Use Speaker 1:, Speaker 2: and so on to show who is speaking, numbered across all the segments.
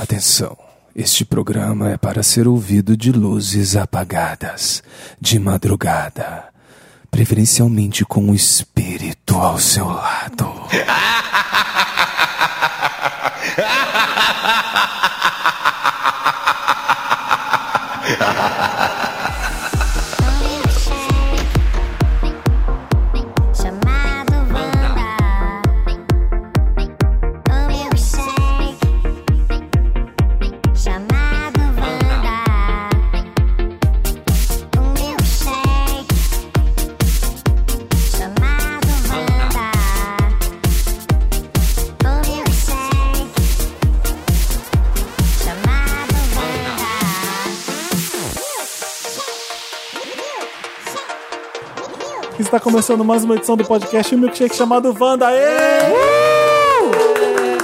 Speaker 1: Atenção! Este programa é para ser ouvido de luzes apagadas, de madrugada, preferencialmente com o espírito ao seu lado.
Speaker 2: Chamado Vanda, o meu chefe. Chamado Vanda, o meu chefe. Chamado Vanda, o meu chefe. Chamado Vanda.
Speaker 3: Está começando mais uma edição do podcast O Milkshake chamado Wanda. Aê!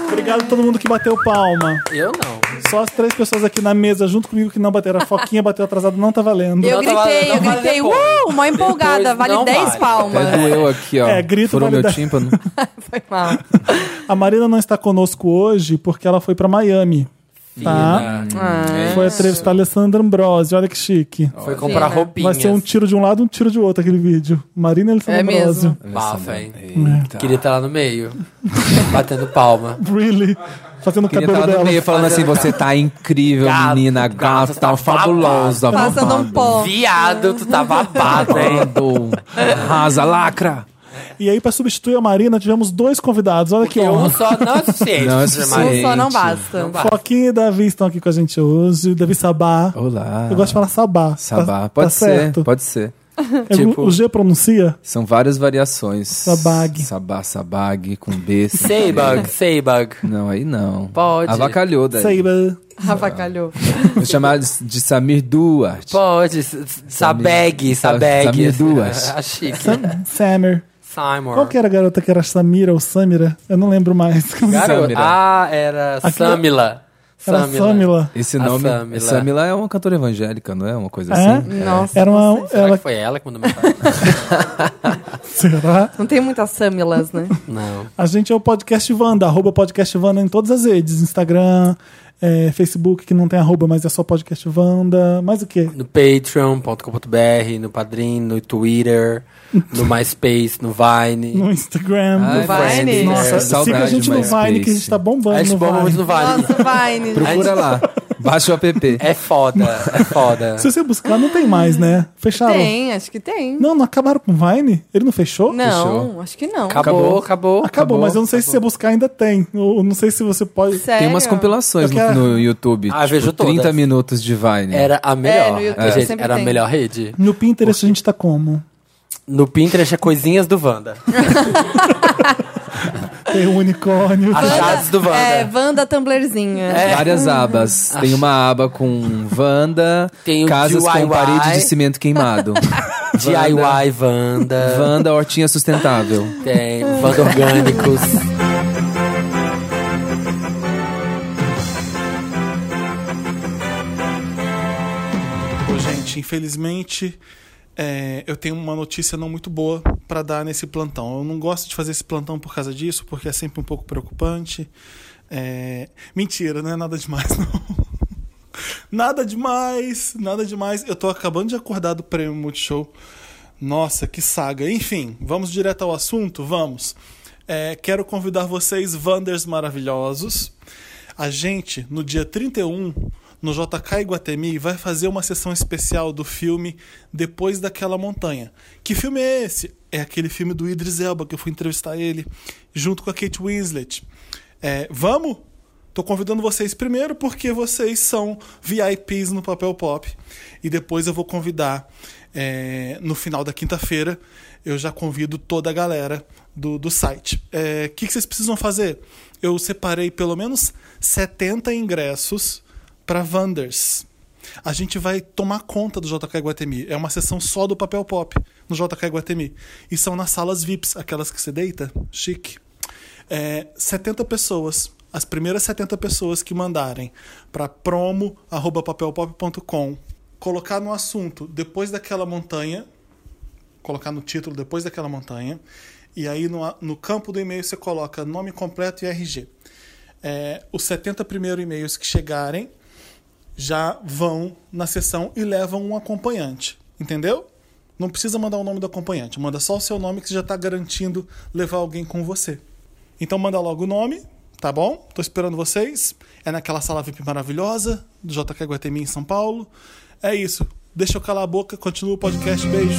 Speaker 3: Obrigado a todo mundo que bateu palma.
Speaker 4: Eu não.
Speaker 3: Só as três pessoas aqui na mesa, junto comigo, que não bateram. A Foquinha bateu atrasado, não tá valendo.
Speaker 5: Eu
Speaker 4: Não, tá
Speaker 5: gritei,
Speaker 4: valendo,
Speaker 5: eu
Speaker 4: não
Speaker 5: gritei,
Speaker 4: vale depois.
Speaker 5: uh, mó empolgada,
Speaker 4: Depois
Speaker 5: vale
Speaker 4: não
Speaker 5: 10
Speaker 4: vale.
Speaker 5: palmas.
Speaker 6: Até doeu aqui, ó.
Speaker 3: É, grito
Speaker 6: Furou meu
Speaker 3: validado.
Speaker 6: tímpano.
Speaker 5: Foi mal.
Speaker 3: A Marina não está conosco hoje porque ela foi pra Miami. Tá?
Speaker 6: Ah,
Speaker 4: É
Speaker 3: Foi
Speaker 4: isso.
Speaker 3: entrevistar a tá? Alessandra Ambrosio, olha que chique.
Speaker 4: Foi comprar
Speaker 5: Fina.
Speaker 4: roupinhas.
Speaker 3: Vai ser um tiro de um lado, um tiro de outro aquele vídeo. Marina e Alessandra
Speaker 5: É mesmo.
Speaker 3: Ambrosio.
Speaker 4: Bafa, hein?
Speaker 1: Eita.
Speaker 4: Queria estar lá no meio, batendo palma.
Speaker 3: Really? Fazendo o
Speaker 6: Queria
Speaker 3: cabelo
Speaker 6: estar no
Speaker 3: dela.
Speaker 6: meio falando assim, você tá incrível,
Speaker 4: Gato,
Speaker 6: menina,
Speaker 4: gato,
Speaker 6: gata,
Speaker 4: você
Speaker 6: tá
Speaker 4: tá
Speaker 6: fabulosa.
Speaker 5: Passando um pó.
Speaker 4: Viado, tu tá babado, hein?
Speaker 6: Babado, arrasa, lacra.
Speaker 3: E aí, pra substituir a Marina, tivemos dois convidados. Olha que
Speaker 4: Porque um
Speaker 3: honra.
Speaker 4: só não é suficiente.
Speaker 6: Não é
Speaker 4: Zé
Speaker 6: suficiente.
Speaker 4: Maria.
Speaker 5: Um só não
Speaker 6: Gente,
Speaker 5: basta.
Speaker 4: não basta.
Speaker 3: Foquinha e Davi estão aqui com a gente hoje. Davi Sabá.
Speaker 6: Olá.
Speaker 3: Eu gosto de falar sabá.
Speaker 6: Sabá.
Speaker 3: Tá-
Speaker 6: pode
Speaker 3: tá
Speaker 6: ser,
Speaker 3: certo?
Speaker 6: pode ser.
Speaker 3: É,
Speaker 6: tipo-
Speaker 3: O G pronuncia?
Speaker 6: São várias variações.
Speaker 3: Sabag.
Speaker 6: Sabá, sabag, com B. sem B.
Speaker 4: Seibug, Seibug.
Speaker 6: Não, aí não.
Speaker 4: Pode.
Speaker 6: Avacalhou daí.
Speaker 3: Seiba.
Speaker 5: Avacalhou.
Speaker 6: Vou chamar de de Samir Duarte.
Speaker 4: Pode, s- s- Sabeg,
Speaker 6: Sa-
Speaker 4: Sabeg.
Speaker 6: Samiduas.
Speaker 4: A Ah, chique.
Speaker 3: Samer.
Speaker 4: Simon.
Speaker 3: Qual que é era a garota que era Samira ou Samira? Eu não lembro mais.
Speaker 4: Garota.
Speaker 6: Samira.
Speaker 4: Ah, era
Speaker 3: Aqui-
Speaker 4: Samila.
Speaker 3: Era Samila.
Speaker 6: Esse
Speaker 4: A
Speaker 6: nome.
Speaker 4: Samila.
Speaker 6: Samila é uma cantora evangélica, não é? Uma coisa
Speaker 3: É?
Speaker 6: assim.
Speaker 5: Nossa,
Speaker 3: Era uma.
Speaker 4: Será
Speaker 3: Ela,
Speaker 4: que foi ela que mandou mensagem?
Speaker 3: será?
Speaker 5: não tem muitas Samilas, né?
Speaker 4: Não.
Speaker 3: A gente é o Podcast Vanda, arroba Podcast Vanda em todas as redes: Instagram, é, Facebook, que não tem arroba, mas é só Podcast Vanda. Mais o quê?
Speaker 4: No patreon.com.br, no Padrim, no Twitter, no MySpace, no Vine.
Speaker 3: No Instagram.
Speaker 6: Ai,
Speaker 5: Vine?
Speaker 6: Friends.
Speaker 4: né?
Speaker 3: Nossa,
Speaker 6: Saudade
Speaker 3: siga a gente no
Speaker 6: MySpace.
Speaker 3: Vine, que a gente tá bombando
Speaker 4: A gente
Speaker 3: no
Speaker 4: bomba
Speaker 3: Vine.
Speaker 4: muito no Vine.
Speaker 5: Nossa, Vine.
Speaker 6: Procura lá. Baixa o app.
Speaker 4: É foda, é foda.
Speaker 3: Se você buscar, não tem mais, né? Fecharam.
Speaker 5: Tem, acho que tem.
Speaker 3: Não, não acabaram com o Vine? Ele não fechou?
Speaker 5: Não, acho que não.
Speaker 4: Acabou, acabou.
Speaker 3: Acabou,
Speaker 6: Acabou,
Speaker 3: mas eu não sei se você buscar ainda tem. Eu eu não sei se você pode.
Speaker 5: Sério?
Speaker 6: Tem umas compilações
Speaker 3: Eu quero-
Speaker 6: no, no YouTube.
Speaker 4: Ah, vejo todas.
Speaker 6: 30 minutos de Vine.
Speaker 4: Era a melhor.
Speaker 5: É,
Speaker 4: É,
Speaker 5: no YouTube
Speaker 4: Gente,
Speaker 5: sempre
Speaker 4: era a
Speaker 5: tem.
Speaker 4: melhor rede.
Speaker 3: No Pinterest a gente tá como?
Speaker 4: No Pinterest é coisinhas do Wanda.
Speaker 3: Tem o unicórnio.
Speaker 4: As chaves do Wanda. É.
Speaker 5: É, Wanda Tumblrzinha.
Speaker 6: Várias abas. Tem uma aba com Wanda,
Speaker 4: Tem o
Speaker 6: casas
Speaker 4: DIY.
Speaker 6: com parede de cimento queimado.
Speaker 4: DIY Wanda.
Speaker 6: Wanda, hortinha sustentável.
Speaker 4: Tem Wanda Orgânicos.
Speaker 3: Ô, gente, infelizmente é, eu tenho uma notícia não muito boa pra dar nesse plantão. Eu não gosto de fazer esse plantão por causa disso, porque é sempre um pouco preocupante. É, mentira, não é nada demais, não. Nada demais, nada demais. Eu tô acabando de acordar do prêmio Multishow. Nossa, que saga. Enfim, vamos direto ao assunto? Vamos. É, quero convidar vocês, Wanders maravilhosos. A gente, no dia 31, no JK Iguatemi, vai fazer uma sessão especial do filme Depois daquela Montanha. Que filme é esse? É aquele filme do Idris Elba, que eu fui entrevistar ele, junto com a Kate Winslet. É, vamos? Tô convidando vocês primeiro porque vocês são VIPs no Papel Pop. E depois eu vou convidar, é, no final da quinta-feira, eu já convido toda a galera do, do site. O que, que vocês precisam fazer? Eu separei pelo menos 70 ingressos para Wanders. A gente vai tomar conta do JK Guatemi. É uma sessão só do Papel Pop no JK Guatemi. E são nas salas VIPs, aquelas que você deita. Chique é, 70 pessoas, as primeiras 70 pessoas que mandarem para promo@papelpop.com, colocar no assunto depois daquela montanha, colocar no título depois daquela montanha, e aí no, a- no campo do e-mail você coloca nome completo e RG.
Speaker 7: É, os 70 primeiros e-mails que chegarem já vão na sessão e levam um acompanhante, entendeu? Não precisa mandar o nome do acompanhante, manda só o seu nome que você já está garantindo levar alguém com você. Então manda logo o nome, tá bom? Tô esperando vocês. É naquela sala VIP maravilhosa do JK Guatemi em São Paulo. É isso. Deixa eu calar a boca, continua o podcast. Beijo.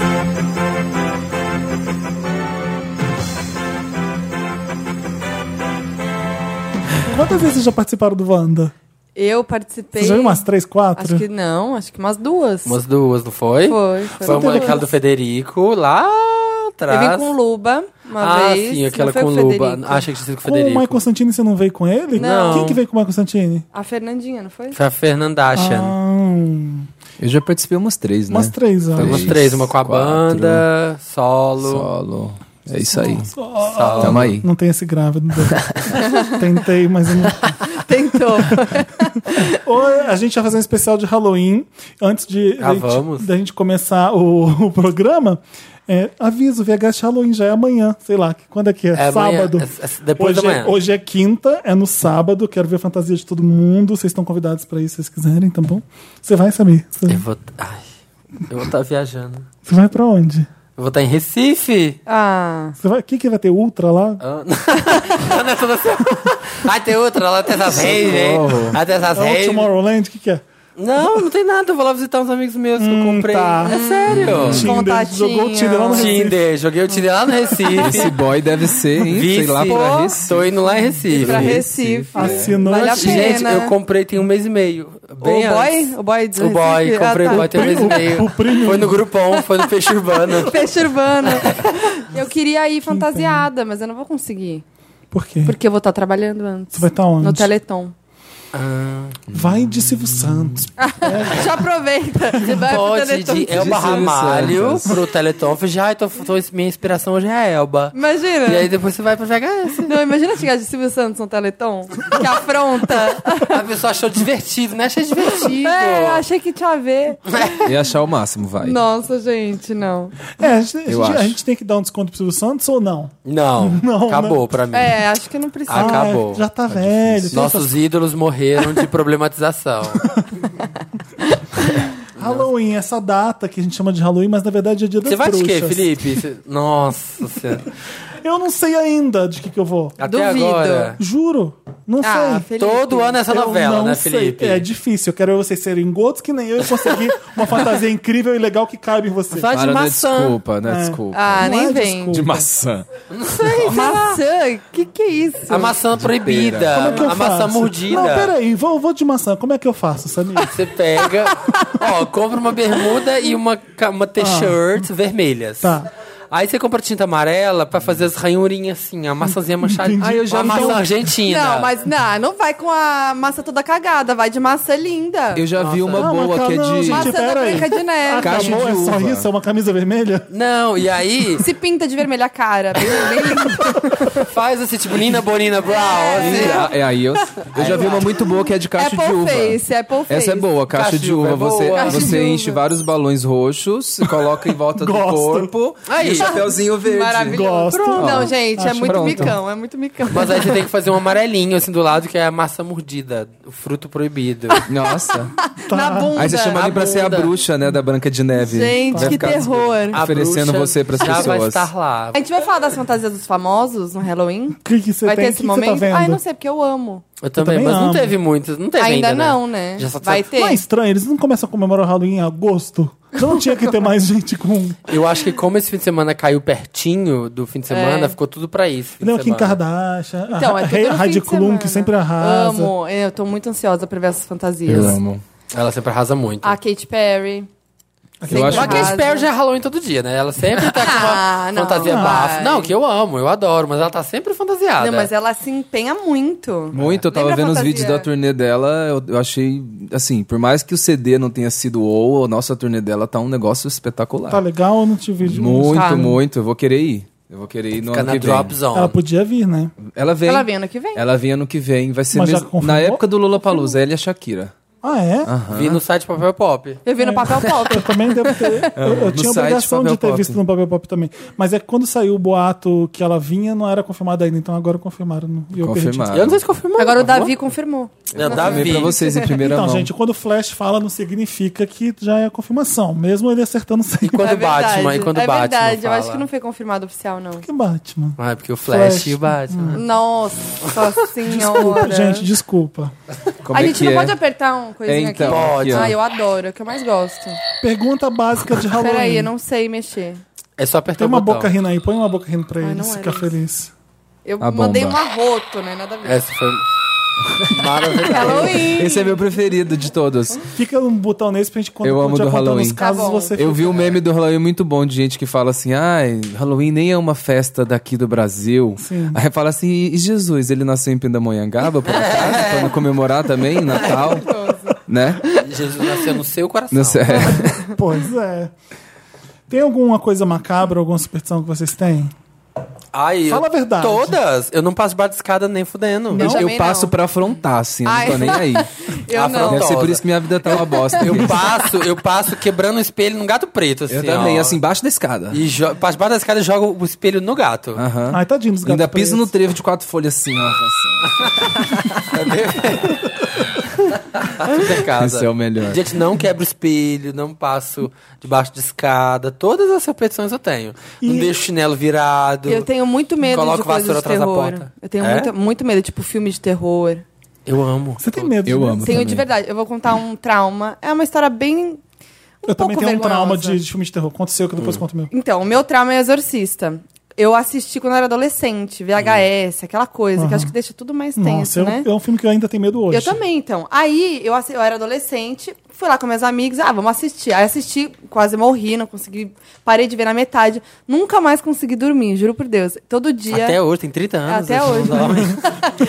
Speaker 3: Quantas vezes vocês já participaram do Wanda?
Speaker 5: Eu participei.
Speaker 3: Vocês já viram umas três, quatro?
Speaker 5: Acho que não, acho que umas duas.
Speaker 4: Umas duas, não foi?
Speaker 5: Foi, foi
Speaker 4: Foi uma,
Speaker 5: duas.
Speaker 4: aquela do Federico lá
Speaker 5: Eu
Speaker 4: atrás.
Speaker 5: vim com o Luba uma
Speaker 4: ah,
Speaker 5: vez.
Speaker 4: sim,
Speaker 5: não
Speaker 4: aquela
Speaker 5: foi
Speaker 4: com
Speaker 5: o
Speaker 4: Luba. Ah,
Speaker 5: Federico.
Speaker 4: Achei que tinha sido com o
Speaker 3: Com o
Speaker 4: Federico.
Speaker 3: Mike Constantini você não veio com ele?
Speaker 5: Não.
Speaker 3: Quem que veio com o Mike Constantini?
Speaker 5: A Fernandinha, não foi?
Speaker 4: Foi a Fernandasha.
Speaker 3: Ah,
Speaker 6: Eu já participei umas três, né?
Speaker 3: umas três, ó.
Speaker 4: Né? foi umas
Speaker 6: três,
Speaker 4: três, uma com a
Speaker 6: quatro.
Speaker 4: banda, solo.
Speaker 6: Solo. É isso aí.
Speaker 3: Só-
Speaker 4: solo.
Speaker 6: Tamo aí.
Speaker 3: Não tem esse grávido. Tentei, mas eu não.
Speaker 5: Tentou.
Speaker 3: Oi, a gente vai fazer um especial de Halloween. Antes de
Speaker 4: Ah,
Speaker 3: da gente-
Speaker 4: vamos.
Speaker 3: da gente começar o, o programa, é, aviso, o VHS de Halloween já é amanhã, sei lá, que- quando é que é?
Speaker 4: É amanhã,
Speaker 3: Sábado.
Speaker 4: é- é depois
Speaker 3: hoje,
Speaker 4: da manhã.
Speaker 3: É, hoje é quinta, é no sábado, quero ver a fantasia de todo mundo. Vocês estão convidados pra isso, se vocês quiserem, tá bom? Você vai, Samir? Você
Speaker 4: Eu vou. Ai, eu vou estar viajando.
Speaker 3: você vai pra onde?
Speaker 4: Eu vou estar em Recife.
Speaker 5: Ah,
Speaker 3: Você vai, que que vai ter Ultra lá?
Speaker 4: Ah, não é toda semana. Ai, tem outra lá, tem essas reis, hein? Aí tem essas
Speaker 3: É o
Speaker 4: reis.
Speaker 3: Tomorrowland? O que que é?
Speaker 4: Não, não tem nada. Eu vou lá visitar uns amigos meus que eu comprei.
Speaker 3: tá.
Speaker 4: É sério.
Speaker 5: Hum.
Speaker 3: Tinder. Jogou o Tinder lá no Recife.
Speaker 4: Tinder, joguei o Tinder lá no
Speaker 6: Esse
Speaker 4: Recife.
Speaker 6: boy deve ser, hein? Sei
Speaker 4: Vice.
Speaker 6: lá pra Recife.
Speaker 4: Tô indo lá em Recife.
Speaker 5: pra Recife.
Speaker 3: Assinante.
Speaker 5: Vale a
Speaker 4: Gente,
Speaker 5: pena.
Speaker 4: eu comprei tem um mês e meio. Bem
Speaker 5: o boy?
Speaker 4: antes.
Speaker 5: O boy de
Speaker 4: O boy,
Speaker 5: Recife?
Speaker 4: comprei
Speaker 5: Ah,
Speaker 4: o
Speaker 5: tá.
Speaker 4: boy tem um mês e meio. Foi no Grupom, foi no Peixe Urbano.
Speaker 5: Peixe urbano. Eu queria ir fantasiada, mas eu não vou conseguir.
Speaker 3: Por quê?
Speaker 5: Porque eu vou estar trabalhando antes.
Speaker 3: Você vai estar onde?
Speaker 5: No Teleton.
Speaker 4: Ah,
Speaker 3: Vai de Silvio Santos.
Speaker 5: Já aproveita. Vai pro
Speaker 4: pode
Speaker 5: Teleton.
Speaker 4: de Elba Ramalho pro Teleton. Falei, já, tô, tô- minha inspiração hoje é a Elba.
Speaker 5: Imagina.
Speaker 4: E aí depois você vai pra VHS.
Speaker 5: Não, imagina chegar de Silvio Santos no Teleton. Que afronta.
Speaker 4: A pessoa achou divertido, né? Achei divertido.
Speaker 5: é, achei que tinha a ver.
Speaker 6: E achar o máximo, vai.
Speaker 5: Nossa, gente, não.
Speaker 3: É, a gente, a
Speaker 6: Eu
Speaker 3: gente- a
Speaker 6: acho.
Speaker 3: gente tem que dar um desconto pro Silvio Santos ou não?
Speaker 4: Não,
Speaker 3: Não,
Speaker 4: acabou pra mim.
Speaker 5: É, acho que não precisa.
Speaker 4: Ah, Acabou.
Speaker 3: Ah, já tá, velho. tem essas-
Speaker 4: Nossos ídolos morreram de problematização.
Speaker 3: Halloween, essa data que a gente chama de Halloween, mas na verdade é dia das
Speaker 4: Você vai de quê,
Speaker 3: bruxas.
Speaker 4: Felipe? Você- Nossa senhora.
Speaker 3: Eu não sei ainda de que que eu vou.
Speaker 4: Até
Speaker 5: Duvido.
Speaker 4: agora.
Speaker 3: Juro, não
Speaker 5: Ah,
Speaker 3: sei.
Speaker 5: Felipe.
Speaker 4: Todo ano essa
Speaker 3: Eu
Speaker 4: novela,
Speaker 3: não
Speaker 4: né,
Speaker 3: sei.
Speaker 4: Felipe?
Speaker 3: É difícil. Eu quero ver vocês serem gotos que nem eu e conseguir uma fantasia incrível e legal que cabe em você.
Speaker 4: Só de
Speaker 6: Para, não é
Speaker 4: maçã.
Speaker 6: desculpa, não é desculpa.
Speaker 3: Não
Speaker 5: Ah, nem
Speaker 3: é
Speaker 5: vem.
Speaker 3: desculpa.
Speaker 6: De maçã.
Speaker 5: Maçã? Que que é isso?
Speaker 4: A maçã proibida.
Speaker 3: Como é que eu
Speaker 4: a maçã
Speaker 3: faço?
Speaker 4: mordida.
Speaker 3: Não, peraí, vou, vou de maçã. Como é que eu faço, Samir?
Speaker 6: Tá
Speaker 4: Você pega, ó, compra uma bermuda e uma, ca- uma t-shirt vermelhas.
Speaker 3: Tá.
Speaker 4: Aí você compra tinta amarela pra fazer as ranhurinhas assim, a maçãzinha manchadinha.
Speaker 3: Entendi.
Speaker 4: Aí eu já uma maçã argentina.
Speaker 5: Não, mas não, não vai com a massa toda cagada, vai de massa linda.
Speaker 6: Eu já vi uma
Speaker 3: Não, mas
Speaker 6: boa que é
Speaker 3: calma,
Speaker 6: de.
Speaker 3: Ah, gente,
Speaker 5: Maçã da
Speaker 3: peraí.
Speaker 5: Branca de Neve.
Speaker 6: Caixa
Speaker 3: Acabou,
Speaker 6: de
Speaker 3: é só
Speaker 6: uva.
Speaker 3: isso? É uma camisa vermelha?
Speaker 4: Não, e aí
Speaker 5: Se pinta de vermelha a cara, bem, bem linda.
Speaker 4: faz assim, tipo, Nina Bonina Brown. assim.
Speaker 5: né?
Speaker 6: Ah, É aí, eu, eu já vi uma muito boa que é de caixa de
Speaker 5: Apple
Speaker 6: uva.
Speaker 5: Face, Apple Face.
Speaker 6: Essa é boa, caixa,
Speaker 4: Caixa de
Speaker 6: de uva.
Speaker 4: uva é
Speaker 6: você
Speaker 4: boa.
Speaker 5: Caixa
Speaker 6: você
Speaker 5: de
Speaker 6: enche
Speaker 5: uva.
Speaker 6: vários balões roxos, coloca em volta do
Speaker 3: Gosto.
Speaker 6: corpo
Speaker 4: Aí.
Speaker 6: e o chapéuzinho verde.
Speaker 5: Maravilhoso.
Speaker 3: Gosto.
Speaker 5: Pronto. Não, gente, é
Speaker 6: Acho
Speaker 5: muito
Speaker 6: pronto.
Speaker 5: micão, é muito micão.
Speaker 4: Mas aí você tem que fazer um amarelinho assim do lado, que é a maçã mordida, o fruto proibido.
Speaker 6: Nossa.
Speaker 5: Na
Speaker 3: Tá.
Speaker 5: bunda. Ah,
Speaker 6: Aí você chama
Speaker 4: A
Speaker 6: alguém pra ser a
Speaker 4: bunda.
Speaker 6: bruxa, né, da Branca de Neve.
Speaker 5: Gente,
Speaker 6: Vai
Speaker 5: que
Speaker 6: ficar- assim. Ah.
Speaker 5: terror.
Speaker 4: A
Speaker 6: Oferecendo
Speaker 4: bruxa
Speaker 6: você pras
Speaker 4: já vai
Speaker 6: pessoas.
Speaker 4: estar lá.
Speaker 5: A gente vai falar das fantasias dos famosos no Halloween?
Speaker 3: O que, que você
Speaker 5: vai
Speaker 3: tem? O
Speaker 5: ter esse
Speaker 3: que que você
Speaker 5: momento?
Speaker 3: tá vendo?
Speaker 5: Ai, não sei, porque eu amo.
Speaker 4: Eu também,
Speaker 3: também
Speaker 4: mas não
Speaker 3: amo.
Speaker 4: teve muitos, não teve ainda,
Speaker 5: Ainda não, né?
Speaker 4: Já só-
Speaker 5: Vai
Speaker 4: só-
Speaker 5: ter.
Speaker 3: Não é estranho, eles não começam a comemorar o Halloween em agosto. Já não tinha que ter mais gente com.
Speaker 4: Eu acho que como esse fim de semana caiu pertinho do fim de semana,
Speaker 5: É.
Speaker 4: ficou tudo pra isso.
Speaker 3: Não,
Speaker 4: que
Speaker 3: Kim Kardashian,
Speaker 5: Então,
Speaker 3: a,
Speaker 5: é tudo
Speaker 3: Rei-
Speaker 5: no
Speaker 3: a
Speaker 5: fim
Speaker 3: Heidi
Speaker 5: de
Speaker 3: Klum,
Speaker 5: semana.
Speaker 3: que sempre arrasa.
Speaker 5: Amo. Eu tô muito ansiosa pra ver essas fantasias.
Speaker 6: Eu amo.
Speaker 4: Ela sempre arrasa muito.
Speaker 5: A Katy Perry.
Speaker 6: Eu acho
Speaker 4: Mas a
Speaker 5: que-
Speaker 4: Katy Perry já é Halloween todo dia, né? Ela sempre tá com uma
Speaker 5: Ah, não,
Speaker 4: fantasia
Speaker 5: vai.
Speaker 4: bafo. Não, que eu amo, eu adoro, mas ela tá sempre fantasiada.
Speaker 5: Não, mas ela se empenha muito.
Speaker 6: Muito, eu tava
Speaker 5: Lembra a
Speaker 6: vendo os vídeos
Speaker 5: fantasia?
Speaker 6: da turnê dela, eu, eu achei, assim, por mais que o CD não tenha sido ou, a nossa turnê dela tá um negócio espetacular.
Speaker 3: Tá legal ou não te vi
Speaker 6: muito,
Speaker 5: Tá.
Speaker 6: muito, eu vou querer ir. Eu vou querer ir no
Speaker 4: Fica
Speaker 6: ano
Speaker 4: na
Speaker 6: que
Speaker 4: Drop
Speaker 6: vem.
Speaker 4: Zone.
Speaker 3: Ela podia vir, né?
Speaker 6: Ela vem.
Speaker 5: Ela vem ano que vem.
Speaker 6: Ela vem ano que vem, vai ser
Speaker 3: Mas já
Speaker 6: mesmo.
Speaker 3: confirmou?
Speaker 6: Na época do Lula Palusa, ela e a Shakira.
Speaker 3: Ah, é?
Speaker 4: Vi no site Papel Pop.
Speaker 5: Eu
Speaker 6: É.
Speaker 5: vi no papel pop.
Speaker 3: Eu também devo ter. Eu, eu
Speaker 6: No
Speaker 3: tinha a
Speaker 6: site
Speaker 3: obrigação
Speaker 6: Papel
Speaker 3: de ter
Speaker 6: Pop.
Speaker 3: visto no Papel Pop também. Mas é que quando saiu o boato que ela vinha, não era confirmado ainda. Então agora confirmaram. no- E eu perdi.
Speaker 6: Confirmado.
Speaker 4: Eu não sei se confirmou.
Speaker 5: Agora o
Speaker 4: não confirmou?
Speaker 5: Davi confirmou.
Speaker 4: É, o
Speaker 6: Vem
Speaker 4: Davi.
Speaker 6: Ah. pra vocês em primeira
Speaker 3: Então,
Speaker 6: mão.
Speaker 3: gente, quando o Flash fala, não significa que já é a confirmação. Mesmo ele acertando sempre.
Speaker 4: E quando
Speaker 5: é
Speaker 4: o Batman, e quando
Speaker 5: é
Speaker 4: o Batman
Speaker 5: verdade, eu
Speaker 4: fala.
Speaker 5: acho que não foi confirmado oficial, não.
Speaker 3: Que Batman.
Speaker 4: Ah, é porque o Flash,
Speaker 3: Flash.
Speaker 4: e o
Speaker 5: Hum.
Speaker 4: Batman.
Speaker 5: Nossa
Speaker 3: Desculpa,
Speaker 5: senhora.
Speaker 3: gente, desculpa.
Speaker 6: Como
Speaker 5: a
Speaker 6: é
Speaker 5: gente
Speaker 6: que
Speaker 5: não
Speaker 6: é?
Speaker 5: pode apertar um coisinho
Speaker 6: É, então, Tá
Speaker 5: aqui?
Speaker 6: Pode.
Speaker 5: Ah, eu adoro, é o que eu mais gosto.
Speaker 3: Pergunta básica de Halloween.
Speaker 5: Peraí, eu não sei mexer.
Speaker 4: É só apertar
Speaker 6: um
Speaker 3: Tem uma
Speaker 4: o botão.
Speaker 3: boca rindo aí, põe uma boca rindo pra
Speaker 5: Ai,
Speaker 3: ele,
Speaker 5: não
Speaker 3: se
Speaker 5: era
Speaker 3: fica
Speaker 5: isso.
Speaker 3: feliz.
Speaker 5: Eu
Speaker 6: A
Speaker 5: mandei um
Speaker 6: bomba.
Speaker 5: arroto, né? Nada a ver.
Speaker 4: Essa foi maravilhosa.
Speaker 5: Halloween!
Speaker 6: Esse é meu preferido de todos.
Speaker 3: Fica um botão nesse pra gente quando
Speaker 6: Eu amo
Speaker 3: já
Speaker 6: do
Speaker 3: contando
Speaker 6: Halloween.
Speaker 3: os
Speaker 6: Tá
Speaker 3: casos
Speaker 5: bom.
Speaker 3: você
Speaker 6: Eu vi um meme do Halloween muito bom de gente que fala assim: ai, Halloween nem é uma festa daqui do Brasil.
Speaker 3: Sim.
Speaker 6: Aí fala assim: e Jesus, ele nasceu em Pindamonhangaba, por acaso, pra não comemorar também, Natal, né?
Speaker 4: Jesus nasceu no seu coração.
Speaker 6: Não sei.
Speaker 3: Pois é. Tem alguma coisa macabra, alguma superstição que vocês têm?
Speaker 4: Ai, eu-
Speaker 3: Fala a verdade.
Speaker 4: Todas. Eu não passo baixo de escada nem fudendo.
Speaker 5: Eu
Speaker 6: Eu,
Speaker 5: também
Speaker 6: passo
Speaker 5: não.
Speaker 6: pra afrontar, assim, eu
Speaker 5: Ai.
Speaker 6: não tô nem aí. é Deve ser
Speaker 5: Eu não.
Speaker 6: por
Speaker 4: Afrontosa.
Speaker 6: isso que minha vida tá uma bosta.
Speaker 4: Eu passo, eu passo quebrando o espelho num gato preto, assim.
Speaker 6: Eu também,
Speaker 4: ó.
Speaker 6: assim, embaixo da escada.
Speaker 4: E jo- passo baixo da escada e jogo o espelho no gato.
Speaker 6: Aham.
Speaker 3: Ai, tadinho dos gatos
Speaker 6: Ainda piso no
Speaker 3: pretos.
Speaker 6: trevo de quatro folhas assim, ó. assim.
Speaker 4: Tudo em casa.
Speaker 6: Esse é o melhor.
Speaker 4: Gente, não quebro espelho, não passo debaixo de escada. Todas as repetições eu tenho. Não
Speaker 3: E-
Speaker 4: deixo o chinelo virado.
Speaker 5: Eu tenho muito medo
Speaker 4: Coloca
Speaker 5: de
Speaker 4: o vassoura
Speaker 5: coisas de
Speaker 4: atrás da
Speaker 5: terror.
Speaker 4: porta.
Speaker 5: Eu tenho
Speaker 4: É?
Speaker 5: muita- muito medo, tipo filme de terror.
Speaker 4: Eu amo.
Speaker 3: Você tem medo?
Speaker 6: Eu
Speaker 3: né?
Speaker 6: amo.
Speaker 5: Tenho de
Speaker 6: também.
Speaker 5: verdade. Eu vou contar um trauma. É uma história bem. Um
Speaker 3: Eu também
Speaker 5: pouco
Speaker 3: tenho um trauma
Speaker 5: vergonhosa.
Speaker 3: de, de filme de terror. Conta o seu que eu
Speaker 6: Hum.
Speaker 3: depois conto o meu.
Speaker 5: Então, o meu trauma é exorcista. Eu assisti quando eu era adolescente, VHS, aquela coisa, que acho que deixa tudo mais tenso,
Speaker 3: Nossa, eu-
Speaker 5: né?
Speaker 3: é um filme que eu ainda tenho medo hoje.
Speaker 5: Eu também, então. Aí, eu, assi- eu era adolescente, fui lá com meus amigos, ah, vamos assistir. Aí assisti, quase morri, não consegui, parei de ver na metade. Nunca mais consegui dormir, juro por Deus. Todo
Speaker 3: né?
Speaker 5: dia...
Speaker 4: Até hoje, tem 30 anos.
Speaker 5: Até
Speaker 4: eu
Speaker 5: hoje.
Speaker 4: não dorme.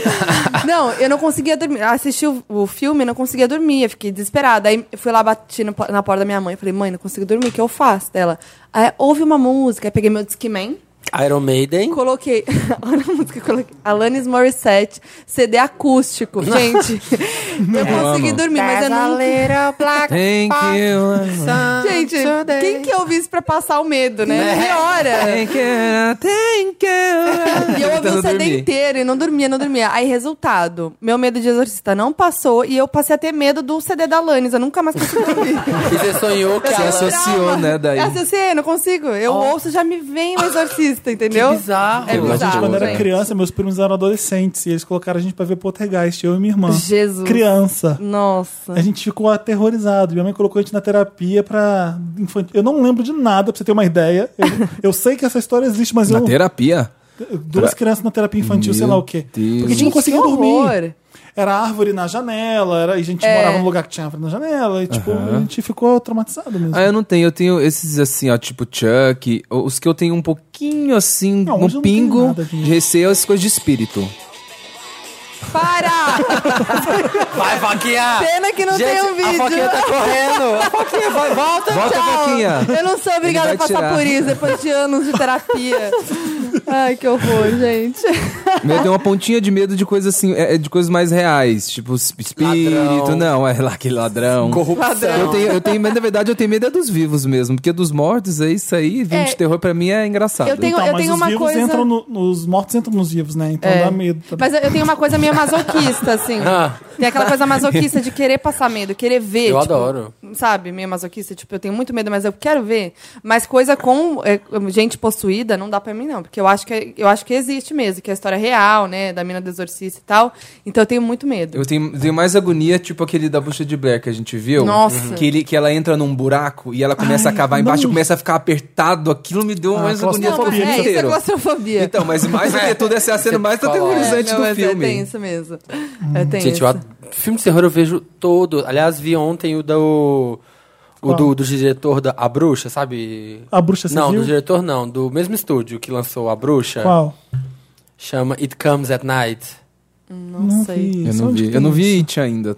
Speaker 5: Não, eu não conseguia dormir. Eu Assisti o, o filme, não conseguia dormir. Eu fiquei desesperada. Aí eu fui lá, bati no po- na porta da minha mãe. Falei, mãe, não consigo dormir, o que eu faço? Dela, ah, ouve uma música. Aí peguei meu Discman,
Speaker 4: Iron Maiden.
Speaker 5: coloquei... Olha a música que eu coloquei. Alanis Morissette, CD acústico. Gente, eu consegui dormir, mas eu não...
Speaker 6: Thank you.
Speaker 5: Gente, quem que ouvi isso pra passar o medo, né? Que hora?
Speaker 6: Thank you. Thank you.
Speaker 5: E eu ouvi o
Speaker 6: Tentando
Speaker 5: CD
Speaker 6: dormir.
Speaker 5: inteiro e não dormia, não dormia. Aí, resultado, meu medo de exorcista não passou e eu passei a ter medo do CD da Alanis. Eu nunca mais consegui dormir.
Speaker 4: E você sonhou que
Speaker 6: Se
Speaker 4: ela...
Speaker 6: associou, né, daí.
Speaker 5: Eu associei, não consigo. Eu ouço, já me vem o exorcista, entendeu?
Speaker 4: Que bizarro.
Speaker 5: É
Speaker 4: Eu
Speaker 3: Oh. A gente,
Speaker 5: bizarro.
Speaker 3: quando era
Speaker 5: gente.
Speaker 3: criança, meus primos eram adolescentes e eles colocaram a gente pra ver Poltergeist, eu e minha irmã.
Speaker 5: Jesus.
Speaker 3: Criança.
Speaker 5: Nossa.
Speaker 3: A gente ficou aterrorizado. Minha mãe colocou a gente na terapia pra infantil. Eu não lembro de nada, pra você ter uma ideia. Eu, eu sei que essa história existe, mas
Speaker 6: Na
Speaker 3: eu.
Speaker 6: terapia?
Speaker 3: Duas crianças na terapia infantil, sei lá o quê.
Speaker 6: Deus.
Speaker 3: Porque a gente não conseguia
Speaker 5: que
Speaker 3: dormir.
Speaker 5: horror.
Speaker 3: Era árvore na janela, era, e a gente
Speaker 5: É.
Speaker 3: morava num lugar que tinha árvore na janela. E, tipo, a gente ficou traumatizado mesmo.
Speaker 6: Ah, eu não tenho. Eu tenho esses assim, ó, tipo Chuck. Os que eu tenho um pouquinho assim,
Speaker 3: Não, hoje eu
Speaker 6: um
Speaker 3: não tenho
Speaker 6: pingo
Speaker 3: nada
Speaker 6: de
Speaker 3: disso.
Speaker 6: receio, as coisas de espírito.
Speaker 5: Para!
Speaker 4: Vai, Vaquinha!
Speaker 5: Pena que não
Speaker 4: Gente,
Speaker 5: tem um
Speaker 4: A Foquinha
Speaker 5: vídeo.
Speaker 4: tá correndo! A Foquinha, vai, volta!
Speaker 6: Volta, Foquinha!
Speaker 5: Eu não sou obrigada a
Speaker 6: Ele vai
Speaker 5: passar
Speaker 6: tirar.
Speaker 5: por isso depois de anos de terapia. Ai, que horror, gente.
Speaker 6: Eu tenho uma pontinha de medo de coisas assim, é, é de coisas mais reais, tipo esp- espírito,
Speaker 4: Ladrão.
Speaker 6: não, é lá aquele ladrão.
Speaker 4: Corrupção.
Speaker 6: Eu tenho, eu tenho medo, na verdade, eu tenho medo é dos vivos mesmo, porque dos mortos é isso aí, filme
Speaker 5: É.
Speaker 6: de terror pra mim é engraçado.
Speaker 5: Eu tenho-
Speaker 3: Então, mas
Speaker 5: tenho
Speaker 3: os
Speaker 5: uma
Speaker 3: vivos
Speaker 5: coisa-
Speaker 3: entram no- nos mortos entram nos vivos, né? Então
Speaker 5: É.
Speaker 3: dá medo. também.
Speaker 5: Mas eu- eu tenho uma coisa meio masoquista, assim.
Speaker 4: Ah.
Speaker 5: Tem aquela coisa masoquista de querer passar medo, querer ver.
Speaker 4: Eu
Speaker 5: tipo,
Speaker 4: adoro.
Speaker 5: Sabe, meio masoquista. Tipo, eu tenho muito medo, mas eu quero ver. Mas coisa com é, gente possuída não dá pra mim, não. Porque eu acho, que, eu acho que existe mesmo, que é a história real, né? Da mina do exorcista e tal. Então eu tenho muito medo.
Speaker 6: Eu tenho, tenho mais agonia, tipo aquele da bucha de Blair que a gente viu.
Speaker 5: Nossa.
Speaker 6: Que, ele, que ela entra num buraco e ela começa
Speaker 3: Ai,
Speaker 6: a cavar embaixo
Speaker 3: não.
Speaker 6: e começa a ficar apertado. Aquilo me deu
Speaker 3: Ah,
Speaker 6: mais agonia
Speaker 5: Não,
Speaker 6: do
Speaker 5: mas
Speaker 3: claustrofobia,
Speaker 6: filme
Speaker 5: é, isso é
Speaker 6: inteiro.
Speaker 5: claustrofobia.
Speaker 6: Então, mas mais do que tudo, essa é a cena mais
Speaker 4: Você falou.
Speaker 6: aterrorizante
Speaker 5: é, não,
Speaker 6: do
Speaker 5: mas
Speaker 6: filme.
Speaker 5: É tenso mesmo. É tenso.
Speaker 4: Gente, eu ad- filme de terror eu vejo todo. Aliás, vi ontem o do. O
Speaker 3: Qual?
Speaker 4: do, do diretor da A Bruxa, sabe?
Speaker 3: A Bruxa
Speaker 4: Não,
Speaker 3: Civil?
Speaker 4: do diretor não, do mesmo estúdio que é. lançou A Bruxa.
Speaker 3: Qual?
Speaker 4: Chama It Comes at Night.
Speaker 5: Não sei.
Speaker 3: vi.
Speaker 6: Eu
Speaker 3: Só
Speaker 6: não
Speaker 3: onde
Speaker 6: vi.
Speaker 3: tem
Speaker 6: Eu não
Speaker 3: isso?
Speaker 6: vi It ainda.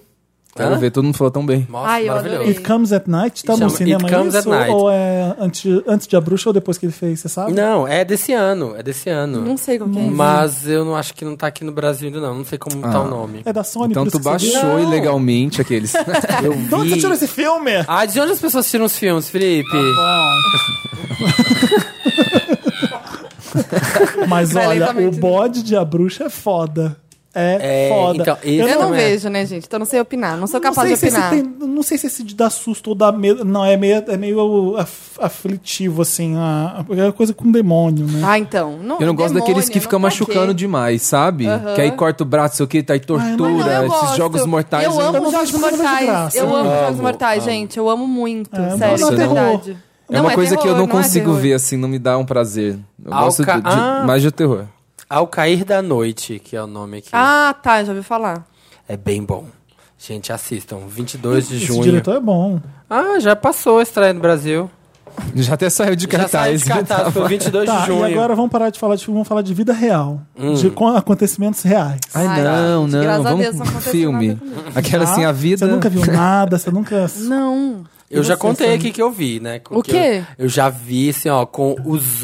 Speaker 6: Quero
Speaker 4: Hã?
Speaker 6: ver, todo mundo falou tão bem.
Speaker 4: Nossa,
Speaker 5: Ai, eu
Speaker 4: maravilhoso.
Speaker 5: adorei.
Speaker 3: It Comes at Night, tá
Speaker 4: Chama
Speaker 3: no cinema
Speaker 4: It Comes at
Speaker 3: isso?
Speaker 4: Night.
Speaker 3: Ou é antes, antes de A Bruxa ou depois que ele fez, você sabe?
Speaker 4: Não, é desse ano, é desse ano.
Speaker 5: Não sei qual que é.
Speaker 4: Mas eu não acho que não tá aqui no Brasil ainda, não. Não sei como tá o nome.
Speaker 3: É da Sony,
Speaker 6: Então
Speaker 3: por isso
Speaker 6: tu
Speaker 3: que você viu.
Speaker 6: baixou
Speaker 4: Não.
Speaker 6: ilegalmente aqueles.
Speaker 4: Eu
Speaker 3: De onde você tirou esse filme?
Speaker 4: Ah, de onde as pessoas tiram os filmes, Felipe?
Speaker 3: Mas
Speaker 5: Vai
Speaker 3: olha, o
Speaker 5: lentamente.
Speaker 3: bode de A Bruxa é foda. É,
Speaker 4: É,
Speaker 3: foda.
Speaker 4: então, esse
Speaker 5: Eu não
Speaker 4: é.
Speaker 5: vejo, né, gente? Então não sei opinar. Não sou
Speaker 3: Não
Speaker 5: capaz
Speaker 3: sei,
Speaker 5: de
Speaker 3: se esse
Speaker 5: opinar.
Speaker 3: tem, não sei se esse de dar susto ou dar medo. Não, é meio, é meio af- aflitivo, assim. A, a coisa com demônio, né?
Speaker 5: Ah, então. Não,
Speaker 6: Eu não gosto
Speaker 5: demônio,
Speaker 6: daqueles que
Speaker 5: não
Speaker 6: ficam
Speaker 5: pra
Speaker 6: machucando
Speaker 5: quê?
Speaker 6: demais, sabe?
Speaker 5: Aham.
Speaker 6: Que aí corta o braço, sei o que, tá aí
Speaker 5: Não,
Speaker 6: tortura,
Speaker 5: eu
Speaker 6: esses
Speaker 5: gosto.
Speaker 6: jogos mortais.
Speaker 5: Eu amo
Speaker 3: Eu não
Speaker 5: jogos
Speaker 3: vejo porque eu não vejo
Speaker 5: mortais.
Speaker 3: graça.
Speaker 5: eu amo
Speaker 4: Amo,
Speaker 5: jogos mortais,
Speaker 4: amo.
Speaker 5: gente. Eu amo muito.
Speaker 3: É,
Speaker 5: sério,
Speaker 6: Ah. nossa,
Speaker 5: de
Speaker 6: não.
Speaker 5: verdade.
Speaker 6: É uma coisa que eu
Speaker 5: terror,
Speaker 6: não
Speaker 5: é
Speaker 6: consigo
Speaker 5: terror.
Speaker 6: ver, assim, não me dá um prazer. Eu
Speaker 4: Ah, o
Speaker 6: gosto
Speaker 4: ca-
Speaker 6: de- de-
Speaker 4: Ah.
Speaker 6: mais de terror.
Speaker 4: Ao Cair da Noite, que é o nome aqui.
Speaker 5: Ah, tá. Já ouvi falar.
Speaker 4: É bem bom. Gente, assistam. 22 de
Speaker 3: Esse
Speaker 4: junho.
Speaker 3: diretor é bom.
Speaker 4: Ah, já passou a estreia no Brasil.
Speaker 6: Já até saiu de
Speaker 4: Já saiu
Speaker 6: cartaz. né?
Speaker 4: de cartaz, foi 22
Speaker 3: Tá,
Speaker 4: de junho. Hum.
Speaker 3: e agora vamos parar de falar de filme, vamos falar de vida real. De con- acontecimentos reais.
Speaker 5: Ai,
Speaker 6: Ai, não,
Speaker 5: gente,
Speaker 6: não.
Speaker 5: graças a
Speaker 6: Vamos
Speaker 5: Deus, não
Speaker 6: com
Speaker 5: aconteceu
Speaker 6: filme.
Speaker 5: nada comigo.
Speaker 4: Ah,
Speaker 6: Aquela assim,
Speaker 3: Tá?
Speaker 6: a vida.
Speaker 3: Você nunca viu nada, você nunca. tá
Speaker 5: Não.
Speaker 4: Eu já
Speaker 3: você,
Speaker 4: contei
Speaker 3: Sam?
Speaker 4: aqui que eu vi, né? Com
Speaker 5: O
Speaker 4: que
Speaker 5: quê?
Speaker 4: Eu, eu já vi, assim, ó, com os,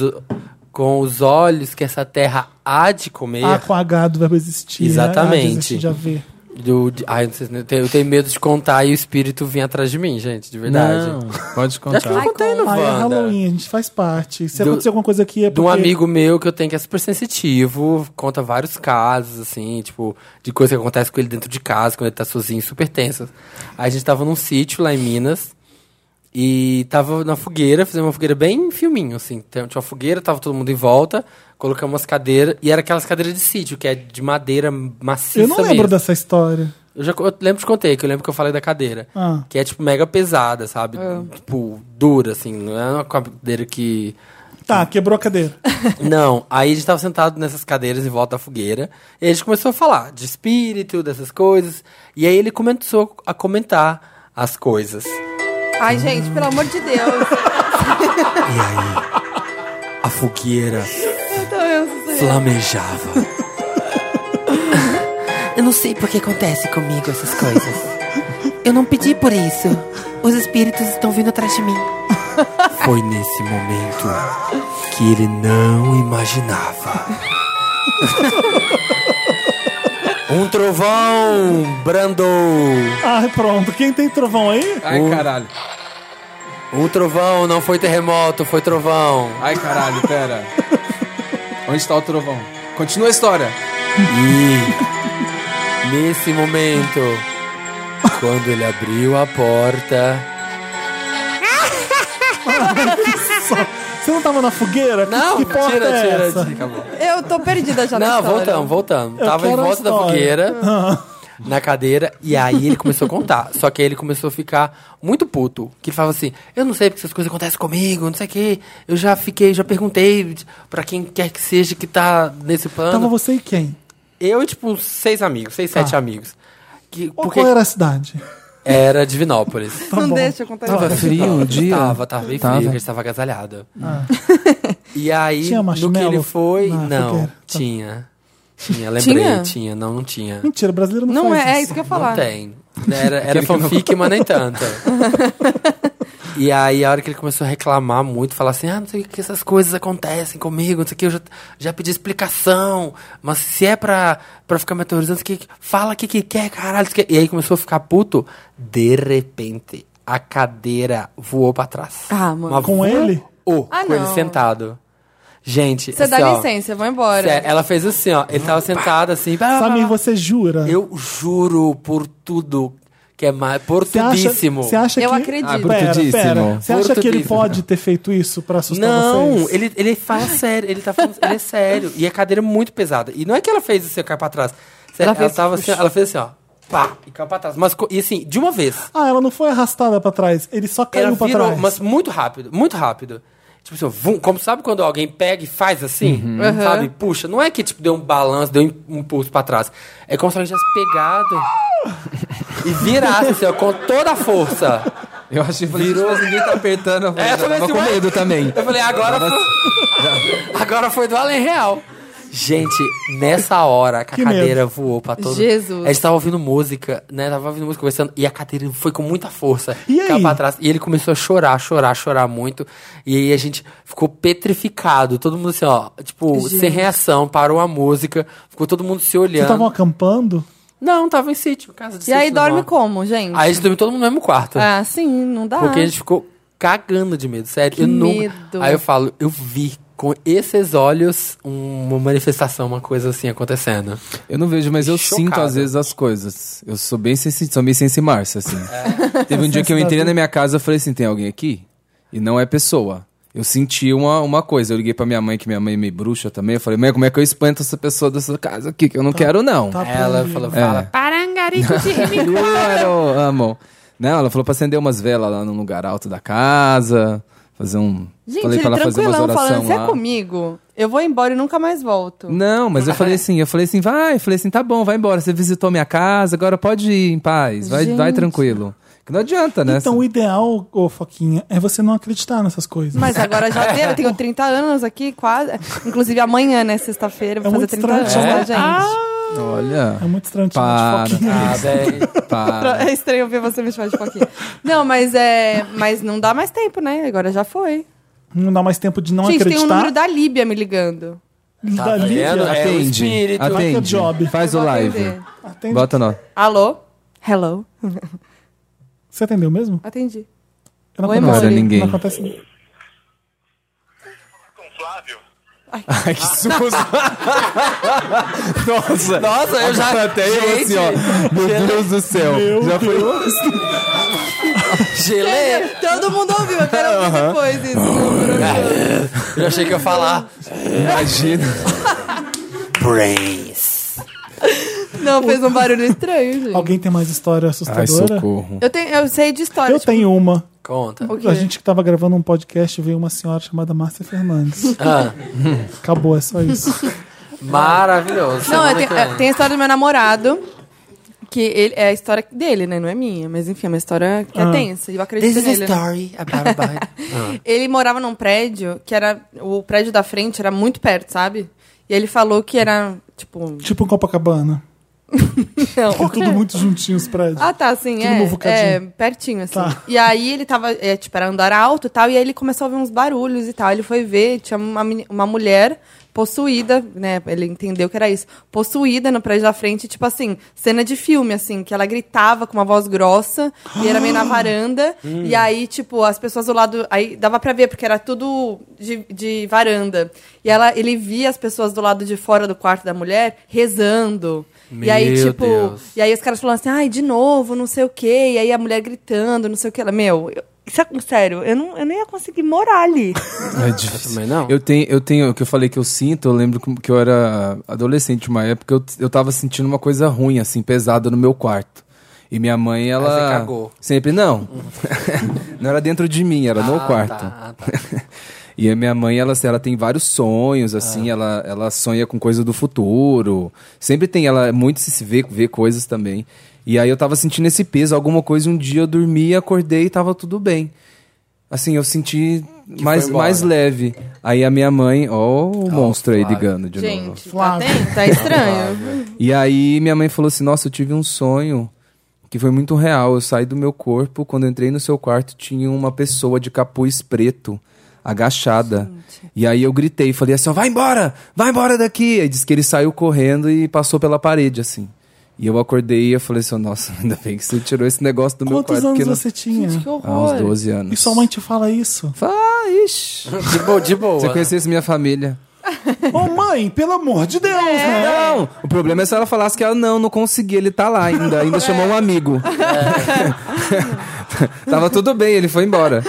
Speaker 4: com os olhos que essa terra há de comer.
Speaker 3: Ah, com H do verbo existir. né?
Speaker 4: Exatamente.
Speaker 3: Ah, de existir, já ver.
Speaker 4: do, de- ai, não sei, se- eu tenho, eu tenho medo de contar e o espírito vir atrás de mim, gente, de verdade.
Speaker 6: Não, pode
Speaker 4: Acho que eu
Speaker 6: contar.
Speaker 4: já contei no
Speaker 3: Ah, é
Speaker 4: Wanda.
Speaker 3: Halloween, a gente faz parte. Se
Speaker 4: Do-
Speaker 3: acontecer alguma coisa aqui é porque...
Speaker 4: De um amigo meu que eu tenho que é super sensitivo, conta vários casos, assim, tipo, de coisa que acontece com ele dentro de casa, quando ele tá sozinho, super tensas. Aí a gente tava num sítio lá em Minas e tava na fogueira, fizemos uma fogueira bem filminho, assim. Tem- Tinha uma fogueira, tava todo mundo em volta, colocamos umas cadeiras, e era aquelas cadeiras de sítio, que é de madeira maciça.
Speaker 3: Eu não lembro
Speaker 4: mesmo.
Speaker 3: dessa história.
Speaker 4: Eu, já, co- eu lembro de contei, que eu lembro que eu falei da cadeira.
Speaker 3: Ah.
Speaker 4: Que é, tipo, mega pesada, sabe? Tipo, dura, assim. Não é uma cadeira que...
Speaker 3: Tá, quebrou a cadeira.
Speaker 4: Não, aí a gente tava sentado nessas cadeiras em volta da fogueira. E a gente começou a falar de espírito, dessas coisas. E aí ele começou a comentar as coisas.
Speaker 5: Ai, gente, pelo amor de Deus.
Speaker 4: A fogueira
Speaker 5: Então, eu-
Speaker 4: flamejava.
Speaker 8: Eu não sei por que acontece comigo essas coisas. Eu não pedi por isso. Os espíritos estão vindo atrás de mim.
Speaker 4: Foi nesse momento que ele não imaginava. Um trovão brandou.
Speaker 3: Ah, pronto. Quem tem trovão aí?
Speaker 6: Ai, caralho.
Speaker 4: Um trovão, não foi terremoto, foi trovão.
Speaker 6: Ai, caralho, pera. Onde tá o trovão? Continua a história.
Speaker 4: E nesse momento, quando ele abriu a porta.
Speaker 3: Você não tava na fogueira? Que-
Speaker 4: Não,
Speaker 3: que, porta
Speaker 4: tira,
Speaker 3: é
Speaker 4: tira,
Speaker 3: essa? Tá
Speaker 4: tira, acabou.
Speaker 5: Eu tô perdida já na
Speaker 4: Não,
Speaker 5: história.
Speaker 4: voltamos, voltamos.
Speaker 3: Eu
Speaker 4: Tava em
Speaker 3: quero a
Speaker 4: volta da
Speaker 3: história.
Speaker 4: fogueira, na cadeira, e aí ele começou a contar. Só que aí ele começou a ficar muito puto. Que ele falava assim: Eu não sei porque essas coisas acontecem comigo, não sei o quê. Eu já fiquei, já perguntei pra quem quer que seja que tá nesse plano.
Speaker 3: Tava você e quem?
Speaker 4: Eu e, tipo, seis amigos, seis, sete amigos. Que,
Speaker 3: Qual,
Speaker 4: porque
Speaker 3: qual era a cidade?
Speaker 4: era Divinópolis.
Speaker 5: Não deixa eu contar
Speaker 3: Tá
Speaker 5: isso.
Speaker 3: bom.
Speaker 6: frio o dia?
Speaker 4: Tava, um tava bem
Speaker 6: Tava.
Speaker 4: frio, a gente tava agasalhado. E aí,
Speaker 3: Tinha
Speaker 4: no que
Speaker 3: marshmallow
Speaker 4: ele foi...
Speaker 3: na
Speaker 4: não,
Speaker 3: fogueira? Tá.
Speaker 4: tinha. Tinha, lembrei,
Speaker 5: Tinha?
Speaker 4: tinha, não, não tinha.
Speaker 3: Mentira, brasileiro não,
Speaker 5: Não
Speaker 3: faz
Speaker 5: é, é
Speaker 3: isso.
Speaker 5: isso que eu ia
Speaker 4: Não
Speaker 5: falar.
Speaker 4: tem. Era, era fanfic, mas nem tanta. e aí, a hora que ele começou a reclamar muito, falar assim, ah, não sei o que essas coisas acontecem comigo, não sei o que, eu já, já pedi explicação, mas se é pra, pra ficar me autorizando, não sei o que, fala o que, que quer, caralho. não sei o que. E aí começou a ficar puto. De repente, a cadeira voou pra trás.
Speaker 5: Ah, mano.
Speaker 4: Mas
Speaker 3: Com ele?
Speaker 4: voou,
Speaker 5: Ah,
Speaker 4: com ele
Speaker 5: não.
Speaker 4: sentado. Gente,
Speaker 5: Você dá
Speaker 4: assim, ó,
Speaker 5: licença, né? eu vou embora.
Speaker 4: sé- Ela fez assim, ó. Ele tava sentado assim. blá, blá, blá,
Speaker 3: Samir,
Speaker 4: blá.
Speaker 3: você jura?
Speaker 4: Eu juro por tudo que é mais. Por
Speaker 3: Você acha,
Speaker 4: tudíssimo.
Speaker 3: você acha
Speaker 5: Eu
Speaker 3: que...
Speaker 5: acredito. Ah,
Speaker 3: pera,
Speaker 6: brutudíssimo.
Speaker 3: pera. Você acha que ele
Speaker 4: Brutudíssimo.
Speaker 3: pode ter feito isso pra assustar
Speaker 4: Não,
Speaker 3: vocês?
Speaker 4: ele, ele fala sério, ele tá falando, ele é sério. E a cadeira é muito pesada. E não é que ela fez assim, eu caí pra trás. Ela,
Speaker 5: Ela
Speaker 4: ela,
Speaker 5: fez-
Speaker 4: tava assim, ó, ela fez assim, ó, pá, e caiu pra trás. Mas, co- e assim, de uma vez.
Speaker 3: Ah, ela não foi arrastada pra trás. Ele só caiu
Speaker 4: Ela
Speaker 3: pra
Speaker 4: virou,
Speaker 3: trás.
Speaker 4: mas muito rápido, muito rápido. Tipo assim, ó, vum, como sabe quando alguém pega e faz assim, sabe? Puxa, não é que tipo, deu um balanço, deu um impulso pra trás. É como se alguém tivesse pegado e virasse assim, ó, com toda a força.
Speaker 6: Eu achei que virou, ninguém tá apertando. Eu falei,
Speaker 4: É, eu
Speaker 6: já
Speaker 4: falei
Speaker 6: tava
Speaker 4: assim,
Speaker 6: com
Speaker 4: ué.
Speaker 6: medo também.
Speaker 4: Eu falei, agora foi... agora foi do além real. Gente, nessa hora a
Speaker 3: medo.
Speaker 4: cadeira voou pra todo
Speaker 5: Jesus.
Speaker 4: A gente tava ouvindo música, né? Tava ouvindo música conversando e a cadeira foi com muita força.
Speaker 3: E
Speaker 4: caiu
Speaker 3: aí?
Speaker 4: pra trás. E ele começou a chorar, chorar, chorar muito. E aí a gente ficou petrificado. Todo mundo assim, ó, tipo, sem reação, parou a música, ficou todo mundo se
Speaker 3: Vocês
Speaker 4: olhando.
Speaker 3: estavam acampando?
Speaker 4: Não, tava em sítio, casa de
Speaker 5: E aí
Speaker 4: sítio normal.
Speaker 5: dorme como, gente?
Speaker 4: Aí a gente dormiu todo mundo no mesmo quarto.
Speaker 5: Ah, sim, não dá.
Speaker 4: Porque a gente ficou cagando de medo, sério.
Speaker 5: Que
Speaker 4: eu nunca-
Speaker 5: medo.
Speaker 4: Aí eu falo, eu vi com esses olhos um, uma manifestação, uma coisa assim acontecendo.
Speaker 6: Eu não vejo, mas eu
Speaker 4: Chocado.
Speaker 6: sinto às vezes as coisas. Eu sou bem sensi, sou meio sensi Márcia, assim.
Speaker 4: É.
Speaker 6: Teve um dia que eu entrei na minha casa e falei assim: tem alguém aqui? E não é pessoa. Eu senti uma, uma coisa. Eu liguei pra minha mãe, que minha mãe é meio bruxa também. Eu falei, mãe, como é que eu espanto essa pessoa dessa casa aqui? Que eu não quero, não.
Speaker 3: Tá
Speaker 6: É.
Speaker 4: Ela falou, Tá, fala,
Speaker 5: Parangarico de Remicó.
Speaker 6: Claro, amo. Não, ela falou pra acender umas velas lá num lugar alto da casa. Fazer um.
Speaker 5: Gente,
Speaker 6: falei
Speaker 5: ele
Speaker 6: pra ela fazer umas
Speaker 5: tranquilão falando,
Speaker 6: orações
Speaker 5: se é
Speaker 6: lá.
Speaker 5: comigo, eu vou embora e nunca mais volto.
Speaker 6: Não, mas eu
Speaker 5: É.
Speaker 6: falei assim, eu falei assim, vai, eu falei assim, tá bom, vai embora. Você visitou minha casa, agora pode ir em paz, vai, vai tranquilo. Que não adianta, né?
Speaker 3: Então o ideal, ô Foquinha, é você não acreditar nessas coisas.
Speaker 5: Mas agora já deu, eu tenho 30 anos aqui, quase. Inclusive amanhã, né, sexta-feira, eu vou
Speaker 3: É
Speaker 5: fazer
Speaker 3: muito
Speaker 5: 30 anos,
Speaker 3: estranho Ah,
Speaker 5: né, gente?
Speaker 6: Olha.
Speaker 3: É muito estranho te
Speaker 6: Para.
Speaker 3: chamar de Foquinha.
Speaker 4: ah, velho.
Speaker 6: Para.
Speaker 5: É estranho ver você me chamar de pouquinho. Não, mas é. Mas não dá mais tempo, né? Agora já foi.
Speaker 3: Não dá mais tempo de não
Speaker 5: gente, tem um
Speaker 3: acreditar.
Speaker 5: número da Líbia me ligando.
Speaker 3: da
Speaker 4: Tá
Speaker 3: Lídia.
Speaker 4: vendo? É o
Speaker 6: Atende.
Speaker 4: espírito.
Speaker 3: Vai que é
Speaker 6: Atende.
Speaker 3: job.
Speaker 6: Faz o
Speaker 5: Vou
Speaker 6: live.
Speaker 5: atender.
Speaker 4: É,
Speaker 3: Atende.
Speaker 6: Bota nó.
Speaker 5: Alô? Hello?
Speaker 3: Você atendeu mesmo?
Speaker 5: Atendi.
Speaker 3: Eu não
Speaker 5: Oi,
Speaker 6: Não era
Speaker 3: acontece.
Speaker 5: amor. Mori.
Speaker 3: Não
Speaker 6: ninguém.
Speaker 3: acontece.
Speaker 6: Ai, que susto. Nossa.
Speaker 4: Nossa, eu já.
Speaker 6: Até eu assim, ó. Meu Deus do céu. Já foi
Speaker 4: Gelei.
Speaker 5: Todo mundo ouviu, eu quero ouvir depois isso.
Speaker 4: Eu achei que ia falar.
Speaker 6: Imagina.
Speaker 5: Não, fez um barulho estranho, gente.
Speaker 3: Alguém tem mais história assustadora?
Speaker 6: Ai, socorro.
Speaker 5: Eu, tenho, eu sei de história.
Speaker 3: Eu
Speaker 5: tipo,
Speaker 3: tenho uma.
Speaker 4: Conta.
Speaker 5: o quê?
Speaker 3: A gente que tava gravando um podcast veio uma senhora chamada Márcia Fernandes.
Speaker 4: Ah,
Speaker 3: Acabou, é só isso.
Speaker 4: maravilhoso.
Speaker 5: Não,
Speaker 4: Semana
Speaker 5: eu tenho-
Speaker 4: que
Speaker 5: é,
Speaker 4: vem.
Speaker 5: tem a história do meu namorado. Que ele, é a história dele, né? Não é minha. Mas enfim, é uma história que é tensa. E eu acredito
Speaker 8: Ah. This is
Speaker 5: nele.
Speaker 8: a
Speaker 5: né?
Speaker 8: story about a bite.
Speaker 5: Ele morava num prédio que era. O prédio da frente era muito perto, sabe? E ele falou que era, tipo.
Speaker 3: tipo um Copacabana.
Speaker 5: Não.
Speaker 3: Tudo muito juntinho os prédios.
Speaker 5: Ah, tá, sim,
Speaker 3: Tudo
Speaker 5: é,
Speaker 3: muvucadinho.
Speaker 5: é, pertinho, assim.
Speaker 3: Tá.
Speaker 5: E aí ele tava, é, tipo, era andar alto e tal, e aí ele começou a ouvir uns barulhos e tal. Ele foi ver, tinha uma, meni- uma mulher possuída, né, ele entendeu que era isso, possuída no prédio da frente, tipo assim, cena de filme, assim, que ela gritava com uma voz grossa, e era meio na varanda,
Speaker 3: Hum.
Speaker 5: e aí, tipo, as pessoas do lado, aí dava pra ver, porque era tudo de, de varanda. E ela, ele via as pessoas do lado de fora do quarto da mulher rezando. e aí,
Speaker 4: Meu
Speaker 5: tipo,
Speaker 4: Deus.
Speaker 5: e aí os caras falaram assim, ai, de novo, não sei o quê. E aí a mulher gritando, não sei o quê. Ela, meu, eu- isso é- sério, eu não, eu não ia conseguir morar ali.
Speaker 6: É difícil.
Speaker 4: Também não?
Speaker 6: Eu tenho, eu tenho, o que eu falei que eu sinto, eu lembro que eu era adolescente uma época, eu, eu tava sentindo uma coisa ruim, assim, pesada no meu quarto. E minha mãe, ela.
Speaker 4: Aí você cagou.
Speaker 6: Sempre, não. não era dentro de mim, era no
Speaker 4: Ah,
Speaker 6: quarto.
Speaker 4: tá, ah, tá.
Speaker 6: E a minha mãe, ela, ela tem vários sonhos, assim,
Speaker 4: Ah.
Speaker 6: ela, ela sonha com coisa do futuro. Sempre tem, ela é muito se vê, vê coisas também. E aí eu tava sentindo esse peso, alguma coisa, um dia eu dormi, acordei e tava tudo bem. Assim, eu senti mais,
Speaker 4: embora.
Speaker 6: mais leve. Aí a minha mãe, ó, o monstro aí
Speaker 4: Flávio.
Speaker 6: ligando de novo.
Speaker 5: Gente, tá, tem, tá estranho.
Speaker 6: E aí minha mãe falou assim: Nossa, eu tive um sonho que foi muito real. Eu saí do meu corpo, quando eu entrei no seu quarto, tinha uma pessoa de capuz preto, agachada. E aí eu gritei, falei assim: ó, Vai embora, vai embora daqui. Aí disse que ele saiu correndo e passou pela parede, assim. E eu acordei e eu falei assim: Nossa, ainda bem que você tirou esse negócio do meu
Speaker 3: Quantos
Speaker 6: quarto.
Speaker 3: anos
Speaker 6: porque não-
Speaker 3: você tinha?
Speaker 5: Gente, que
Speaker 6: Ah,
Speaker 5: horror.
Speaker 6: uns 12 anos.
Speaker 3: E sua mãe te fala isso?
Speaker 6: Fala, "Ah, ixi.
Speaker 4: De boa, de boa.
Speaker 6: Se eu conhecesse minha família.
Speaker 3: Ô mãe, pelo amor de Deus, né?
Speaker 6: Não, o problema é se ela falasse que ela não, não consegui, ele tá lá ainda, ainda chamou um amigo. Tava tudo bem, ele foi embora.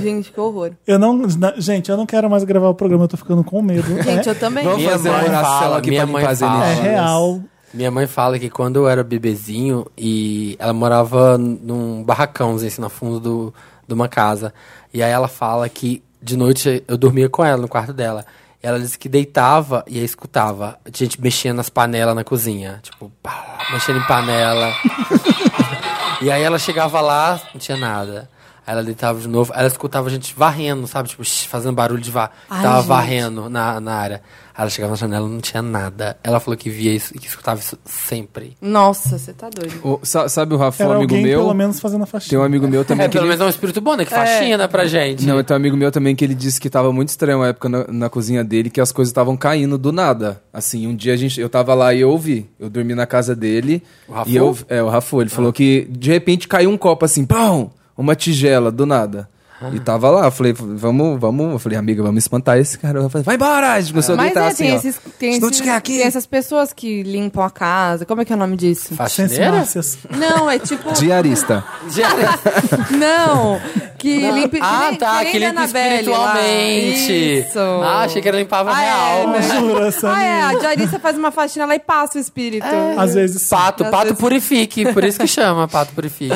Speaker 5: Gente, que horror.
Speaker 3: Eu não. na- gente, eu não quero mais gravar o programa, eu tô ficando com medo.
Speaker 5: Gente,
Speaker 3: é,
Speaker 5: eu também.
Speaker 6: Vamos
Speaker 4: Minha
Speaker 6: fazer uma
Speaker 4: mãe
Speaker 6: oração
Speaker 4: fala,
Speaker 6: aqui
Speaker 4: minha
Speaker 6: pra
Speaker 4: mãe
Speaker 6: limpar as
Speaker 4: fala.
Speaker 3: é
Speaker 6: energias.
Speaker 3: real.
Speaker 4: Minha mãe fala que quando eu era bebezinho e ela morava num barracãozinho assim, no fundo do, de uma casa. E aí ela fala que de noite eu dormia com ela no quarto dela. Ela disse que deitava e aí escutava gente mexendo nas panelas na cozinha. Tipo, pá, mexendo em panela. e aí ela chegava lá, não tinha nada. Aí ela deitava de novo, aí ela escutava gente varrendo, sabe? Tipo, shh, fazendo barulho de var. Tava varrendo na, na área. Ela chegava na janela e não tinha nada. Ela falou que via isso e que escutava isso sempre.
Speaker 5: Nossa, você tá doido.
Speaker 6: O- sa- sabe o Rafa, um
Speaker 3: Era
Speaker 6: amigo
Speaker 3: alguém,
Speaker 6: meu?
Speaker 3: pelo menos, fazendo a
Speaker 6: Tem um
Speaker 3: faxina.
Speaker 6: amigo meu também
Speaker 4: É,
Speaker 6: que
Speaker 4: pelo
Speaker 6: ele-
Speaker 4: menos é um espírito bom, né? Que faxina pra gente.
Speaker 6: Não, tem um amigo meu também que ele disse que tava muito estranho a época na, na cozinha dele, que as coisas estavam caindo do nada. Assim, um dia a gente, eu tava lá e eu ouvi. Eu dormi na casa dele.
Speaker 4: O Rafu?
Speaker 6: E eu, é, o Rafu, ele falou que de repente caiu um copo assim, pão! Uma tigela, do nada. E tava lá, eu falei, vamos, vamos. Eu falei, amiga, vamos espantar esse cara. Ela falou, vai embora! A gente começou a
Speaker 5: Mas
Speaker 6: deitar
Speaker 5: é,
Speaker 6: assim.
Speaker 5: tem,
Speaker 6: ó.
Speaker 5: esses, tem,
Speaker 6: Estou
Speaker 5: esses-
Speaker 6: te quer aqui.
Speaker 5: tem essas pessoas que limpam a casa. Como é que é o nome disso?
Speaker 3: Ciência
Speaker 4: Faxineira?
Speaker 3: Márcias.
Speaker 5: Não, é tipo.
Speaker 6: Diarista.
Speaker 5: Não! Ah, tá, Que limpa.
Speaker 4: ah,
Speaker 5: nem-
Speaker 4: tá,
Speaker 5: nem
Speaker 4: que
Speaker 5: da
Speaker 4: limpa
Speaker 5: Annabelle lá.
Speaker 4: espiritualmente.
Speaker 5: Isso.
Speaker 4: Ah, achei que era limpava
Speaker 5: Ah,
Speaker 4: real.
Speaker 5: é, né?
Speaker 3: Jura,
Speaker 5: Ah, é,
Speaker 3: Samir?
Speaker 5: a diarista faz uma faxina lá e passa o espírito.
Speaker 3: né? É. Às vezes. sim.
Speaker 4: Pato,
Speaker 5: Às
Speaker 4: pato
Speaker 5: vezes-
Speaker 4: purifique, por isso que chama pato purifique.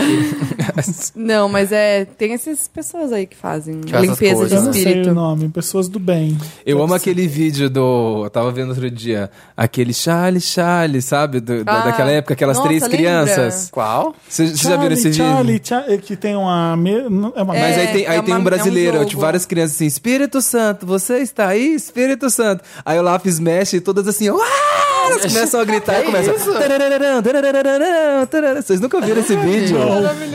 Speaker 5: Não, mas é. Tem essas pessoas aí que fazem
Speaker 4: faz essas
Speaker 5: limpeza de
Speaker 3: Eu
Speaker 4: coisas,
Speaker 3: não sei o
Speaker 5: espírito.
Speaker 3: nome. Pessoas do bem.
Speaker 6: Eu amo aquele vídeo do. Eu tava vendo outro dia. Aquele Charlie, Charlie, sabe? Do- da-
Speaker 5: Ah,
Speaker 6: daquela época, aquelas
Speaker 5: nossa,
Speaker 6: três
Speaker 5: lembra?
Speaker 6: crianças.
Speaker 4: Qual?
Speaker 6: Vocês já viram esse vídeo?
Speaker 3: Charlie, Charlie, que tem uma. me- não, É uma
Speaker 5: É.
Speaker 6: Mas aí tem, aí
Speaker 5: é
Speaker 6: tem
Speaker 5: uma-
Speaker 6: um
Speaker 5: é um
Speaker 6: brasileiro,
Speaker 5: jogo.
Speaker 6: tipo, várias crianças assim, Espírito Santo, você está aí, Espírito Santo. Aí o lápis mexe e todas assim, "Uá!" elas começam a
Speaker 5: É
Speaker 6: gritar e começam. "Tararararã, tararararã, tarararã". Vocês nunca viram esse vídeo?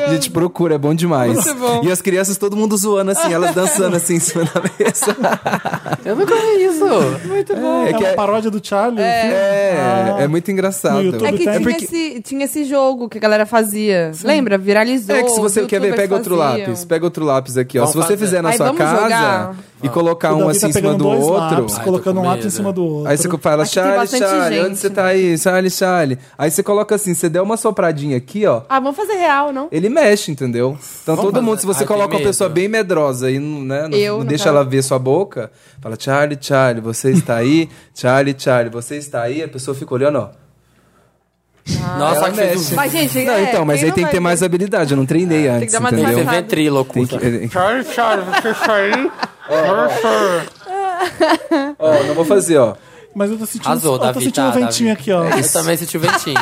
Speaker 6: Gente, procura, é bom demais. E as crianças, todo mundo zoando assim, elas dançando assim em cima da mesa.
Speaker 4: Eu nunca vi isso.
Speaker 5: Muito bom.
Speaker 6: É,
Speaker 3: É
Speaker 6: que
Speaker 3: uma
Speaker 6: é,
Speaker 3: paródia do Charlie? o filme?
Speaker 6: é,
Speaker 3: Ah.
Speaker 6: é muito engraçado.
Speaker 3: No YouTube
Speaker 5: É que tinha,
Speaker 3: É porque-
Speaker 5: esse, tinha esse jogo que a galera fazia. Lembra? Viralizou.
Speaker 6: É que se você
Speaker 5: os
Speaker 6: quer ver,
Speaker 5: youtubers
Speaker 6: pega outro
Speaker 5: faziam.
Speaker 6: lápis. Pega outro lápis aqui, ó.
Speaker 4: Vamos
Speaker 6: se você
Speaker 4: fazer.
Speaker 6: fizer na
Speaker 5: Aí
Speaker 6: sua
Speaker 5: vamos
Speaker 6: casa
Speaker 5: jogar.
Speaker 6: e colocar
Speaker 3: O
Speaker 6: um
Speaker 3: Davi
Speaker 6: assim
Speaker 3: tá
Speaker 6: em cima
Speaker 3: pegando
Speaker 6: do
Speaker 3: dois
Speaker 6: outro.
Speaker 3: lápis,
Speaker 4: Ai, tô
Speaker 3: colocando
Speaker 4: com
Speaker 3: um lápis em
Speaker 4: medo.
Speaker 3: cima do outro.
Speaker 6: Aí você fala,
Speaker 5: Aqui tem
Speaker 6: Charlie,
Speaker 5: bastante
Speaker 6: Charlie,
Speaker 5: gente, né?"
Speaker 6: onde você tá aí? Charlie, Charlie. Aí você coloca assim, você der uma sopradinha aqui, ó.
Speaker 5: Ah, vamos fazer real, não?
Speaker 6: Ele mexe, entendeu? Então todo
Speaker 4: fazer.
Speaker 6: mundo, se você
Speaker 4: Ai,
Speaker 6: coloca
Speaker 4: tem
Speaker 6: uma pessoa
Speaker 4: medo.
Speaker 6: bem medrosa e não, né, não,
Speaker 5: Eu,
Speaker 6: não
Speaker 5: no
Speaker 6: deixa
Speaker 5: caso.
Speaker 6: ela ver sua boca, fala, Charlie, Charlie, você está aí? Charlie, Charlie, você está aí? A pessoa fica olhando, ó.
Speaker 5: Ah,
Speaker 4: Nossa,
Speaker 6: Ela
Speaker 4: que fez
Speaker 6: mexe.
Speaker 4: um...
Speaker 5: Mas, gente,
Speaker 6: Não,
Speaker 5: é,
Speaker 6: então, mas
Speaker 5: quem
Speaker 6: aí tem
Speaker 5: não
Speaker 6: que
Speaker 5: vai
Speaker 6: ter mais
Speaker 5: ver? É,
Speaker 6: habilidade. Eu não treinei antes,
Speaker 5: dar uma
Speaker 6: entendeu?
Speaker 5: treinada.
Speaker 6: Tem
Speaker 4: ventríloco.
Speaker 6: que-
Speaker 4: Charlie, Charlie, você saiu?
Speaker 6: Ó, não vou fazer, ó.
Speaker 3: Mas eu tô sentindo,
Speaker 4: Arrasou,
Speaker 3: eu tô
Speaker 4: Davi.
Speaker 3: sentindo
Speaker 4: tá,
Speaker 3: um ventinho
Speaker 4: Davi.
Speaker 3: aqui, ó.
Speaker 4: Eu também senti o ventinho.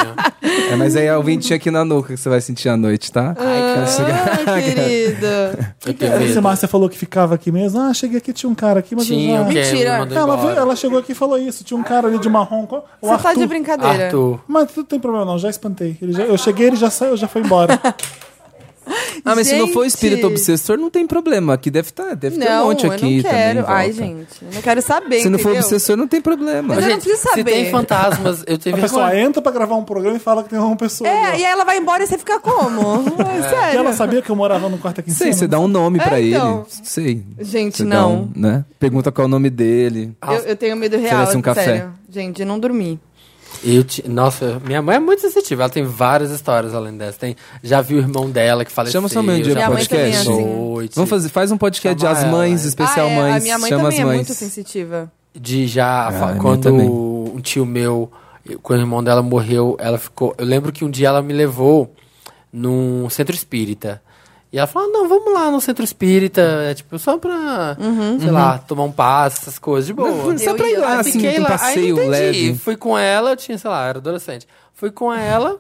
Speaker 6: É, mas aí é o ventinho aqui na nuca que você vai sentir à noite, tá?
Speaker 5: Ah, querido.
Speaker 4: Eu tenho
Speaker 3: Essa
Speaker 4: medo.
Speaker 3: Márcia falou que ficava aqui mesmo. Ah, cheguei aqui, tinha um cara aqui, mas
Speaker 4: Tinha
Speaker 3: eu já...
Speaker 4: o que
Speaker 5: Mentira.
Speaker 4: mandou
Speaker 3: Ela,
Speaker 4: embora.
Speaker 3: veio- ela chegou aqui e falou isso. Tinha um cara ali de marrom. qual- O
Speaker 5: Você tá
Speaker 3: Arthur.
Speaker 5: de brincadeira.
Speaker 4: Arthur.
Speaker 3: Mas não tem problema não, já espantei. Ele já- eu cheguei, ele já saiu, já foi embora.
Speaker 6: Ah, mas se não for
Speaker 5: Gente!
Speaker 6: espírito obsessor, não tem problema. Aqui deve, tá, deve ter um
Speaker 5: Não,
Speaker 6: monte
Speaker 5: eu
Speaker 6: aqui
Speaker 5: não quero.
Speaker 6: também. em
Speaker 5: Ai,
Speaker 6: volta.
Speaker 5: gente, eu não quero saber,
Speaker 6: Se não for
Speaker 5: entendeu?
Speaker 6: obsessor, não tem problema.
Speaker 5: Mas é eu não preciso
Speaker 4: Se
Speaker 5: saber.
Speaker 4: tem fantasmas, eu tenho
Speaker 3: A pessoa
Speaker 4: vergonha.
Speaker 3: entra pra gravar um programa e fala que tem uma pessoa.
Speaker 5: É,
Speaker 3: ali,
Speaker 5: e aí ela vai embora e você fica como? É,
Speaker 3: ó. E
Speaker 5: Sério.
Speaker 3: ela sabia que eu morava no quarto aqui em
Speaker 6: Sei,
Speaker 3: cima?
Speaker 6: você dá um nome
Speaker 5: É,
Speaker 6: pra
Speaker 5: então.
Speaker 6: ele. Sei.
Speaker 5: Gente,
Speaker 6: Você dá
Speaker 5: não.
Speaker 6: um, né? Pergunta qual é o nome dele.
Speaker 5: Eu, eu tenho medo real,
Speaker 6: Oferece um café.
Speaker 5: sério. Gente, de não dormir.
Speaker 4: Eu te- Nossa, minha mãe é muito sensitiva. Ela tem várias histórias além dessa. Tem... Já vi o irmão dela que faleceu.
Speaker 6: Chama sua mãe um dia
Speaker 4: já
Speaker 6: pro
Speaker 5: Minha mãe também é
Speaker 6: podcast.
Speaker 5: assim.
Speaker 4: noite,
Speaker 6: Vamos fazer, faz um podcast
Speaker 4: Chama
Speaker 6: de As
Speaker 4: ela,
Speaker 6: Mães,
Speaker 4: né?
Speaker 6: especial
Speaker 5: ah, é,
Speaker 6: mães.
Speaker 5: a minha mãe
Speaker 6: Chama
Speaker 5: também
Speaker 6: as
Speaker 5: é
Speaker 6: mães.
Speaker 5: muito sensitiva.
Speaker 4: De já.
Speaker 6: Ah, a minha
Speaker 4: quando
Speaker 6: também.
Speaker 4: um tio meu, quando o irmão dela morreu, ela ficou. Eu lembro que um dia ela me levou num centro espírita. E ela falou: ah, não, vamos lá no centro espírita. É tipo, só pra,
Speaker 5: Uhum.
Speaker 4: sei
Speaker 6: Uhum.
Speaker 4: lá, tomar um passo, essas coisas de boa.
Speaker 6: Só
Speaker 5: Eu
Speaker 6: pra
Speaker 5: ia,
Speaker 6: ir lá,
Speaker 4: Aí
Speaker 6: assim,
Speaker 4: fiquei
Speaker 6: um
Speaker 4: lá, aí
Speaker 6: passeio
Speaker 4: não entendi.
Speaker 6: leve.
Speaker 4: Fui com ela, eu tinha, sei lá, era adolescente. Fui com ela,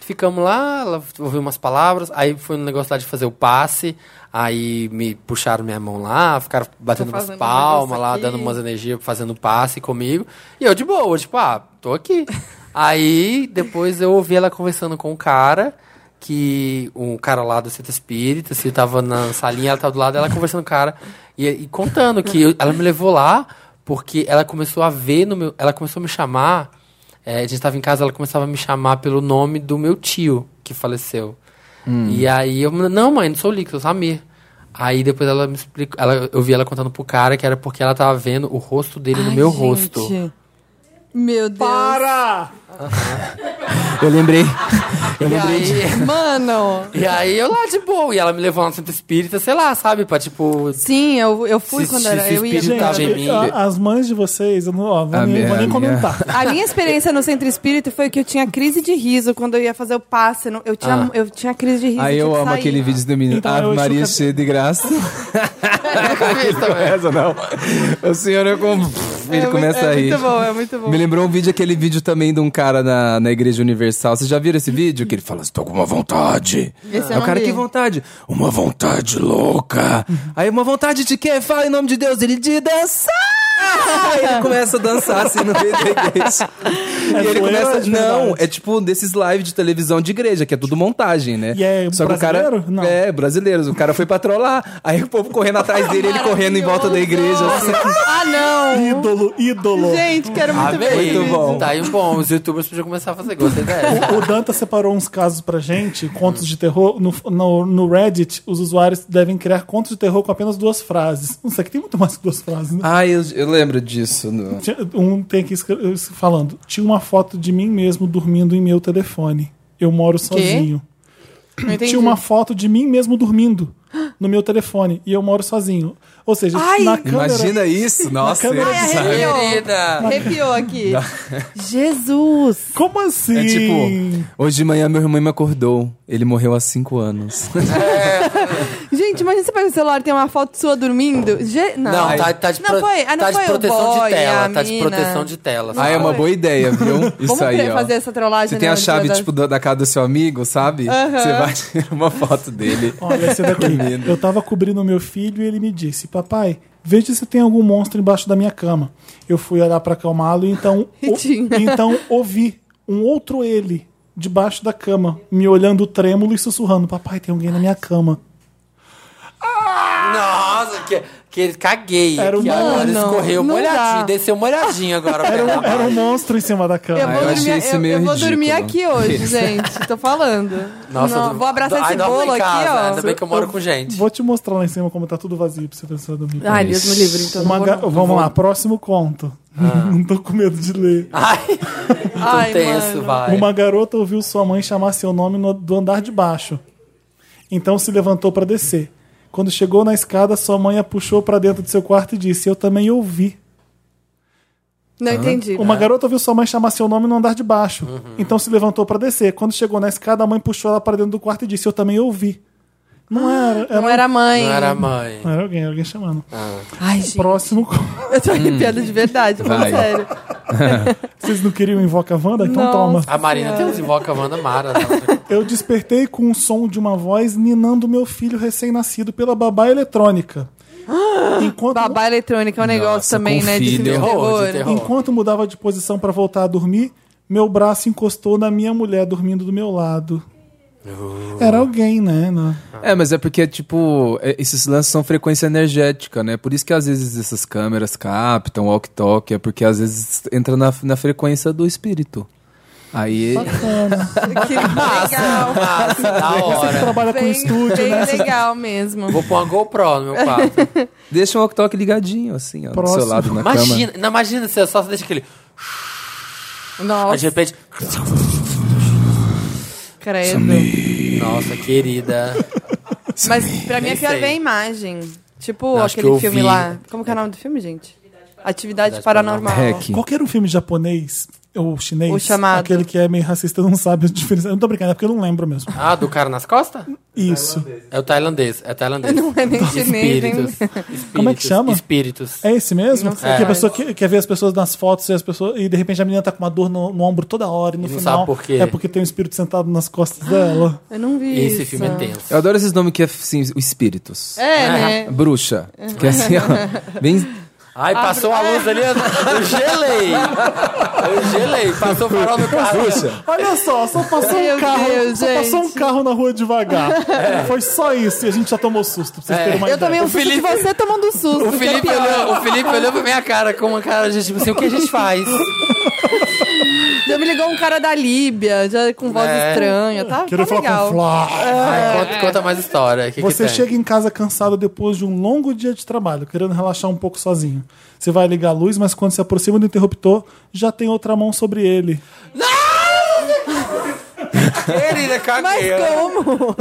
Speaker 4: ficamos lá, ela ouviu umas palavras, aí foi no negócio lá de fazer o passe, aí me puxaram minha mão lá, ficaram batendo umas
Speaker 5: fazendo um
Speaker 4: palmas
Speaker 5: negócio
Speaker 4: lá,
Speaker 5: aqui.
Speaker 4: dando umas energias, fazendo passe comigo. E eu de boa, tipo, ah, tô aqui. aí depois eu ouvi ela conversando com o cara. Que um cara lá do centro espírita, se tava na salinha, ela tava do lado, ela conversando com o cara e, e contando que eu- ela me levou lá porque ela começou a ver no meu. Ela começou a me chamar. é, a gente estava em casa, ela começava a me chamar pelo nome do meu tio que faleceu. E aí eu. Não, mãe, não sou o Lick, sou o Samir. Aí depois ela me explicou. Ela, eu vi ela contando pro cara que era porque ela tava vendo o rosto dele no
Speaker 5: Ai,
Speaker 4: meu
Speaker 5: gente.
Speaker 4: rosto.
Speaker 5: Meu Deus.
Speaker 3: Para!
Speaker 6: Eu lembrei.
Speaker 4: E aí,
Speaker 5: Mano!
Speaker 4: e aí eu lá de boa. E ela me levou lá no centro espírita, sei lá, sabe? Pra tipo.
Speaker 5: Sim, eu, eu fui
Speaker 4: Se-
Speaker 5: quando
Speaker 4: se-
Speaker 5: era.
Speaker 4: se
Speaker 5: Eu ia.
Speaker 4: espírito tava em mim.
Speaker 3: a- as mães de vocês, eu não ó, vou,
Speaker 6: A
Speaker 3: nem,
Speaker 6: minha-
Speaker 3: vou nem
Speaker 6: a
Speaker 3: comentar.
Speaker 5: A minha experiência no centro espírito foi que eu tinha crise de riso quando eu ia fazer o passe. Eu, eu tinha,
Speaker 4: Ah.
Speaker 5: eu tinha crise de riso.
Speaker 6: Aí
Speaker 5: tinha
Speaker 6: eu
Speaker 5: que
Speaker 6: amo
Speaker 5: sair.
Speaker 6: aquele vídeo do menino.
Speaker 3: Então, eu
Speaker 6: Ave
Speaker 3: acho
Speaker 6: Maria
Speaker 3: que-
Speaker 6: cheia de graça. Essa não. O senhor é como. Ele
Speaker 5: É
Speaker 6: começa
Speaker 5: muito,
Speaker 6: a rir.
Speaker 5: É muito bom, é muito bom.
Speaker 6: Me lembrou um vídeo, aquele vídeo também de um cara na, na Igreja Universal. Vocês já viram esse vídeo? Que ele fala, estou com uma vontade.
Speaker 5: Esse eu
Speaker 6: Aí o
Speaker 5: não
Speaker 6: cara,
Speaker 5: vi.
Speaker 6: que vontade? Uma vontade louca. Aí, uma vontade de quê? Fala em nome de Deus. Ele, de dançar! Aí ele começa a dançar assim no meio da igreja. e ele
Speaker 3: zoeira ou é
Speaker 6: começa.
Speaker 3: de
Speaker 6: Não,
Speaker 3: verdade?
Speaker 6: é tipo desses lives de televisão de igreja, que é tudo montagem, né?
Speaker 3: E é
Speaker 6: Só que o cara.
Speaker 3: brasileiro? Não.
Speaker 6: É, brasileiros. O cara foi pra trollar. Aí o povo correndo atrás dele, ele correndo em volta da igreja. assim.
Speaker 5: Ah, não!
Speaker 3: Ídolo, ídolo.
Speaker 5: Gente, quero muito ver
Speaker 4: Amei.
Speaker 5: esse
Speaker 6: Muito
Speaker 5: vídeo.
Speaker 6: bom.
Speaker 4: Tá aí um bom. Os youtubers podiam começar a fazer. Gostei dessa.
Speaker 3: O Danta separou uns casos pra gente, contos de terror. No, no, no Reddit, os usuários devem criar contos de terror com apenas duas frases. Não sei que tem muito mais que duas frases, né?
Speaker 6: Ah, eu, eu lembro disso. no-
Speaker 3: Tinha- Um tem aqui escre- falando: tinha uma foto de mim mesmo dormindo em meu telefone. Eu moro sozinho.
Speaker 5: Não entendi.
Speaker 3: Tinha uma foto de mim mesmo dormindo no meu telefone e eu moro sozinho. Ou seja,
Speaker 5: Ai!
Speaker 3: na câmera.
Speaker 6: Imagina isso. Nossa,
Speaker 3: câmera
Speaker 6: eles-
Speaker 5: Ai, arrepiou.
Speaker 4: Querida!
Speaker 5: Arrepiou aqui. Jesus!
Speaker 3: Como assim?
Speaker 6: É tipo, hoje de manhã meu irmão me acordou. Ele morreu há cinco anos.
Speaker 5: Gente, imagina você pega o celular e tem uma foto sua dormindo. Ge- não.
Speaker 4: Não, tá, tá de,
Speaker 5: Não
Speaker 4: pro-
Speaker 5: foi? Ah, não
Speaker 4: tá de
Speaker 5: foi o
Speaker 4: proteção
Speaker 5: boy,
Speaker 4: de tela.
Speaker 5: a
Speaker 4: Tá de
Speaker 5: mina.
Speaker 4: proteção de tela.
Speaker 6: ah, é uma
Speaker 5: Ai.
Speaker 6: boa ideia, viu? Isso
Speaker 5: Vamos
Speaker 6: aí,
Speaker 5: pre-
Speaker 6: ó.
Speaker 5: fazer essa trollagem.
Speaker 6: Você tem
Speaker 5: né,
Speaker 6: a
Speaker 5: onde
Speaker 6: chave,
Speaker 5: vai dar-
Speaker 6: tipo, da da casa do seu amigo, sabe? Você vai tirar uma foto dele.
Speaker 3: Olha, esse daqui.
Speaker 6: Dormindo.
Speaker 3: Eu tava cobrindo meu filho e ele me disse: Papai, veja se tem algum monstro embaixo da minha cama. Eu fui olhar pra acalmá-lo e então,
Speaker 5: E
Speaker 3: o-
Speaker 5: tinha.
Speaker 3: então ouvi um outro ele debaixo da cama, me olhando trêmulo e sussurrando: Papai, tem alguém na minha cama.
Speaker 4: Nossa, que, que caguei.
Speaker 3: Era
Speaker 4: que
Speaker 3: um-
Speaker 4: agora
Speaker 5: Mano,
Speaker 4: escorreu uma
Speaker 5: não dá.
Speaker 4: olhadinha. Desceu uma olhadinha agora.
Speaker 3: Era um,
Speaker 4: pela
Speaker 3: era um
Speaker 4: mão.
Speaker 3: monstro em cima da
Speaker 5: Eu
Speaker 3: cama.
Speaker 5: vou,
Speaker 6: Ah, eu achei
Speaker 5: dormir,
Speaker 6: isso
Speaker 5: eu-
Speaker 6: meio
Speaker 5: eu vou dormir aqui
Speaker 6: ridículo.
Speaker 5: hoje, gente. Tô falando.
Speaker 4: Nossa,
Speaker 5: Não,
Speaker 4: eu-
Speaker 5: vou abraçar
Speaker 4: Ai,
Speaker 5: esse
Speaker 4: dorme
Speaker 5: bolo
Speaker 4: em casa. Ainda
Speaker 5: aqui,
Speaker 4: bem que eu moro com gente.
Speaker 3: Vou te mostrar lá em cima como tá tudo vazio pra você pensar dormir.
Speaker 5: ó. Ai, Deus me livre, então.
Speaker 3: Uma
Speaker 5: não Ah, vou,
Speaker 3: ga-
Speaker 5: não.
Speaker 3: Vamos lá, próximo conto.
Speaker 4: Ah.
Speaker 3: Não tô com medo de ler.
Speaker 4: Ai, tô
Speaker 5: Ai,
Speaker 4: tenso,
Speaker 5: mano.
Speaker 4: vai.
Speaker 3: Uma garota ouviu sua mãe chamar seu nome no- do andar de baixo. Então se levantou para descer. Quando chegou na escada, sua mãe a puxou para dentro do seu quarto e disse: Eu também ouvi.
Speaker 5: Não entendi.
Speaker 3: Uma garota ouviu sua mãe chamar seu nome no andar de baixo.
Speaker 5: Uhum.
Speaker 3: Então se levantou para descer. Quando chegou na escada, a mãe puxou ela para dentro do quarto e disse: Eu também ouvi. Não
Speaker 5: Ah.
Speaker 3: era, era,
Speaker 5: Não era mãe.
Speaker 4: Não era mãe.
Speaker 3: não era alguém, era alguém chamando.
Speaker 5: Ai, gente.
Speaker 3: Próximo. co-
Speaker 5: Eu
Speaker 4: Hum.
Speaker 5: tô arrepiada de verdade, falando
Speaker 6: Vai.
Speaker 5: sério.
Speaker 3: Vocês não queriam invoca a Wanda? Então
Speaker 5: Nossa.
Speaker 3: toma.
Speaker 4: A Tá, Marina tem desinvoca a Wanda Mara. né?
Speaker 3: Eu despertei com o som de uma voz ninando meu filho recém-nascido pela babá eletrônica. Enquanto,
Speaker 5: Ah, Babá eletrônica é um negócio
Speaker 6: Nossa,
Speaker 5: também,
Speaker 6: com
Speaker 5: né? De filme de
Speaker 6: filho.
Speaker 4: Terror, de
Speaker 5: terror.
Speaker 4: terror.
Speaker 3: enquanto mudava de posição para voltar a dormir, meu braço encostou na minha mulher dormindo do meu lado.
Speaker 4: Uh.
Speaker 3: Era alguém, né? Não.
Speaker 6: É, mas é porque, tipo, é- esses lances são frequência energética, né? Por isso que às vezes essas câmeras captam, walk-talk, é porque às vezes entra na, na frequência do espírito. Aí.
Speaker 5: Que legal.
Speaker 4: Nossa, Tá da hora.
Speaker 3: Trabalha com
Speaker 5: Bem,
Speaker 3: estúdio,
Speaker 5: bem
Speaker 3: né?
Speaker 5: legal mesmo.
Speaker 4: Vou pôr uma GoPro no meu quarto.
Speaker 6: Deixa um walk-talk ligadinho, assim, ó, do
Speaker 3: Próximo.
Speaker 6: seu lado na cama.
Speaker 4: Imagina, não, imagina se eu só deixa aquele. Aí de
Speaker 5: Nossa,
Speaker 4: repente.
Speaker 5: credo.
Speaker 4: Nossa, querida.
Speaker 5: Mas pra mim é
Speaker 4: Nem
Speaker 5: pior
Speaker 4: sei.
Speaker 5: ver a imagem. Tipo
Speaker 4: Não, acho que
Speaker 5: aquele
Speaker 4: eu
Speaker 5: filme
Speaker 4: vi.
Speaker 5: lá. Como que é o nome do filme, gente? Atividade Paranormal.
Speaker 6: Hack.
Speaker 3: Qual que era um filme japonês ou chinês?
Speaker 5: O Chamado.
Speaker 3: Aquele que é meio racista, não sabe a diferença. Eu não tô brincando, é porque eu não lembro mesmo.
Speaker 4: Ah, do cara nas costas?
Speaker 3: Isso.
Speaker 4: É o tailandês. É o tailandês.
Speaker 5: Não é nem chinês, nem-
Speaker 4: Espíritos. Espíritos.
Speaker 3: Como é que chama?
Speaker 4: Espíritos.
Speaker 3: É esse mesmo?
Speaker 5: Não sei
Speaker 3: Que a
Speaker 5: mais.
Speaker 3: pessoa que- quer ver as pessoas nas fotos e as pessoas. E de repente a menina tá com uma dor no, no ombro toda hora e no
Speaker 4: E não
Speaker 3: final.
Speaker 4: sabe por quê.
Speaker 3: É porque tem um espírito sentado nas costas dela.
Speaker 5: Eu não vi
Speaker 4: Esse
Speaker 5: isso.
Speaker 4: filme é tenso.
Speaker 6: Eu adoro esses nomes que é, assim, espíritos.
Speaker 5: É, né?
Speaker 6: Bruxa. Que é assim, ó. Bem.
Speaker 4: Ai, passou a luz ali, eu eu gelei. Eu gelei. Passou o farol no carro.
Speaker 6: Bruxa.
Speaker 3: Olha só, só passou
Speaker 5: Meu
Speaker 3: um carro.
Speaker 5: Deus,
Speaker 3: só passou um
Speaker 5: gente.
Speaker 3: carro na rua devagar. Foi só isso e a gente já tomou susto, pra vocês
Speaker 4: É.
Speaker 3: terem uma
Speaker 5: Eu
Speaker 3: ideia.
Speaker 5: tomei um susto de
Speaker 4: Felipe-
Speaker 5: você tomando um susto.
Speaker 4: O
Speaker 5: que é
Speaker 4: Felipe,
Speaker 5: pior.
Speaker 4: olhou, o Felipe olhou pra minha cara com uma cara de tipo assim, o que a gente faz?
Speaker 5: Já me ligou um cara da Líbia, já com voz
Speaker 4: É.
Speaker 5: estranha. Tá,
Speaker 3: Queria
Speaker 5: tá
Speaker 3: falar
Speaker 5: legal.
Speaker 3: com o Flá.
Speaker 4: Ai, conta, conta mais história. É. Que
Speaker 3: Você
Speaker 4: que tem?
Speaker 3: chega em casa cansado depois de um longo dia de trabalho, querendo relaxar um pouco sozinho. Você vai ligar a luz, mas quando se aproxima do interruptor, já tem outra mão sobre ele.
Speaker 4: Querida, caguei.
Speaker 5: Mas como?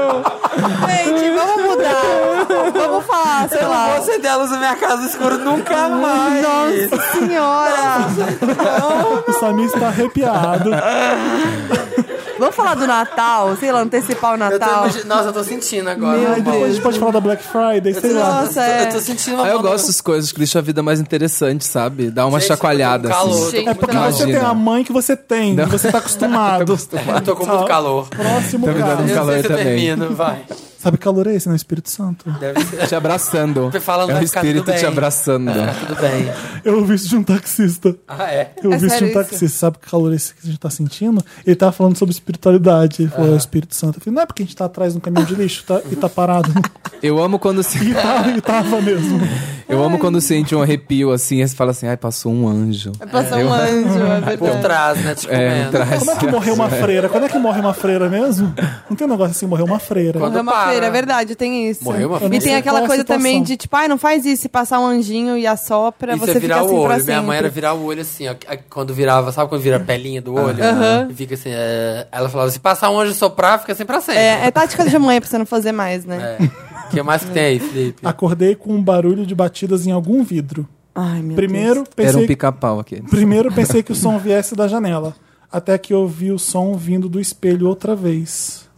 Speaker 5: Gente, vamos mudar. Vamos falar, sei lá.
Speaker 4: Você delas na minha casa no escuro nunca mais.
Speaker 5: Nossa senhora!
Speaker 3: O Samir está arrepiado.
Speaker 5: Ah, Vamos falar do Natal, sei lá, antecipar o
Speaker 4: Eu tô
Speaker 5: Natal.
Speaker 4: imagi- Nossa, eu tô sentindo agora.
Speaker 3: Aí
Speaker 4: Meu
Speaker 3: depois a gente pode falar da Black Friday, sei lá.
Speaker 5: Nossa, é.
Speaker 4: Eu tô sentindo uma
Speaker 6: Aí Ah, eu
Speaker 4: mão no-
Speaker 6: gosto dessas coisas que deixam a vida mais interessante, sabe? Dá uma
Speaker 4: Gente,
Speaker 6: chacoalhada,
Speaker 4: eu tô com calor,
Speaker 6: assim.
Speaker 4: eu tô com
Speaker 3: É porque
Speaker 4: muito
Speaker 3: você
Speaker 6: Imagina.
Speaker 3: tem a mãe que você tem, que você tá acostumado.
Speaker 4: calor. Eu tô com muito calor.
Speaker 3: Próximo
Speaker 6: Tá me dando
Speaker 3: caso.
Speaker 6: um
Speaker 4: Eu não
Speaker 6: calor
Speaker 4: sei se eu
Speaker 6: também.
Speaker 4: termino, vai.
Speaker 3: Sabe que calor é esse, né? Espírito Santo.
Speaker 4: Deve ser.
Speaker 6: Te abraçando.
Speaker 4: Falando
Speaker 6: é o
Speaker 4: vai ficar tudo
Speaker 6: espírito te
Speaker 4: bem. É.
Speaker 6: abraçando.
Speaker 4: Tudo bem.
Speaker 3: Eu ouvi isso de um taxista.
Speaker 4: Ah, é?
Speaker 3: Eu
Speaker 5: É
Speaker 3: ouvi isso de um
Speaker 5: sério
Speaker 3: taxista. Sabe que calor é esse que a gente tá sentindo? Ele tava falando sobre espiritualidade. Ele falou, é o Espírito Santo. Eu falei, não é porque a gente tá atrás de um caminhão de lixo tá- e tá parado.
Speaker 6: Eu amo quando se...
Speaker 3: e, tava, e tava mesmo.
Speaker 6: Eu amo quando sente um arrepio assim, aí você fala assim, ai, passou um anjo.
Speaker 5: Passou um anjo, é
Speaker 4: Por
Speaker 5: verdade.
Speaker 4: trás, né? Te
Speaker 6: É,
Speaker 4: comendo.
Speaker 6: traz.
Speaker 3: Como é que morreu uma freira? Quando é que morre uma freira mesmo? Não tem um negócio assim, morreu uma freira.
Speaker 5: Morreu uma
Speaker 4: Para.
Speaker 5: feira, é verdade, tem isso.
Speaker 4: Morreu uma
Speaker 5: E
Speaker 4: feira.
Speaker 5: tem aquela
Speaker 3: Qual é a
Speaker 5: coisa
Speaker 3: situação?
Speaker 5: também de tipo, ai, não faz isso, se passar um anjinho e assopra,
Speaker 4: Isso
Speaker 5: você
Speaker 4: é virar
Speaker 5: fica assim
Speaker 4: o olho.
Speaker 5: pra
Speaker 4: Minha
Speaker 5: sempre.
Speaker 4: mãe era virar o olho assim, ó. a- Quando virava, sabe quando vira a pelinha do olho?
Speaker 5: Aham.
Speaker 4: E fica assim. é, Ela falava: se passar um anjo soprar, fica assim pra sempre.
Speaker 5: É, é tática de mãe pra você não fazer mais, né?
Speaker 4: É. O que mais que tem aí, Felipe?
Speaker 3: Acordei com um barulho de batidas em algum vidro.
Speaker 5: Ai, meu
Speaker 3: Primeiro
Speaker 6: Era
Speaker 3: pensei,
Speaker 6: um pica-pau aqui.
Speaker 3: primeiro pensei que o som viesse da janela. Até que eu ouvi o som vindo do espelho outra vez.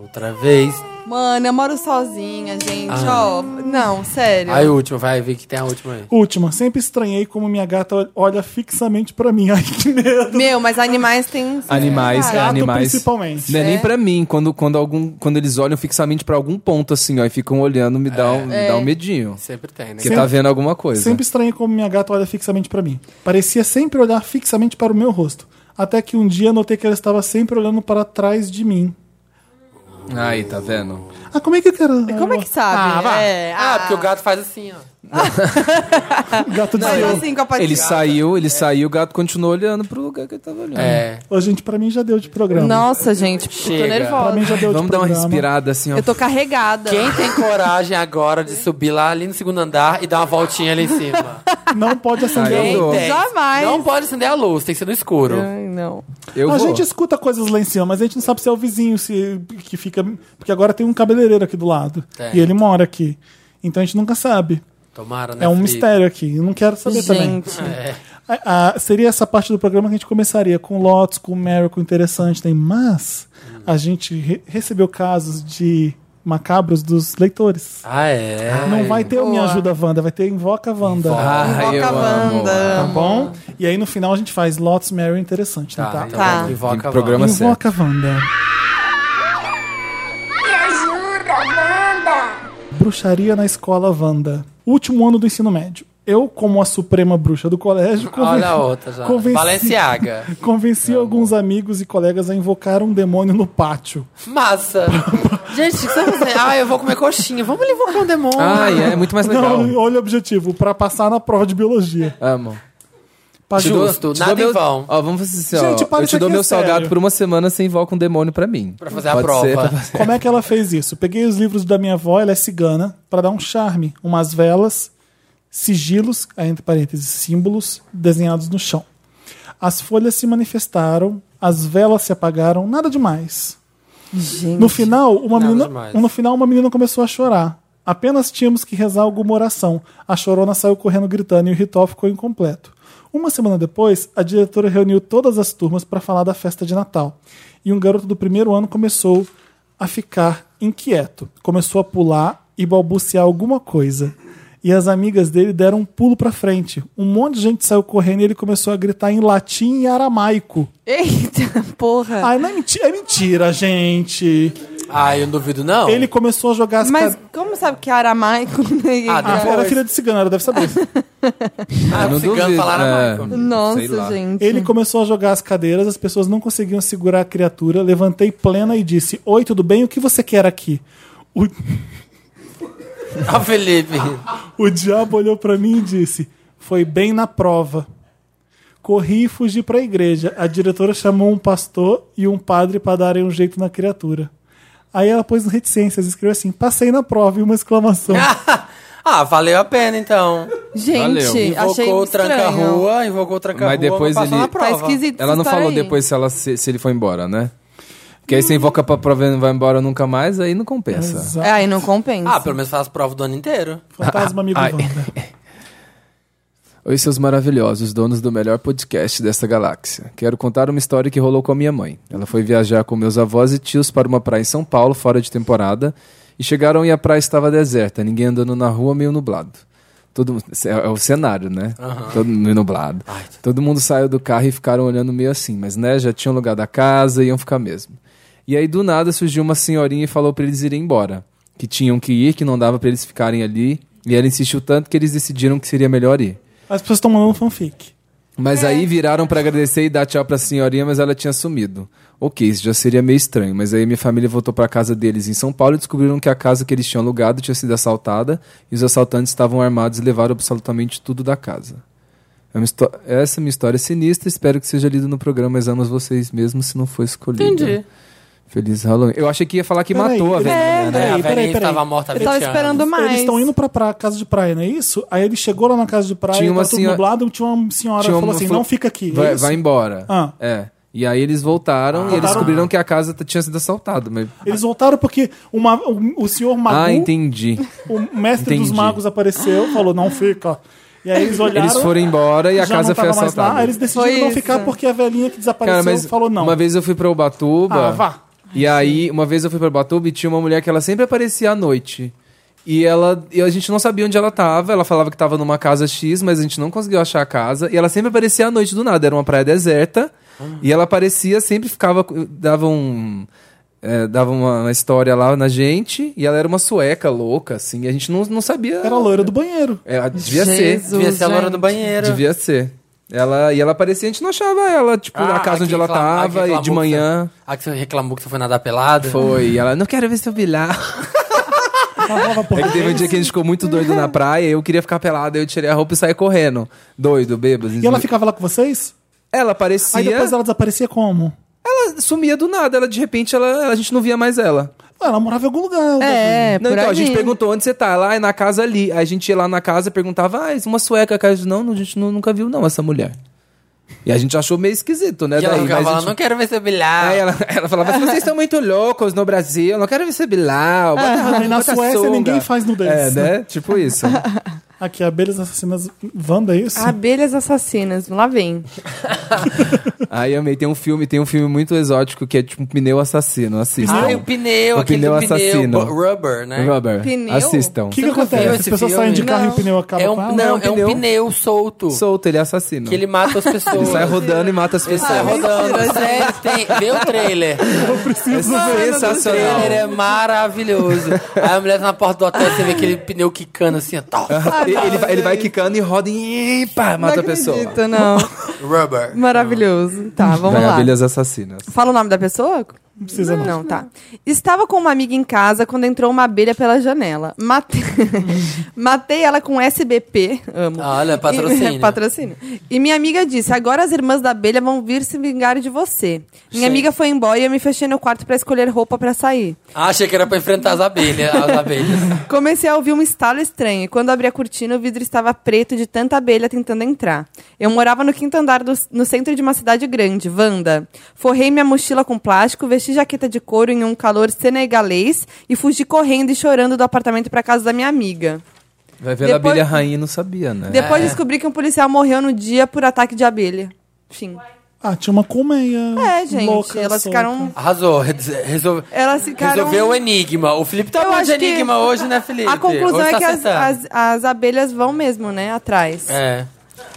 Speaker 4: Outra vez.
Speaker 5: Deus. Mano, eu moro sozinha, gente,
Speaker 4: Ah.
Speaker 5: ó. Não, sério.
Speaker 4: Aí, última, vai, Vicky, tem a última aí.
Speaker 3: Última, sempre estranhei como minha gata olha fixamente pra mim. Ai, que medo.
Speaker 5: Meu, mas animais têm...
Speaker 6: Animais,
Speaker 5: Ah,
Speaker 6: é,
Speaker 3: Gato
Speaker 6: animais.
Speaker 3: principalmente.
Speaker 6: Não é, nem
Speaker 5: É.
Speaker 6: pra mim, quando, quando, algum, quando eles olham fixamente pra algum ponto assim, ó, e ficam olhando, me dá, um, me dá um medinho.
Speaker 4: Sempre tem, né?
Speaker 6: Porque tá vendo alguma coisa.
Speaker 3: Sempre estranhei como minha gata olha fixamente pra mim. Parecia sempre olhar fixamente para o meu rosto. Até que um dia notei que ela estava sempre olhando para trás de mim.
Speaker 6: Aí, tá vendo?
Speaker 3: Ah, como é que era?
Speaker 5: Como é que sabe? é,
Speaker 4: Ah, porque o gato faz assim, ó.
Speaker 3: o gato
Speaker 5: Mas
Speaker 3: desceu?
Speaker 5: assim, com a patinha.
Speaker 6: Ele saiu,
Speaker 3: É.
Speaker 6: ele saiu, o gato continuou olhando pro lugar que ele tava olhando.
Speaker 4: É.
Speaker 3: Ô, gente, pra mim já deu de programa.
Speaker 5: Nossa, gente,
Speaker 4: Chega.
Speaker 5: tô
Speaker 3: Pra mim
Speaker 5: nervosa.
Speaker 3: já deu
Speaker 6: Vamos
Speaker 3: de
Speaker 6: dar uma
Speaker 3: programa.
Speaker 6: respirada assim, ó.
Speaker 5: Eu tô carregada.
Speaker 4: Quem tem coragem agora de subir lá ali no segundo andar e dar uma voltinha ali em cima?
Speaker 3: Não É. pode
Speaker 6: Aí
Speaker 3: acender. a
Speaker 6: Ah, eu
Speaker 3: luz.
Speaker 6: dou.
Speaker 4: Tem.
Speaker 5: Jamais.
Speaker 4: Não pode acender a luz, tem que ser no escuro.
Speaker 5: Ai, não.
Speaker 6: Eu
Speaker 3: a
Speaker 6: vou.
Speaker 3: gente escuta coisas lá em cima, mas a gente não sabe se é o vizinho se, que fica. Porque agora tem um cabeleireiro aqui do lado.
Speaker 4: Tem.
Speaker 3: E ele mora aqui. Então a gente nunca sabe.
Speaker 4: Tomara, né?
Speaker 3: É um
Speaker 4: Felipe?
Speaker 3: mistério aqui. Eu não quero saber também.
Speaker 5: Gente.
Speaker 3: A- a- seria essa parte do programa que a gente começaria com Lotus, com Mary, com Interessante, tem. Mas a gente re- recebeu casos de macabros dos leitores.
Speaker 4: Ah, é.
Speaker 3: não vai ter o Me Ajuda Wanda, vai ter Invoca Wanda.
Speaker 6: Ah, eu
Speaker 5: Invoca a
Speaker 6: amo.
Speaker 5: banda.
Speaker 3: Tá bom? E aí no final a gente faz Lotus, Mary, Interessante, não
Speaker 4: Tá,
Speaker 3: tá?
Speaker 4: então
Speaker 5: Tá.
Speaker 4: vamos, invoca a
Speaker 6: Programa
Speaker 4: voz.
Speaker 6: certo.
Speaker 3: Invoca Wanda.
Speaker 2: Me ajuda, Wanda!
Speaker 3: Bruxaria na escola Wanda. Último ano do ensino médio. Eu, como a suprema bruxa do colégio,
Speaker 4: Olha a outra já.
Speaker 3: convenci-
Speaker 4: Balenciaga.
Speaker 3: convenci alguns amigos e colegas a invocar um demônio no pátio.
Speaker 4: Massa. Gente, o que você vai fazer? Ah, eu vou comer coxinha. Vamos ali invocar um demônio.
Speaker 6: Ah, é, é muito mais legal.
Speaker 3: Não, olha o objetivo, pra passar na prova de biologia.
Speaker 6: Amo.
Speaker 3: Paguei.
Speaker 6: Te dou-
Speaker 4: Justo,
Speaker 6: te dou
Speaker 4: nada em
Speaker 6: meu-
Speaker 4: vão.
Speaker 6: Ó, vamos fazer assim, ó.
Speaker 3: Gente, para
Speaker 6: eu
Speaker 3: isso
Speaker 6: te dou
Speaker 3: aqui é
Speaker 6: meu salgado
Speaker 3: sério.
Speaker 6: por uma semana, você invoca um demônio pra mim.
Speaker 4: Pra fazer a
Speaker 6: Pode
Speaker 4: prova.
Speaker 6: ser, pra fazer-
Speaker 3: Como é que ela fez isso? Peguei os livros da minha avó, ela é cigana, pra dar um charme, umas velas, sigilos, aí entre parênteses, símbolos desenhados no chão. As folhas se manifestaram, as velas se apagaram, nada demais.
Speaker 5: Gente.
Speaker 3: No final, uma
Speaker 4: Nada
Speaker 3: menina,
Speaker 4: demais.
Speaker 3: no final, uma menina começou a chorar. Apenas tínhamos que rezar alguma oração. A chorona saiu correndo gritando e o ritual ficou incompleto. Uma semana depois, a diretora reuniu todas as turmas para falar da festa de Natal. E um garoto do primeiro ano começou a ficar inquieto. Começou a pular e balbuciar alguma coisa. E as amigas dele deram um pulo para frente. Um monte de gente saiu correndo e ele começou a gritar em latim e aramaico.
Speaker 5: Eita, porra.
Speaker 3: Ai, não é mentira, é mentira, gente.
Speaker 4: Ah, eu não duvido, não.
Speaker 3: Ele começou a jogar as
Speaker 5: Mas
Speaker 3: ca-
Speaker 5: como sabe que é aramaico? né?
Speaker 4: Ah,
Speaker 3: Ah,
Speaker 4: depois-
Speaker 3: era filha de cigano, ela deve saber.
Speaker 4: Ah,
Speaker 6: Eu não
Speaker 4: cigano
Speaker 6: duvido,
Speaker 4: falaram
Speaker 6: é.
Speaker 4: Michael.
Speaker 5: Nossa,
Speaker 6: Sei lá.
Speaker 5: gente.
Speaker 3: Ele começou a jogar as cadeiras, as pessoas não conseguiam segurar a criatura. Levantei plena e disse: Oi, tudo bem? O que você quer aqui? O,
Speaker 4: Ah, Felipe.
Speaker 3: o diabo olhou pra mim e disse: Foi bem na prova. Corri e fugi pra igreja. A diretora chamou um pastor e um padre pra darem um jeito na criatura. Aí ela pôs reticências e escreveu assim: Passei na prova e uma exclamação.
Speaker 4: Ah, valeu a pena, então.
Speaker 6: Valeu.
Speaker 5: Gente, achei
Speaker 4: Invocou o
Speaker 5: estranho.
Speaker 4: tranca-rua, invocou o tranca-rua.
Speaker 6: Mas depois
Speaker 4: vou passar
Speaker 6: ele-
Speaker 4: na
Speaker 5: Tá
Speaker 4: prova.
Speaker 5: esquisito
Speaker 6: Ela
Speaker 5: essa
Speaker 6: não
Speaker 5: história
Speaker 6: falou
Speaker 5: aí.
Speaker 6: depois se, ela, se, se ele foi embora, né? Porque aí você invoca pra prova e não vai embora nunca mais, aí não compensa.
Speaker 3: Exato.
Speaker 5: É, aí não compensa.
Speaker 4: Ah, pelo menos faz prova do ano inteiro.
Speaker 3: Fantasma amigo
Speaker 6: Ai.
Speaker 3: Wanda.
Speaker 6: Oi, seus maravilhosos, donos do melhor podcast dessa galáxia. Quero contar uma história que rolou com a minha mãe. Ela foi viajar com meus avós e tios para uma praia em São Paulo, fora de temporada, e chegaram e a praia estava deserta, ninguém andando na rua, meio nublado. Todo, mu- é, é o cenário, né? Todo meio nublado. Todo mundo saiu do carro e ficaram olhando meio assim, mas né, já tinham lugar da casa, iam ficar mesmo. E aí do nada surgiu uma senhorinha e falou pra eles irem embora, que tinham que ir, que não dava pra eles ficarem ali, e ela insistiu tanto que eles decidiram que seria melhor ir.
Speaker 3: As pessoas estão mandando fanfic.
Speaker 6: Mas aí viraram pra agradecer e dar tchau pra senhorinha, mas ela tinha sumido. Ok, isso já seria meio estranho, mas aí minha família voltou pra casa deles em São Paulo e descobriram que a casa que eles tinham alugado tinha sido assaltada e os assaltantes estavam armados e levaram absolutamente tudo da casa. É uma histó- Essa é minha história sinistra, espero que seja lido no programa, mas amo vocês mesmo se não for escolhido.
Speaker 5: Entendi.
Speaker 6: Feliz Halloween. Eu achei que ia falar que
Speaker 3: Peraí,
Speaker 6: matou a
Speaker 3: peraí,
Speaker 6: velhinha, né?
Speaker 3: peraí,
Speaker 4: É, a velhinha
Speaker 3: peraí, peraí.
Speaker 4: estava morta há 20
Speaker 5: Eu tava
Speaker 4: anos.
Speaker 5: esperando mais.
Speaker 3: Eles estão indo pra, pra casa de praia, não é isso? Aí ele chegou lá na casa de praia,
Speaker 6: Tinha uma
Speaker 3: tá tudo
Speaker 6: senhora-
Speaker 3: nublado, tinha uma senhora que
Speaker 6: Tinha
Speaker 3: falou
Speaker 6: uma
Speaker 3: assim,
Speaker 6: fo-
Speaker 3: não fica aqui. é
Speaker 6: Vai,
Speaker 3: isso?
Speaker 6: vai embora.
Speaker 3: Ah.
Speaker 6: É. E aí eles voltaram e eles
Speaker 3: Voltaram-
Speaker 6: descobriram que a casa t- tinha sido assaltada. Mas...
Speaker 3: Eles voltaram porque uma, o, o senhor Magu,
Speaker 6: Ah, entendi.
Speaker 3: o mestre dos
Speaker 6: Entendi.
Speaker 3: magos apareceu, falou, não fica. E aí eles olharam...
Speaker 6: Eles foram embora e a
Speaker 3: já
Speaker 6: casa
Speaker 3: não
Speaker 6: foi
Speaker 3: tava mais
Speaker 6: assaltada.
Speaker 3: Lá, aí eles decidiram
Speaker 5: Foi
Speaker 3: não
Speaker 5: isso.
Speaker 3: ficar porque a velhinha que desapareceu
Speaker 6: Cara, mas
Speaker 3: falou não.
Speaker 6: uma vez eu fui pra Ubatuba.
Speaker 3: Ah, vá.
Speaker 6: E aí, uma vez eu fui pra Ubatuba e tinha uma mulher que ela sempre aparecia à noite. E ela, e a gente não sabia onde ela tava. Ela falava que tava numa casa X, mas a gente não conseguiu achar a casa. E ela sempre aparecia à noite do nada. Era uma praia deserta.
Speaker 3: Ah.
Speaker 6: E ela aparecia, sempre ficava, dava um é, dava uma, uma história lá na gente. E ela era uma sueca louca, assim. E a gente não, não sabia.
Speaker 3: Era a loira do banheiro.
Speaker 6: É, devia ser.
Speaker 5: Jesus,
Speaker 4: Devia ser a loura
Speaker 5: gente.
Speaker 4: do banheiro.
Speaker 6: Devia ser. Ela, e ela aparecia, a gente não achava ela, tipo,
Speaker 4: Ah,
Speaker 6: na casa
Speaker 4: aqui
Speaker 6: onde ela
Speaker 4: reclama-
Speaker 6: tava,
Speaker 4: aqui
Speaker 6: e
Speaker 4: reclamou
Speaker 6: de
Speaker 4: que
Speaker 6: manhã.
Speaker 4: você- Ah, que você reclamou que você foi nadar pelado?
Speaker 6: Foi, e ela, não quero ver seu bilhar.
Speaker 3: Falava
Speaker 6: É que teve um
Speaker 3: português.
Speaker 6: dia que a gente ficou muito doido na praia, eu queria ficar pelado, eu tirei a roupa e saí correndo. Doido, bêbado.
Speaker 3: E ela ficava lá com vocês?
Speaker 6: Ela
Speaker 3: Aí
Speaker 6: aparecia,
Speaker 3: depois
Speaker 6: ela...
Speaker 3: ela desaparecia como?
Speaker 6: sumia do nada, ela de repente, ela, a gente não via mais ela.
Speaker 3: Ela morava em algum lugar. né?
Speaker 5: É,
Speaker 6: Não,
Speaker 5: por
Speaker 6: então,
Speaker 5: aí.
Speaker 6: a gente perguntou onde você tá, ela, "Ah, na casa ali. Aí a gente ia lá na casa, perguntava, ah, uma sueca, a casa, não, a gente nu- nunca viu não essa mulher. E a gente achou meio esquisito, né?
Speaker 4: E ela
Speaker 6: daí, mas
Speaker 4: ficava
Speaker 6: a
Speaker 4: falando,
Speaker 6: gente-
Speaker 4: não quero ver seu
Speaker 5: Ah.
Speaker 4: bilhar.
Speaker 6: Aí ela, ela falava, "Mas vocês são muito loucos no Brasil, eu não quero ver esse Bilal. Bota,
Speaker 3: Ah, e na
Speaker 6: bota
Speaker 3: Suécia
Speaker 6: sunga."
Speaker 3: ninguém faz nudez.
Speaker 6: É, né? Tipo isso.
Speaker 3: Aqui, abelhas assassinas. Wanda, é isso?
Speaker 5: Abelhas assassinas, lá vem.
Speaker 6: Aí eu amei, tem um filme, tem um filme muito exótico que é tipo um pneu assassino, assistam.
Speaker 4: Ai, Ah, o pneu,
Speaker 6: O
Speaker 4: aquele
Speaker 6: pneu
Speaker 4: do pneu,
Speaker 6: assassino.
Speaker 4: bo- rubber, né?
Speaker 6: Robert,
Speaker 5: Pneu?
Speaker 6: assistam.
Speaker 3: O que, que
Speaker 4: nunca viu
Speaker 3: acontece? As
Speaker 4: esse
Speaker 3: pessoas saem de
Speaker 4: filme?
Speaker 3: carro e o
Speaker 5: Não.
Speaker 3: pneu acaba
Speaker 4: É
Speaker 3: com
Speaker 4: um,
Speaker 3: ela?
Speaker 4: não,
Speaker 6: um
Speaker 4: é um
Speaker 6: pneu.
Speaker 4: pneu solto,
Speaker 6: Solto, ele é assassino.
Speaker 4: que ele mata as
Speaker 6: Ele
Speaker 4: pessoas.
Speaker 6: sai rodando e mata as
Speaker 4: Ele
Speaker 6: pessoas.
Speaker 4: sai rodando.
Speaker 5: é.
Speaker 4: Sério, tem, vê o trailer.
Speaker 6: É
Speaker 4: O
Speaker 6: sensacional.
Speaker 4: trailer é maravilhoso. Aí a mulher tá na porta do hotel, você vê aquele pneu quicando assim, ó. Tó,
Speaker 6: Ele, ele vai- ele vai quicando e roda e pá, mata
Speaker 5: não
Speaker 6: a pessoa.
Speaker 5: acredito, não.
Speaker 4: rubber.
Speaker 5: Maravilhoso. Tá, vamos
Speaker 6: Vai,
Speaker 5: lá.
Speaker 6: abelhas assassinas.
Speaker 5: Fala o nome da pessoa? Não
Speaker 3: precisa, não.
Speaker 5: tá. Estava com uma amiga em casa quando entrou uma abelha pela janela. Matei, Matei ela com SBP. Amo.
Speaker 4: Ah, Olha, patrocínio.
Speaker 5: E, patrocínio. E minha amiga disse: agora as irmãs da abelha vão vir se vingar de você. Minha
Speaker 4: Sim.
Speaker 5: amiga foi embora e eu me fechei no quarto pra escolher roupa pra sair.
Speaker 4: Ah, achei que era pra enfrentar as abelhas. As abelhas.
Speaker 5: Comecei a ouvir um estalo estranho. E quando abri a cortina, o vidro estava preto de tanta abelha tentando entrar. Eu morava no quinto andar do- no centro de uma cidade grande, Wanda. Forrei minha mochila com plástico, vesti jaqueta de couro em um calor senegalês e fugi correndo e chorando do apartamento para casa da minha amiga.
Speaker 6: Vai ver a
Speaker 5: Depois-
Speaker 6: abelha rainha e não sabia, né?
Speaker 4: É.
Speaker 5: Depois descobri que um policial morreu no dia por ataque de abelha. Fim.
Speaker 3: Ah, tinha uma colmeia.
Speaker 5: É, gente,
Speaker 3: louca,
Speaker 5: elas
Speaker 3: solta.
Speaker 5: ficaram. um-
Speaker 4: Arrasou. resolve- Resolveu.
Speaker 5: Elas ficaram.
Speaker 4: o enigma. O Felipe tá
Speaker 5: um- Eu
Speaker 4: bom de
Speaker 5: acho que
Speaker 4: enigma hoje, né, Felipe?
Speaker 5: A conclusão
Speaker 4: Hoje
Speaker 5: é
Speaker 4: tá
Speaker 5: que as,
Speaker 4: acertando.
Speaker 5: as, as abelhas vão mesmo, né? Atrás.
Speaker 4: É.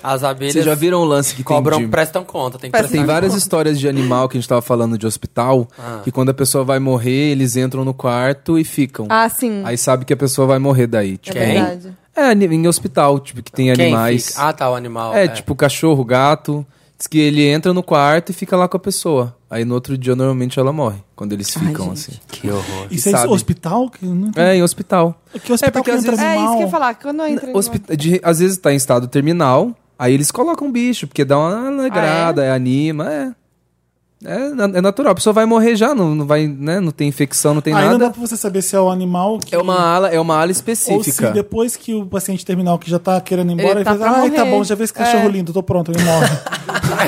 Speaker 4: As abelhas
Speaker 6: Vocês já viram o lance que
Speaker 5: um
Speaker 4: cobram,
Speaker 6: tem de...
Speaker 4: prestam conta. Tem que
Speaker 5: Prestam
Speaker 6: Tem
Speaker 4: prestar
Speaker 6: várias histórias de animal que a gente tava falando de hospital,
Speaker 4: Ah.
Speaker 6: que quando a pessoa vai morrer, eles entram no quarto e ficam.
Speaker 5: Ah, sim.
Speaker 6: Aí sabe que a pessoa vai morrer daí. Tipo,
Speaker 5: É verdade.
Speaker 6: é, ani- em hospital, tipo, que tem
Speaker 4: Quem
Speaker 6: animais.
Speaker 4: fica? Ah, tá, o animal.
Speaker 6: é, tipo, cachorro, gato. Diz que ele entra no quarto e fica lá com a pessoa. Aí no outro dia, normalmente, ela morre. Quando eles ficam, assim.
Speaker 4: Que horror.
Speaker 3: Isso é
Speaker 6: sabe.
Speaker 3: hospital? Que, não...
Speaker 6: É, em hospital.
Speaker 3: que hospital
Speaker 6: porque
Speaker 3: que
Speaker 6: às
Speaker 3: entra
Speaker 6: vezes-
Speaker 5: É
Speaker 3: animal?
Speaker 5: isso que eu ia falar. Quando entra em
Speaker 6: Hospi- de- às vezes tá em estado terminal, aí eles colocam um bicho, porque dá uma
Speaker 4: Ah,
Speaker 6: alegrada, é? anima, é. É, na- é natural, a pessoa vai morrer já, não, não vai, né? Não tem infecção, não tem
Speaker 3: Aí Ah, não dá
Speaker 6: nada.
Speaker 3: pra você saber se é o animal que...
Speaker 6: É uma ala, é uma ala
Speaker 3: Ou se
Speaker 6: específica.
Speaker 3: depois que o paciente terminal que já tá querendo ir embora,
Speaker 5: Ele
Speaker 3: ele,
Speaker 5: tá
Speaker 3: faz,
Speaker 5: pra
Speaker 3: ai, tá
Speaker 5: morrer."
Speaker 3: bom, já vi esse cachorro
Speaker 5: É.
Speaker 3: lindo, tô pronto, ele morre.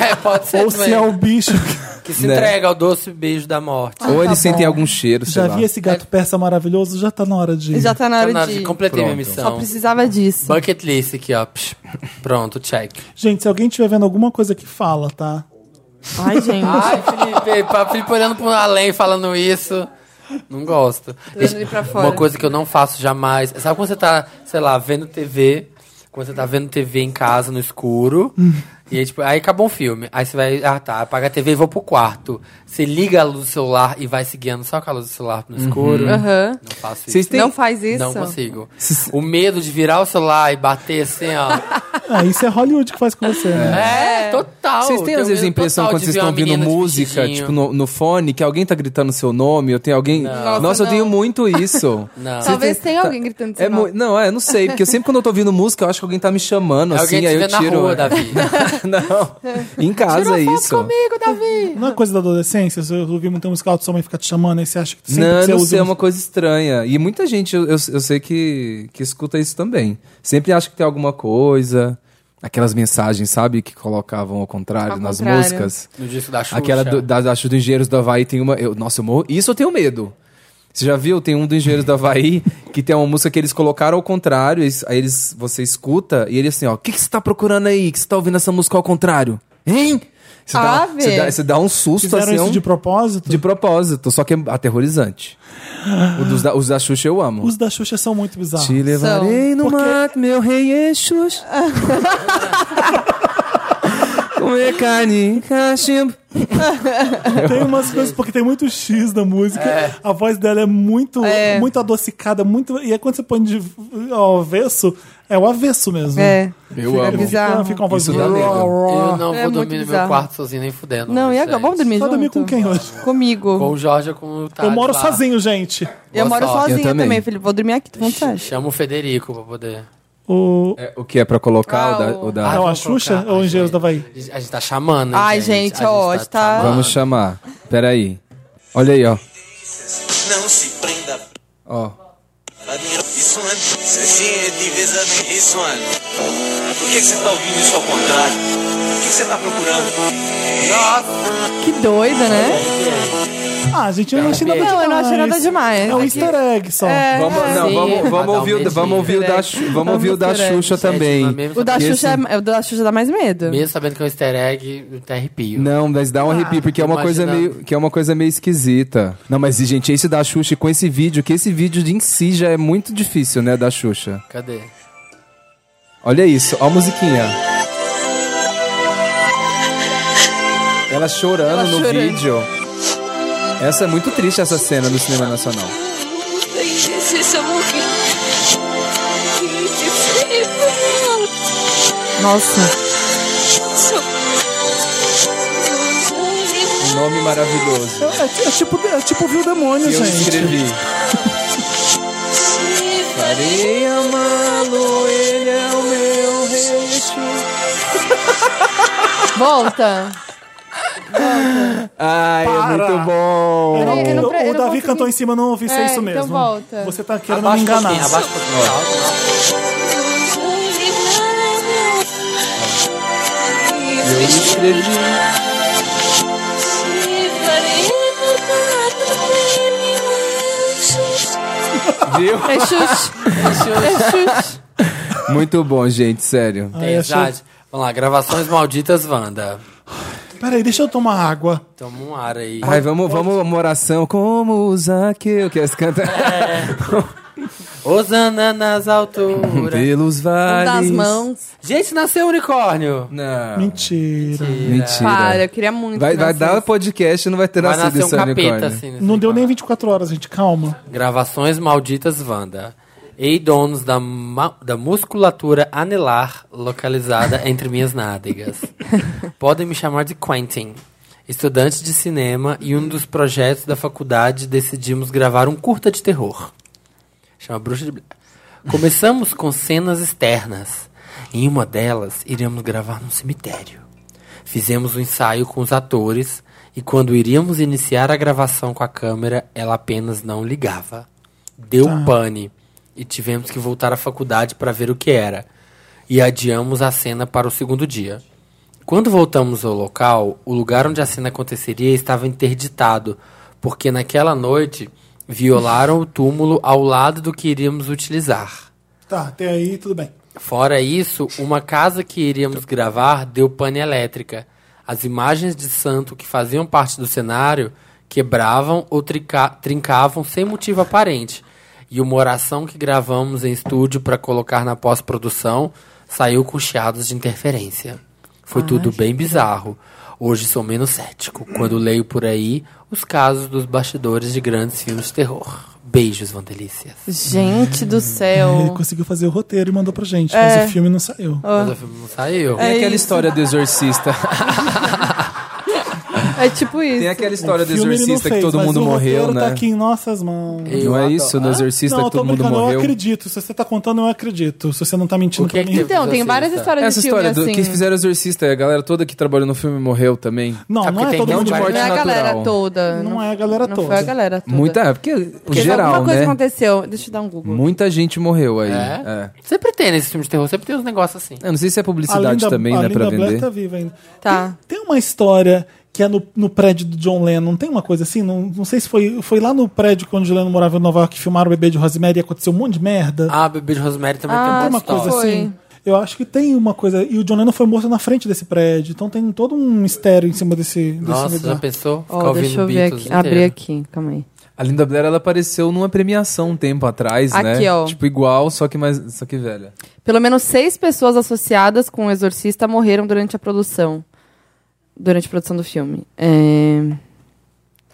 Speaker 4: É, pode ser
Speaker 3: Ou se
Speaker 4: também.
Speaker 3: é o bicho que
Speaker 4: Que se
Speaker 6: um Né?
Speaker 4: entrega ao doce beijo da morte.
Speaker 6: Ou eles sentem algum cheiro, sei
Speaker 3: já
Speaker 6: lá.
Speaker 3: vi esse
Speaker 5: É.
Speaker 3: gato persa maravilhoso, já tá na hora de ir.
Speaker 5: Já tá na
Speaker 4: Tá
Speaker 5: hora
Speaker 4: na hora
Speaker 5: de.
Speaker 4: de completei minha
Speaker 6: Pronto.
Speaker 5: Só
Speaker 4: missão.
Speaker 5: precisava disso.
Speaker 4: Bucket list aqui, ó. Psh. Pronto, check.
Speaker 3: Gente, se alguém tiver vendo alguma coisa que fala, tá?
Speaker 5: Ai, gente.
Speaker 4: Ai, Felipe, pa- Felipe olhando pro além e falando isso. Não gosto.
Speaker 5: dando ele pra fora.
Speaker 4: Uma coisa que eu não faço jamais. Sabe quando você tá, sei lá, vendo TV? Quando você tá vendo TV em casa, no escuro, E aí, tipo, aí acabou o filme. Aí você vai, ah tá, apaga a TV e vou pro quarto. Você liga a luz do celular e vai seguindo só com a luz do celular no escuro.
Speaker 5: Aham.
Speaker 4: Não faço isso.
Speaker 6: Vocês têm-
Speaker 5: Não faz Uhum. isso.
Speaker 4: Não consigo. O medo de virar o celular e bater assim, ó.
Speaker 3: Ah, isso é Hollywood que faz com você, né?
Speaker 4: É, total.
Speaker 6: Vocês têm
Speaker 4: Tenho
Speaker 6: às vezes a
Speaker 4: medo
Speaker 6: impressão
Speaker 4: total
Speaker 6: quando
Speaker 4: de
Speaker 6: vocês
Speaker 4: ver
Speaker 6: estão
Speaker 4: uma
Speaker 6: ouvindo
Speaker 4: menina de
Speaker 6: música,
Speaker 4: vestidinho.
Speaker 6: tipo, no, no fone, que alguém tá gritando seu nome, ou tem alguém. Nossa,
Speaker 5: Nossa,
Speaker 6: eu tenho
Speaker 5: não.
Speaker 6: muito isso.
Speaker 4: Não.
Speaker 6: Você
Speaker 5: Talvez
Speaker 6: tem-
Speaker 5: tenha
Speaker 6: tá-
Speaker 5: alguém gritando seu
Speaker 6: É mu-
Speaker 5: nome.
Speaker 6: Não, é, não sei, porque eu sempre quando eu tô ouvindo música, eu acho que alguém tá me chamando,
Speaker 4: É
Speaker 6: assim,
Speaker 4: alguém te
Speaker 6: aí eu
Speaker 4: vê na
Speaker 6: tiro.
Speaker 4: rua, Davi.
Speaker 6: não. Em casa é isso.
Speaker 5: Comigo, Davi!
Speaker 3: Não é coisa da adolescência? Você ouvir muita música alta, sua mãe fica te chamando, aí você acha que sempre
Speaker 6: não,
Speaker 3: que
Speaker 6: eu
Speaker 3: você
Speaker 6: não
Speaker 3: usa um
Speaker 6: sei, é uma coisa estranha. E muita gente, eu, eu, eu sei que, que escuta isso também. Sempre acha que tem alguma coisa. Aquelas mensagens, sabe, que colocavam ao contrário
Speaker 5: Ao
Speaker 6: nas
Speaker 5: contrário.
Speaker 6: músicas.
Speaker 4: No disco da Xuxa.
Speaker 6: Aquela do, da, da Xuxa do Engenheiros do Havaí tem uma. Eu, nossa, eu morro. Isso eu tenho medo. Você já viu? Tem um do Engenheiros do Havaí que tem uma música que eles colocaram ao contrário. eles- aí eles, você escuta e ele assim, ó. O que, que você tá procurando aí? Que você tá ouvindo essa música ao contrário? Hein? Você, dá,
Speaker 5: Ave.
Speaker 6: você, dá, você dá um susto
Speaker 3: Fizeram
Speaker 6: assim. é
Speaker 3: isso
Speaker 6: um-
Speaker 3: de propósito?
Speaker 6: de propósito, só que é aterrorizante. O dos da, os da Xuxa eu amo.
Speaker 3: Os da Xuxa são muito bizarros.
Speaker 6: Te levarei no
Speaker 3: Porque-
Speaker 6: mato, meu rei é Exus. Comer carne, cachimbo.
Speaker 3: Tem umas coisas, porque tem muito X da música. A voz dela é muito, muito adocicada, muito. E aí quando você põe de ao avesso, é o avesso mesmo.
Speaker 5: É.
Speaker 6: Eu
Speaker 5: Fica
Speaker 6: amo.
Speaker 5: bizarro.
Speaker 3: Fica, fica uma voz
Speaker 6: Isso dá medo.
Speaker 4: Eu não
Speaker 5: É
Speaker 4: vou dormir
Speaker 5: muito
Speaker 4: no meu
Speaker 5: bizarro.
Speaker 4: quarto sozinho nem fudendo.
Speaker 5: Não, e
Speaker 4: gente.
Speaker 5: agora? Vamos dormir
Speaker 3: Vai dormir
Speaker 5: junto?
Speaker 3: com quem hoje?
Speaker 5: Comigo.
Speaker 4: Com o Jorge ou com o
Speaker 6: tá
Speaker 4: Tati.
Speaker 3: Eu moro
Speaker 4: lá.
Speaker 3: sozinho, gente.
Speaker 5: Eu
Speaker 4: Boa
Speaker 5: moro
Speaker 4: sorte.
Speaker 5: sozinha
Speaker 6: Eu também.
Speaker 5: também. filho. Vou dormir aqui, tu não sabe.
Speaker 4: Chama o Federico pra poder.
Speaker 3: O,
Speaker 6: É, o que é pra colocar
Speaker 5: Ah,
Speaker 6: o da...
Speaker 5: o-
Speaker 6: o
Speaker 4: Ah,
Speaker 6: da-
Speaker 3: não, a
Speaker 4: vamos
Speaker 3: Xuxa
Speaker 4: colocar.
Speaker 3: ou
Speaker 4: Ah,
Speaker 3: Engenheiros
Speaker 4: gente.
Speaker 3: da Havaí?
Speaker 4: A gente tá chamando, hein,
Speaker 5: Ai, gente, ó, hoje tá-
Speaker 6: Vamos chamar. Pera aí. Olha aí, ó.
Speaker 9: Não se prenda
Speaker 6: Ó.
Speaker 9: pra dinheiro. Isso antes. Se assim é divisa, isso antes. Por que que você tá ouvindo isso ao contrário? O que que você tá procurando?
Speaker 5: Que doida, né?
Speaker 3: Ah, gente, eu não
Speaker 4: É.
Speaker 3: achei nada
Speaker 5: Não, eu não achei nada demais.
Speaker 3: É um easter egg só.
Speaker 5: É.
Speaker 6: Vamos, não,
Speaker 4: Sim,
Speaker 6: vamos,
Speaker 4: cada
Speaker 6: vamos
Speaker 4: um
Speaker 6: ouvir, o-
Speaker 4: medinho.
Speaker 6: vamos ouvir o da, Xu- vamos ouvir o da
Speaker 5: Easter egg.
Speaker 6: Xuxa também.
Speaker 4: Mesmo
Speaker 5: O da
Speaker 6: Esse-
Speaker 5: Xuxa, é, o da Xuxa dá mais medo.
Speaker 4: Mesmo sabendo que é um easter egg, até arrepio.
Speaker 6: Não, mas dá um
Speaker 5: Ah,
Speaker 6: arrepio, porque é uma, coisa
Speaker 4: imaginando.
Speaker 6: meio, que é uma coisa meio esquisita. Não, mas gente, esse da Xuxa com esse vídeo, que esse vídeo de em si já é muito difícil, né, da Xuxa.
Speaker 4: Cadê?
Speaker 6: Olha isso, ó a musiquinha. Ela chorando
Speaker 5: Ela
Speaker 6: no
Speaker 5: chorando.
Speaker 6: vídeo. Essa é muito triste, essa cena do cinema nacional.
Speaker 5: Nossa.
Speaker 6: Um Nome maravilhoso.
Speaker 3: É, é tipo, é tipo viu o demônio,
Speaker 6: Eu
Speaker 3: gente.
Speaker 6: escrevi. Farei amá-lo, ele é o meu rei.
Speaker 5: Volta.
Speaker 6: Ai, é muito bom.
Speaker 5: Peraí, eu não
Speaker 3: O-
Speaker 5: pre- eu
Speaker 3: o Davi
Speaker 5: não consegui.
Speaker 3: cantou em cima, não ouvi se é
Speaker 5: É,
Speaker 3: isso
Speaker 5: então
Speaker 3: mesmo.
Speaker 5: volta.
Speaker 3: Você tá querendo
Speaker 4: Abaixa um
Speaker 3: me enganar.
Speaker 4: pouquinho, abaixa um pouquinho. alto,
Speaker 6: Eu escrevi. Viu?
Speaker 5: É xuxa. É xuxa.
Speaker 6: Muito bom, gente, sério.
Speaker 4: não. Tem,
Speaker 3: Ah, eu achei-
Speaker 4: Jade. Vamos lá, gravações malditas, Wanda.
Speaker 3: Peraí, deixa eu tomar água.
Speaker 4: Toma um ar aí.
Speaker 6: Ai, vamos, vamos uma oração. Como o Zaqueu, que as canta
Speaker 4: Osana nas alturas.
Speaker 6: pelos vales.
Speaker 5: Das mãos.
Speaker 4: gente, nasceu um unicórnio.
Speaker 6: Não,
Speaker 3: Mentira.
Speaker 6: mentira.
Speaker 5: Para, eu queria muito.
Speaker 6: Vai,
Speaker 5: que
Speaker 6: vai
Speaker 5: nascesse.
Speaker 6: dar podcast, não vai ter
Speaker 4: Vai
Speaker 6: nascido
Speaker 4: nascer um
Speaker 6: esse
Speaker 4: capeta,
Speaker 6: unicórnio.
Speaker 4: assim. nesse
Speaker 3: Não deu
Speaker 4: unicórnio.
Speaker 3: nem 24 horas, gente. Calma.
Speaker 4: Gravações malditas Wanda. Ei, donos da, ma- da musculatura anelar localizada entre minhas nádegas. Podem me chamar de Quentin. Estudante de cinema e um dos projetos da faculdade, decidimos gravar um curta de terror. Chama Bruxa de Blair. Começamos com cenas externas. Em uma delas, iríamos gravar num cemitério. Fizemos um ensaio com os atores e quando iríamos iniciar a gravação com a câmera, ela apenas não ligava. Deu pane e tivemos que voltar à faculdade para ver o que era. E adiamos a cena para o segundo dia. Quando voltamos ao local, o lugar onde a cena aconteceria estava interditado, porque naquela noite violaram o túmulo ao lado do que iríamos utilizar.
Speaker 3: Tá, até aí, tudo bem.
Speaker 4: Fora isso, uma casa que iríamos gravar deu pane elétrica. As imagens de santo que faziam parte do cenário quebravam ou trica- trincavam sem motivo aparente. E uma oração que gravamos em estúdio para colocar na pós-produção saiu com chiados de interferência. Foi tudo bem bizarro. Hoje sou menos cético quando leio por aí os casos dos bastidores de grandes filmes de terror. Beijos, Vandelícias.
Speaker 5: Gente do
Speaker 3: Ele
Speaker 5: céu.
Speaker 3: conseguiu fazer o roteiro e mandou pra gente,
Speaker 5: É.
Speaker 3: mas o filme não saiu.
Speaker 4: Mas o filme não saiu.
Speaker 5: É
Speaker 6: Tem aquela
Speaker 5: isso.
Speaker 6: história do exorcista.
Speaker 5: É tipo isso.
Speaker 6: Tem aquela história
Speaker 3: O
Speaker 6: do
Speaker 3: filme ele não
Speaker 6: exorcista que
Speaker 3: fez,
Speaker 6: todo
Speaker 3: mas
Speaker 6: mundo
Speaker 3: o
Speaker 6: morreu,
Speaker 3: roteiro
Speaker 6: né?
Speaker 3: tá aqui em nossas mãos.
Speaker 4: Eu
Speaker 6: Não é
Speaker 4: adoro.
Speaker 6: isso? No exorcista
Speaker 3: não,
Speaker 6: que
Speaker 3: eu tô
Speaker 6: todo mundo
Speaker 3: brincando, eu
Speaker 6: morreu?
Speaker 3: acredito. Se você tá contando, eu acredito. Se você não tá mentindo
Speaker 4: O que é
Speaker 3: pra
Speaker 4: que
Speaker 3: mim.
Speaker 4: teve?
Speaker 5: Então, tem várias
Speaker 4: Exorcista.
Speaker 5: histórias
Speaker 6: assim, tá. Essa
Speaker 5: de filme
Speaker 6: história do,
Speaker 5: assim.
Speaker 6: que fizeram exorcista, a galera toda que trabalhou no filme morreu também.
Speaker 3: Não,
Speaker 4: Sabe
Speaker 3: não
Speaker 4: que
Speaker 3: é
Speaker 4: tem
Speaker 3: todo
Speaker 4: não
Speaker 3: mundo
Speaker 4: de
Speaker 3: morto.
Speaker 5: Não é a
Speaker 4: natural.
Speaker 5: galera toda.
Speaker 3: Não é a galera
Speaker 5: não
Speaker 3: toda.
Speaker 5: foi a galera toda.
Speaker 6: Muita, é, porque o
Speaker 5: Porque
Speaker 6: geral,
Speaker 5: alguma coisa
Speaker 6: né?
Speaker 5: aconteceu. Deixa eu dar um Google.
Speaker 6: Muita gente morreu aí.
Speaker 4: É?
Speaker 6: É.
Speaker 4: Sempre tem nesse filme de terror, sempre tem uns negócios assim.
Speaker 6: Eu não sei se é
Speaker 3: A
Speaker 6: publicidade
Speaker 3: Linda-
Speaker 6: também,
Speaker 3: a
Speaker 6: né, pra
Speaker 3: Linda Blair
Speaker 6: vender.
Speaker 3: tá viva ainda.
Speaker 5: Tá.
Speaker 3: Tem uma história que é no, no prédio do John Lennon, tem uma coisa assim? Não, não sei se foi, foi lá no prédio que onde o Lennon morava em Nova York, filmaram o bebê de Rosemary e aconteceu um monte de merda.
Speaker 4: Ah, Bebê de Rosemary também
Speaker 5: Ah,
Speaker 4: tem
Speaker 3: uma
Speaker 5: acho que
Speaker 3: coisa
Speaker 4: história.
Speaker 5: foi.
Speaker 3: assim. Eu acho que tem uma coisa. E o John Lennon foi morto na frente desse prédio, então tem todo um mistério em cima desse, desse
Speaker 4: Nossa, já
Speaker 3: lugar.
Speaker 4: pensou? Ficar
Speaker 5: Ó, deixa eu ver aqui. Abrir
Speaker 4: inteiro.
Speaker 5: aqui, calma aí.
Speaker 6: A Linda Blair, ela apareceu numa premiação um tempo atrás,
Speaker 5: Aqui,
Speaker 6: né?
Speaker 5: ó.
Speaker 6: Tipo, igual, só que mais. Só que velha.
Speaker 5: Pelo menos seis pessoas associadas com o Exorcista morreram durante a produção. Durante a produção do filme. É...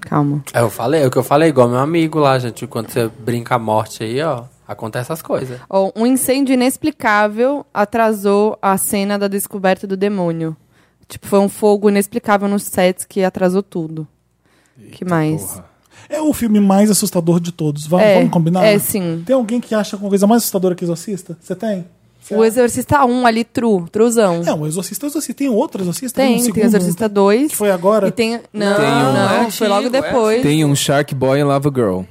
Speaker 5: Calma.
Speaker 4: É, eu falei, é o que eu falei, igual meu amigo lá, gente. Quando você brinca a morte aí, ó, acontece essas coisas.
Speaker 5: Ó, um incêndio inexplicável atrasou a cena da descoberta do demônio. Tipo, foi um fogo inexplicável nos sets que atrasou tudo. que mais?
Speaker 3: É o filme mais assustador de todos. Vamos,
Speaker 5: É,
Speaker 3: vamos combinar?
Speaker 5: é, sim.
Speaker 3: Tem alguém que acha alguma coisa mais assustadora que Exorcista? Você tem? Você
Speaker 5: O
Speaker 3: acha?
Speaker 5: Exorcista 1 ali, true, truzão.
Speaker 3: Não, o Exorcista, o Exorcista. Tem outro Exorcista?
Speaker 5: tem,
Speaker 3: um
Speaker 5: tem
Speaker 3: segundo,
Speaker 5: Exorcista 2.
Speaker 3: Que foi agora?
Speaker 5: E tem... Não,
Speaker 6: Tem um
Speaker 5: não,
Speaker 4: antigo,
Speaker 5: foi logo
Speaker 4: é.
Speaker 5: depois.
Speaker 6: Tem um Shark Boy e Lava Girl.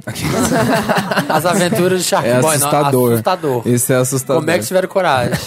Speaker 4: As aventuras de Shark
Speaker 6: É
Speaker 4: Boy,
Speaker 6: assustador.
Speaker 4: Não, assustador.
Speaker 6: Esse é assustador.
Speaker 4: Como é que tiveram coragem?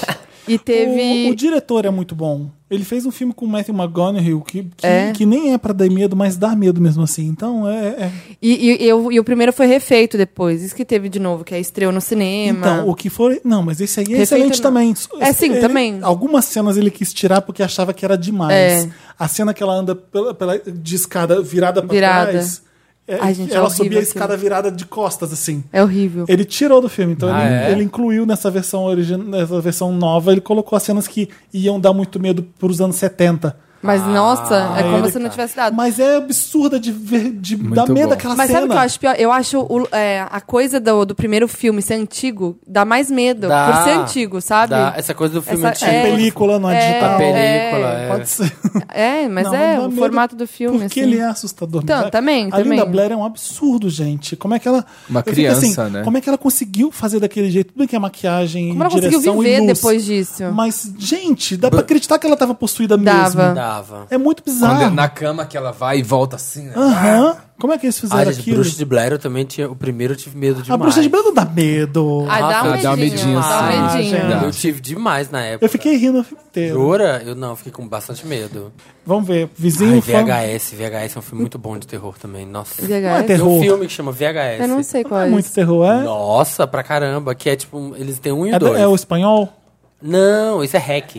Speaker 5: E teve...
Speaker 3: O, o diretor é muito bom. Ele fez um filme com o Matthew McGonaghy que, que,
Speaker 5: É.
Speaker 3: que nem é pra dar medo, mas dá medo mesmo assim. Então é. é-
Speaker 5: E, e- e o- e o primeiro foi refeito depois. Isso que teve de novo, que aí estreou no cinema.
Speaker 3: Então, o que for. Não, mas esse aí é
Speaker 5: Refeito
Speaker 3: excelente
Speaker 5: não.
Speaker 3: também.
Speaker 5: É, sim,
Speaker 3: Ele-
Speaker 5: também.
Speaker 3: Algumas cenas ele quis tirar porque achava que era demais.
Speaker 5: É.
Speaker 3: A cena que ela anda pela, pela- de escada virada pra
Speaker 5: Virada.
Speaker 3: trás. é,
Speaker 5: Ai, gente, é
Speaker 3: ela
Speaker 5: horrível
Speaker 3: subia a
Speaker 5: aquilo.
Speaker 3: escada virada de costas, assim.
Speaker 5: É horrível.
Speaker 3: Ele tirou do filme, então
Speaker 4: Ah,
Speaker 3: ele,
Speaker 4: é?
Speaker 3: ele incluiu nessa versão original, nessa versão nova, ele colocou as cenas que iam dar muito medo pros anos 70.
Speaker 5: Mas,
Speaker 6: Ah,
Speaker 5: nossa, é como
Speaker 3: ele,
Speaker 5: se não tivesse dado. Mas,
Speaker 3: Mas é absurda de, ver, de dar
Speaker 6: bom.
Speaker 3: medo aquela cena.
Speaker 5: sabe o que eu acho pior? Eu acho o- é, a coisa do, do primeiro filme ser antigo dá mais medo.
Speaker 4: Dá.
Speaker 5: por ser antigo, sabe?
Speaker 4: Dá- essa coisa do filme
Speaker 5: Essa-
Speaker 4: antigo.
Speaker 5: é.
Speaker 3: Película, não é,
Speaker 5: É,
Speaker 3: digital.
Speaker 4: A película,
Speaker 5: É.
Speaker 4: é.
Speaker 3: Pode ser.
Speaker 5: É, mas
Speaker 3: Não,
Speaker 5: é
Speaker 3: dá
Speaker 5: o
Speaker 3: medo
Speaker 5: formato do filme.
Speaker 3: Porque
Speaker 5: assim.
Speaker 3: ele é assustador.
Speaker 5: Então,
Speaker 3: Mas a-
Speaker 5: também,
Speaker 3: A Linda
Speaker 5: também.
Speaker 3: Blair é um absurdo, gente. Como é que ela...
Speaker 6: Uma
Speaker 3: eu fico
Speaker 6: criança, né?
Speaker 3: Como é que ela conseguiu fazer daquele jeito? Tudo que é maquiagem,
Speaker 5: Como ela
Speaker 3: direção
Speaker 5: conseguiu
Speaker 3: e
Speaker 5: viver
Speaker 3: luz.
Speaker 5: depois disso?
Speaker 3: Mas, gente, dá pra acreditar que ela tava possuída
Speaker 5: Dava.
Speaker 3: mesmo.
Speaker 4: Dava.
Speaker 3: É muito
Speaker 6: Quando é
Speaker 3: bizarro.
Speaker 6: na cama que ela vai e volta assim, né?
Speaker 3: Aham. Como é que eles
Speaker 4: Ah,
Speaker 3: fizeram
Speaker 4: gente,
Speaker 3: aquilo?
Speaker 4: Bruxa de Blair, eu também tinha. O primeiro eu tive medo
Speaker 3: A
Speaker 4: demais.
Speaker 3: bruxa de Blair não dá medo.
Speaker 5: Ah, dá um
Speaker 4: Nossa,
Speaker 5: medinho. Dá um medinho,
Speaker 4: assim.
Speaker 3: Dá.
Speaker 4: Eu tive demais na época.
Speaker 3: Eu fiquei rindo o filme inteiro.
Speaker 4: Jura? Eu não, eu fiquei com bastante medo.
Speaker 3: Vamos ver. Vizinho,
Speaker 4: Ai,
Speaker 3: fã...
Speaker 4: VHS, VHS é um filme muito bom de terror também. Nossa.
Speaker 5: VHS.
Speaker 3: Não é
Speaker 4: Tem um
Speaker 3: terror.
Speaker 4: filme que chama VHS.
Speaker 5: Eu não sei qual
Speaker 3: É
Speaker 5: é.
Speaker 3: muito terror, é?
Speaker 4: Nossa, pra caramba. Que é tipo, um- eles têm um e
Speaker 3: É,
Speaker 4: o
Speaker 3: da-
Speaker 4: dois.
Speaker 3: é o espanhol?
Speaker 4: Não, isso é hack.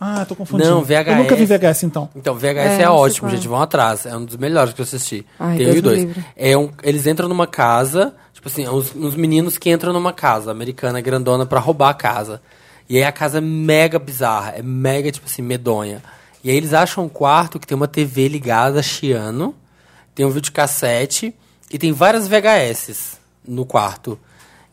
Speaker 3: Ah, tô confundindo.
Speaker 4: Não, VHS.
Speaker 3: Eu nunca vi VHS, então.
Speaker 4: Então, VHS
Speaker 5: É,
Speaker 4: é,
Speaker 5: não sei
Speaker 4: ótimo,
Speaker 5: qual é.
Speaker 4: gente. Vão atrás. É um dos melhores que eu assisti.
Speaker 5: Ai,
Speaker 4: Tem
Speaker 5: Deus
Speaker 4: um e
Speaker 5: me
Speaker 4: o dois.
Speaker 5: livre.
Speaker 4: É um, eles entram numa casa, tipo assim, uns, uns meninos que entram numa casa americana grandona pra roubar a casa. E aí a casa é mega bizarra, é mega, tipo assim, medonha. E aí eles acham um quarto que tem uma TV ligada, chiano, tem um videocassete e tem várias VHS no quarto.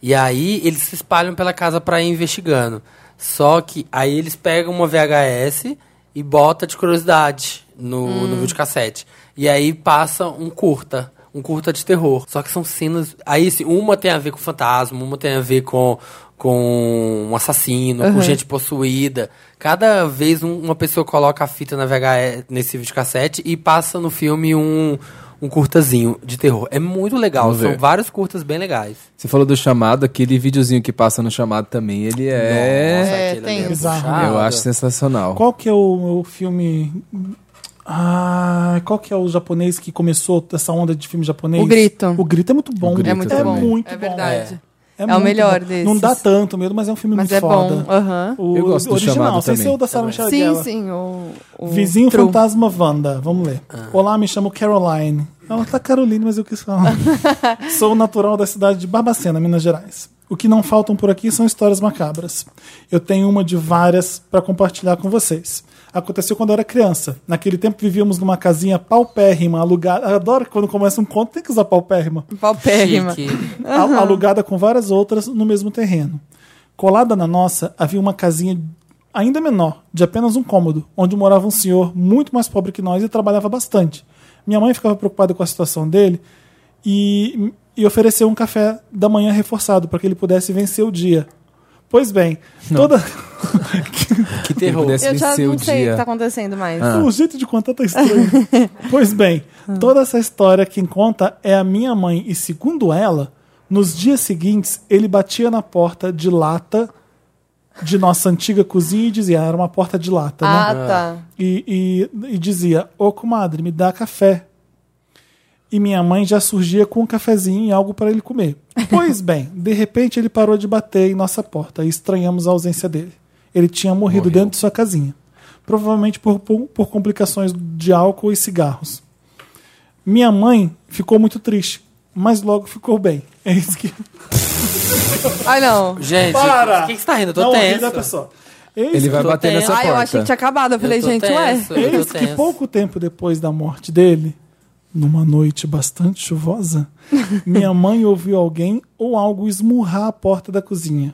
Speaker 4: E aí eles se espalham pela casa pra ir investigando. Só que aí eles pegam uma VHS e bota de curiosidade no, no videocassete. E aí passa um curta. Um curta de terror. Só que são cenas. Aí, assim, uma tem a ver com fantasma, uma tem a ver com, com um assassino, com gente possuída. Cada vez um- uma pessoa coloca a fita na VHS, nesse videocassete e passa no filme um, um curtazinho de terror. É muito legal.
Speaker 6: Vamos
Speaker 4: São
Speaker 6: ver.
Speaker 4: vários curtas bem legais.
Speaker 6: Você falou do chamado, aquele videozinho que passa no chamado também, ele é.
Speaker 4: Nossa,
Speaker 5: É,
Speaker 4: aquele
Speaker 5: tem
Speaker 4: ali é
Speaker 5: isso.
Speaker 3: Bizarro.
Speaker 4: puxado.
Speaker 6: Eu acho sensacional.
Speaker 3: Qual que é o, o filme. Ah, qual que é o japonês que começou essa onda de filme japonês?
Speaker 5: O Grito.
Speaker 3: O Grito é muito bom.
Speaker 6: O Grito
Speaker 5: É muito
Speaker 6: É
Speaker 5: bom.
Speaker 3: muito
Speaker 5: é
Speaker 3: bom. É
Speaker 5: verdade. É o
Speaker 3: muito
Speaker 5: melhor
Speaker 3: bom.
Speaker 5: desses.
Speaker 3: Não dá tanto medo, mas é um filme
Speaker 5: Mas
Speaker 3: muito
Speaker 5: é
Speaker 3: foda.
Speaker 5: bom. aham.
Speaker 3: O
Speaker 6: Eu gosto do
Speaker 3: original,
Speaker 6: Chamado
Speaker 3: sem ser
Speaker 6: também.
Speaker 3: é o da Sarah Michelle
Speaker 5: Sim,
Speaker 3: Gellar.
Speaker 5: sim. O, o
Speaker 3: Vizinho
Speaker 5: True.
Speaker 3: Fantasma Wanda, vamos ler. Olá, me chamo Caroline. Ela tá Caroline, mas eu quis falar. Sou natural da cidade de Barbacena, Minas Gerais. O que não faltam por aqui são histórias macabras. Eu tenho uma de várias pra compartilhar com vocês. Aconteceu quando eu era criança. Naquele tempo vivíamos numa casinha paupérrima, alugada. Eu Adoro que quando começa um conto tem que usar paupérrima.
Speaker 5: Paupérrima.
Speaker 4: Chique.
Speaker 3: A- alugada com várias outras no mesmo terreno. Colada na nossa havia uma casinha ainda menor, de apenas um cômodo, onde morava um senhor muito mais pobre que nós e trabalhava bastante. Minha mãe ficava preocupada com a situação dele e, e ofereceu um café da manhã reforçado para que ele pudesse vencer o dia. Pois bem, toda.
Speaker 4: Que terror.
Speaker 6: pudesse-
Speaker 5: Eu já
Speaker 6: Venceu
Speaker 5: não
Speaker 6: o
Speaker 5: sei o
Speaker 6: dia.
Speaker 5: que tá acontecendo mais.
Speaker 3: O jeito de contar tá estranho. pois bem, toda essa história quem conta é a minha mãe, e segundo ela, nos dias seguintes ele batia na porta de lata de nossa antiga cozinha e dizia: ah, era uma porta de lata, né?
Speaker 5: Ah, tá.
Speaker 3: e, e- e dizia: Ô comadre, me dá café. E minha mãe já surgia com um cafezinho e algo para ele comer. Pois bem, de repente ele parou de bater em nossa porta e estranhamos a ausência dele. Ele tinha morrido dentro de sua casinha, provavelmente por, por, por complicações de álcool e cigarros. Minha mãe ficou muito triste, mas logo ficou bem. É isso que.
Speaker 5: Ai, não.
Speaker 4: Gente,
Speaker 3: Para!
Speaker 4: o que, que você tá rindo? Eu tô
Speaker 3: não ri da
Speaker 4: tensa.
Speaker 3: pessoa. Eis
Speaker 6: Ele vai
Speaker 4: Tô
Speaker 6: bater
Speaker 4: tenso.
Speaker 6: nessa
Speaker 4: Ai,
Speaker 5: Ai,
Speaker 6: porta.
Speaker 5: eu achei que tinha acabado. Eu falei,
Speaker 4: tô
Speaker 5: gente,
Speaker 4: tenso,
Speaker 5: ué.
Speaker 4: eu tô
Speaker 3: Eis que
Speaker 4: tenso.
Speaker 3: pouco tempo depois da morte dele, numa noite bastante chuvosa, minha mãe ouviu alguém ou algo esmurrar a porta da cozinha.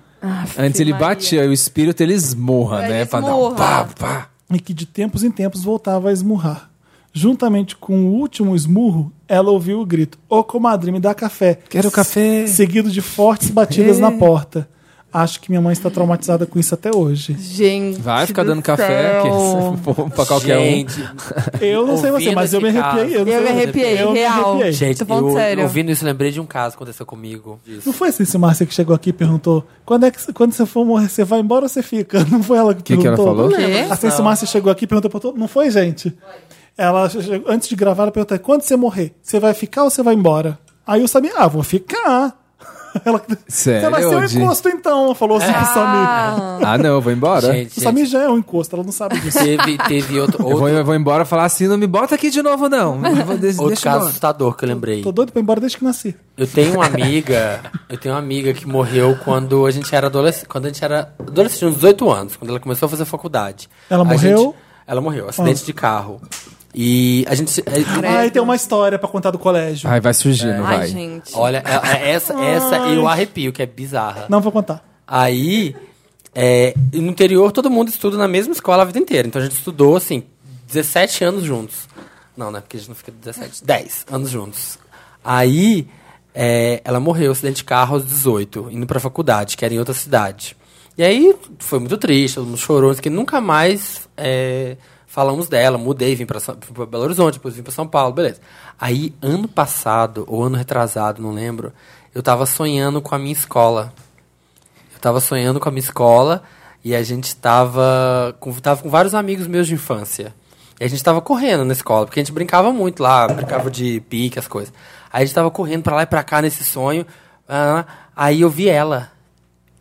Speaker 6: Antes ele
Speaker 5: Maria.
Speaker 6: batia, o espírito ele esmurra,
Speaker 5: Ele
Speaker 6: né? Pra dar um
Speaker 5: esmurra.
Speaker 6: pá, pá.
Speaker 3: E que de tempos em tempos voltava a esmurrar. Juntamente com o último esmurro, ela ouviu o grito: Ô comadre, me dá café.
Speaker 6: Quero café. É.
Speaker 3: Seguido de fortes batidas na porta. Acho que minha mãe está traumatizada com isso até hoje.
Speaker 5: Gente.
Speaker 6: Vai ficar
Speaker 5: do
Speaker 6: dando café
Speaker 5: céu.
Speaker 6: que esse povo pra qualquer um.
Speaker 4: gente,
Speaker 3: Eu não sei você,
Speaker 4: Ouvindo
Speaker 3: mas eu me
Speaker 4: esse
Speaker 3: arrepiei.
Speaker 4: caso.
Speaker 3: não
Speaker 5: Eu me
Speaker 3: sei você.
Speaker 5: arrepiei,
Speaker 3: Eu me
Speaker 5: real.
Speaker 3: arrepiei.
Speaker 4: Gente,
Speaker 5: Tô falando
Speaker 4: eu,
Speaker 5: sério.
Speaker 4: ouvindo isso, lembrei de um caso que aconteceu comigo. Disso.
Speaker 3: Não foi a Cici Márcia que chegou aqui e perguntou quando, é que, quando você for morrer, você vai embora ou você fica? Não foi ela que
Speaker 6: Que que ela
Speaker 3: perguntou.
Speaker 6: falou?
Speaker 5: Quê?
Speaker 3: A Cici Márcia chegou aqui e perguntou pra todo Não foi, gente? Ela, chegou- antes de gravar, ela perguntou, "É, quando você morrer, você vai ficar ou você vai embora? Aí eu sabia, ah, vou ficar. Ela,
Speaker 6: Sério,
Speaker 3: você vai ser um
Speaker 6: Odi?
Speaker 3: encosto então, falou assim pro Samir.
Speaker 5: Ah,
Speaker 6: Ah, não, eu vou embora.
Speaker 4: Gente,
Speaker 3: O
Speaker 4: gente,
Speaker 3: Samir já é um encosto, ela não sabe disso.
Speaker 4: teve, teve outro,
Speaker 6: Eu
Speaker 4: outro,
Speaker 6: vou, eu vou embora falar assim, não me bota aqui de novo, não. Não vou- de-
Speaker 4: outro
Speaker 6: deixa eu
Speaker 4: caso
Speaker 6: embora.
Speaker 4: assustador que eu lembrei.
Speaker 3: Tô doido pra ir embora desde que nasci.
Speaker 4: Eu tenho uma amiga, eu tenho uma amiga que morreu quando a gente era adolescente, quando a gente era adolescente, tinha uns 18 anos, quando ela começou a fazer faculdade.
Speaker 3: Ela
Speaker 4: A
Speaker 3: morreu? Ah.
Speaker 4: gente- ela morreu, acidente de carro. E a gente é,
Speaker 3: Ai, tem uma história pra contar do colégio.
Speaker 6: Ai, vai surgindo, vai.
Speaker 5: É. ai, gente.
Speaker 4: Olha, é- é essa essa eu arrepio, que é bizarra.
Speaker 3: Não vou contar.
Speaker 4: Aí, é, e no interior, todo mundo estuda na mesma escola a vida inteira. Então a gente estudou, assim, 17 anos juntos. Não, né? Porque a gente não fica 17, 10 anos juntos. Aí, é, ela morreu, acidente de carro aos 18, indo pra faculdade, que era em outra cidade. E aí, foi muito triste, todo mundo chorou, que nunca mais é, falamos dela. Mudei, vim pra, São- fui pra Belo Horizonte, depois vim pra São Paulo, beleza. Aí, ano passado, ou ano retrasado, não lembro, eu tava sonhando com a minha escola. Eu tava sonhando com a minha escola e a gente tava com, tava com vários amigos meus de infância. E a gente tava correndo na escola, porque a gente brincava muito lá, brincava de pique, as coisas. Aí a gente tava correndo pra lá e pra cá nesse sonho. ah, aí eu vi ela,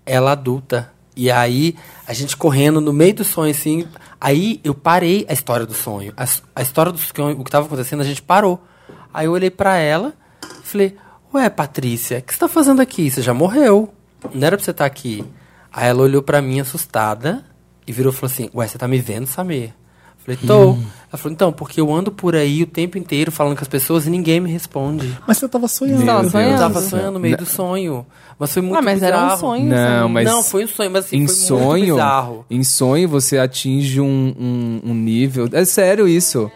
Speaker 4: ela adulta. E aí a gente correndo no meio do sonho, assim. Aí eu parei a história do sonho. A, s- a história do sonho, o que tava acontecendo, a gente parou. Aí eu olhei pra ela e falei, ué, Patrícia, o que você tá fazendo aqui? Você já morreu. Não era pra você estar aqui. Aí ela olhou pra mim assustada e virou e falou assim, ué, você tá me vendo, Samir? Falei, tô. Ela falou, então, porque eu ando por aí o tempo inteiro falando com as pessoas e ninguém me responde.
Speaker 3: Mas você tava sonhando.
Speaker 5: Tava
Speaker 6: Deus
Speaker 5: sonhando?
Speaker 4: Eu tava
Speaker 6: do céu.
Speaker 4: sonhando tá no meio do sonho. Mas foi muito
Speaker 5: Ah, mas era um
Speaker 4: bizarro.
Speaker 5: sonho.
Speaker 6: Não,
Speaker 5: assim.
Speaker 6: mas
Speaker 4: Não, foi um sonho, mas assim,
Speaker 6: em
Speaker 4: foi muito
Speaker 6: sonho,
Speaker 4: bizarro.
Speaker 6: em sonho você atinge um, um, um nível. É sério isso.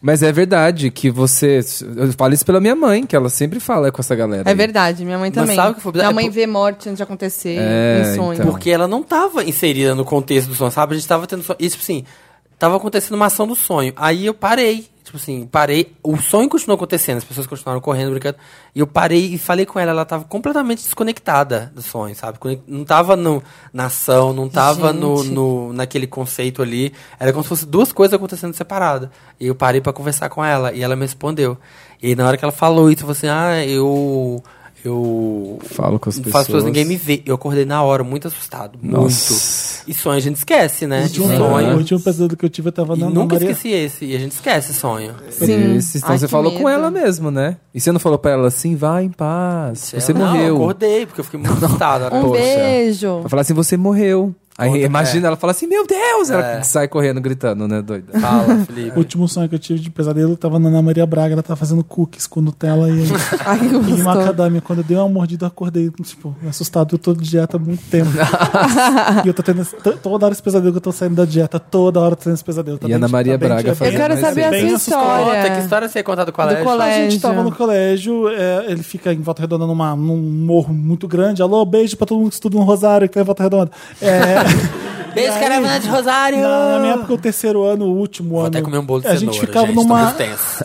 Speaker 6: Mas é verdade que você. Eu falo isso pela minha mãe, que ela sempre fala com essa galera.
Speaker 5: É
Speaker 6: aí.
Speaker 5: verdade, minha mãe também.
Speaker 4: sabe o que foi-
Speaker 5: Minha
Speaker 4: é
Speaker 5: mãe
Speaker 4: por-
Speaker 5: vê morte antes de acontecer
Speaker 6: É,
Speaker 5: em sonho.
Speaker 6: então.
Speaker 4: Porque ela não tava inserida no contexto do sonho, sabe? A gente tava tendo sonho. E, tipo assim, tava acontecendo uma ação do sonho. Aí eu parei. Tipo assim, parei. O sonho continuou acontecendo, as pessoas continuaram correndo, brincando. E eu parei e falei com ela. Ela tava completamente desconectada do sonho, sabe? Conec- Não tava no, na ação, não tava no,
Speaker 5: Gente.
Speaker 4: no- naquele conceito ali. Era como se fosse duas coisas acontecendo separadas. E eu parei pra conversar com ela. E ela me respondeu. E na hora que ela falou isso, eu falei assim: ah, eu. Eu
Speaker 6: Falo com as
Speaker 4: não
Speaker 6: pessoas.
Speaker 4: faço pessoas, ninguém me vê. Eu acordei na hora, muito assustado.
Speaker 6: Nossa.
Speaker 4: Muito. E sonho a gente esquece, né?
Speaker 3: O último-
Speaker 4: sonho.
Speaker 3: O último pesadelo que eu tive, um eu tava
Speaker 4: E
Speaker 3: na, na
Speaker 4: nunca
Speaker 3: Maria.
Speaker 4: esqueci esse. E a gente esquece sonho.
Speaker 5: Sim.
Speaker 6: Isso, então
Speaker 5: Ai,
Speaker 6: você
Speaker 5: que
Speaker 6: falou com
Speaker 5: medo.
Speaker 6: ela mesmo, né? E você não falou pra ela assim, vai em paz. Você
Speaker 4: não,
Speaker 5: é
Speaker 6: morreu.
Speaker 4: Eu acordei, porque eu fiquei muito assustado.
Speaker 5: Um
Speaker 6: Poxa.
Speaker 5: beijo.
Speaker 6: Pra falar assim, você morreu. Aí
Speaker 4: Outra-
Speaker 6: imagina, ela fala assim, meu Deus! Ela
Speaker 4: É.
Speaker 6: sai correndo, gritando, né, doida?
Speaker 4: Fala,
Speaker 3: O
Speaker 4: Felipe.
Speaker 3: último sonho que eu tive de pesadelo eu tava na Ana Maria Braga, ela tava fazendo cookies com Nutella e,
Speaker 5: Ai, que
Speaker 3: e
Speaker 5: gostoso.
Speaker 3: macadâmia. Quando eu dei uma mordida, eu acordei, tipo, assustado. Eu tô de dieta há muito tempo. e eu tô tendo esse- to- toda hora esse pesadelo que eu tô saindo da dieta, toda hora eu tô tendo esse pesadelo. Tá
Speaker 6: E
Speaker 3: bem-
Speaker 6: Ana Maria
Speaker 3: tá bem-
Speaker 6: Braga
Speaker 3: é bem-
Speaker 5: Eu quero
Speaker 6: Mas
Speaker 5: saber a
Speaker 3: bem
Speaker 5: sua
Speaker 3: assustador.
Speaker 5: história.
Speaker 4: Conta, que história você ia contar do colégio?
Speaker 5: colégio.
Speaker 3: A gente tava no colégio, é, ele fica em Volta Redonda numa, num morro muito grande. Alô, beijo pra todo mundo que estuda no Rosário, que tá em Volta Redonda. É,
Speaker 4: Beijo,
Speaker 3: e aí-
Speaker 4: caravana de Rosário!
Speaker 3: Na, na minha época, o terceiro ano, o último
Speaker 4: Vou
Speaker 3: ano. é,
Speaker 4: até comer um bolo de
Speaker 3: a
Speaker 4: cenoura,
Speaker 3: gente ficava
Speaker 4: gente, tô
Speaker 3: numa.
Speaker 4: muito tenso.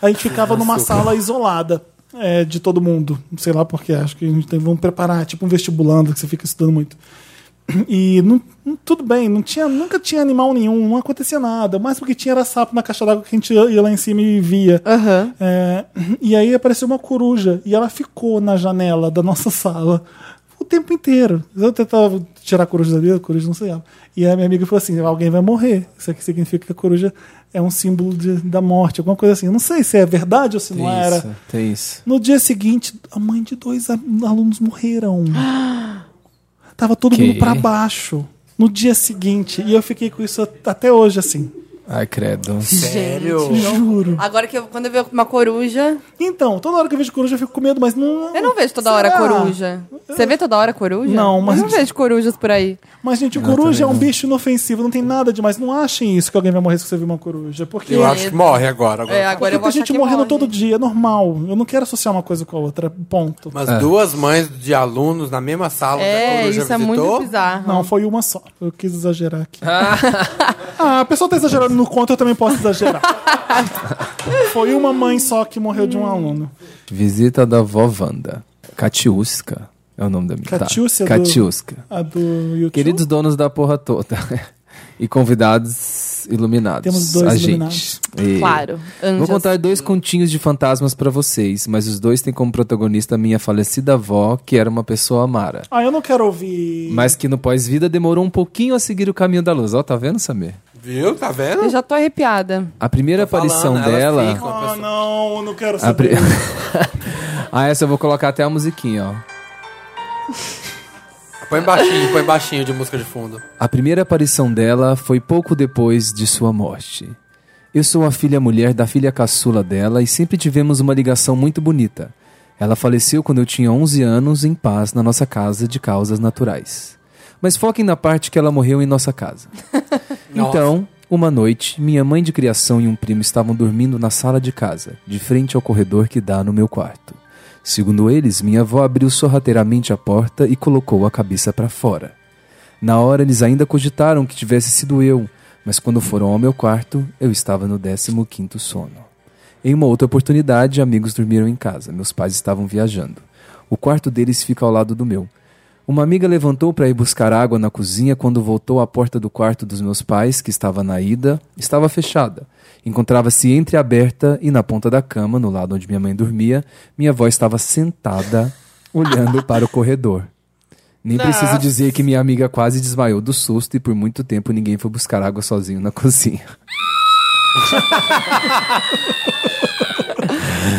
Speaker 3: A gente ficava numa sala isolada é, de todo mundo. Não sei lá porquê. Acho que a gente tem, vamos preparar, tipo um vestibulando que você fica estudando muito. E não- não- tudo bem, não tinha, nunca tinha animal nenhum, não acontecia nada. O máximo que tinha era sapo na caixa d'água que a gente ia ia lá em cima e via.
Speaker 5: Aham.
Speaker 3: É, e aí apareceu uma coruja e ela ficou na janela da nossa sala o tempo inteiro. Eu tentava tirar a coruja dali, a coruja não saía. E a minha amiga falou assim: alguém vai morrer. Isso aqui significa que a coruja é um símbolo de- da morte, alguma coisa assim. Eu não sei se é verdade ou se não
Speaker 6: Tem
Speaker 3: era.
Speaker 6: isso, tem isso.
Speaker 3: No dia seguinte, a mãe de dois a- alunos morreram. Tava todo
Speaker 6: Que?
Speaker 3: mundo pra baixo. No dia seguinte. E eu fiquei com isso at- até hoje, assim.
Speaker 6: Ai, credo.
Speaker 4: Sério?
Speaker 3: Juro.
Speaker 5: Agora que eu, quando eu vejo uma coruja.
Speaker 3: Então, toda hora que eu vejo coruja, eu fico com medo, mas não.
Speaker 5: Eu não vejo toda hora
Speaker 3: Será?
Speaker 5: coruja. Você vê toda hora coruja?
Speaker 3: Não, mas-
Speaker 5: Eu não vejo corujas por aí.
Speaker 3: Mas, gente, o coruja é um bicho inofensivo, não tem nada demais. Não achem isso que alguém vai morrer se você ver uma coruja. Porque,
Speaker 4: Eu acho que morre agora. agora.
Speaker 5: É, agora
Speaker 3: porque
Speaker 5: eu vou
Speaker 3: tem
Speaker 5: achar
Speaker 3: gente
Speaker 5: que
Speaker 3: morrendo
Speaker 5: morre.
Speaker 3: todo dia, é normal. Eu não quero associar uma coisa com a outra. Ponto.
Speaker 4: Mas duas mães de alunos na mesma sala né, onde a
Speaker 5: É,
Speaker 4: coruja
Speaker 5: isso é
Speaker 4: visitou.
Speaker 5: muito bizarro.
Speaker 3: Não, foi uma só. Eu quis exagerar aqui. ah, a pessoa tá exagerando no conto, eu também posso exagerar. foi uma mãe só que morreu de um aluno.
Speaker 6: Visita da vó Wanda. Catiusca é o nome da minha.
Speaker 3: Catiúcia do-
Speaker 6: tá. Catiusca.
Speaker 3: A do YouTube.
Speaker 6: Queridos donos da porra toda. e convidados iluminados.
Speaker 3: Temos dois
Speaker 6: a
Speaker 3: iluminados.
Speaker 6: Gente. E-
Speaker 5: Claro.
Speaker 6: Vou
Speaker 5: Anjas.
Speaker 6: contar dois continhos de fantasmas pra vocês, mas os dois têm como protagonista minha falecida avó, que era uma pessoa amara.
Speaker 3: Ah, eu não quero ouvir.
Speaker 6: Mas que no pós-vida demorou um pouquinho a seguir o caminho da luz. Ó, tá vendo, Samir?
Speaker 4: Viu? Tá vendo?
Speaker 5: Eu já tô arrepiada.
Speaker 6: é A primeira aparição
Speaker 4: Falando, elas
Speaker 6: dela.
Speaker 4: ficam, assim. a
Speaker 3: Ah,
Speaker 4: pessoa-
Speaker 3: não, não quero
Speaker 6: A pri-
Speaker 3: saber.
Speaker 6: ah, essa eu vou colocar até a musiquinha, ó.
Speaker 4: Põe baixinho, põe baixinho de música de fundo.
Speaker 6: A primeira aparição dela foi pouco depois de sua morte. Eu sou a filha mulher da filha caçula dela e sempre tivemos uma ligação muito bonita. Ela faleceu quando eu tinha 11 anos, em paz, na nossa casa de causas naturais. Mas foquem na parte que ela morreu em nossa casa. então, uma noite, minha mãe de criação e um primo estavam dormindo na sala de casa, de frente ao corredor que dá no meu quarto. Segundo eles, minha avó abriu sorrateiramente a porta e colocou a cabeça para fora. Na hora eles ainda cogitaram que tivesse sido eu, mas quando foram ao meu quarto, eu estava no 15º sono. Em uma outra oportunidade, amigos dormiram em casa. Meus pais estavam viajando. O quarto deles fica ao lado do meu. Uma amiga levantou para ir buscar água na cozinha quando voltou à porta do quarto dos meus pais, que estava na ida, estava fechada. Encontrava-se entreaberta e na ponta da cama, no lado onde minha mãe dormia, minha avó estava sentada, olhando para o corredor. Nem preciso dizer que minha amiga quase desmaiou do susto e por muito tempo ninguém foi buscar água sozinho na cozinha.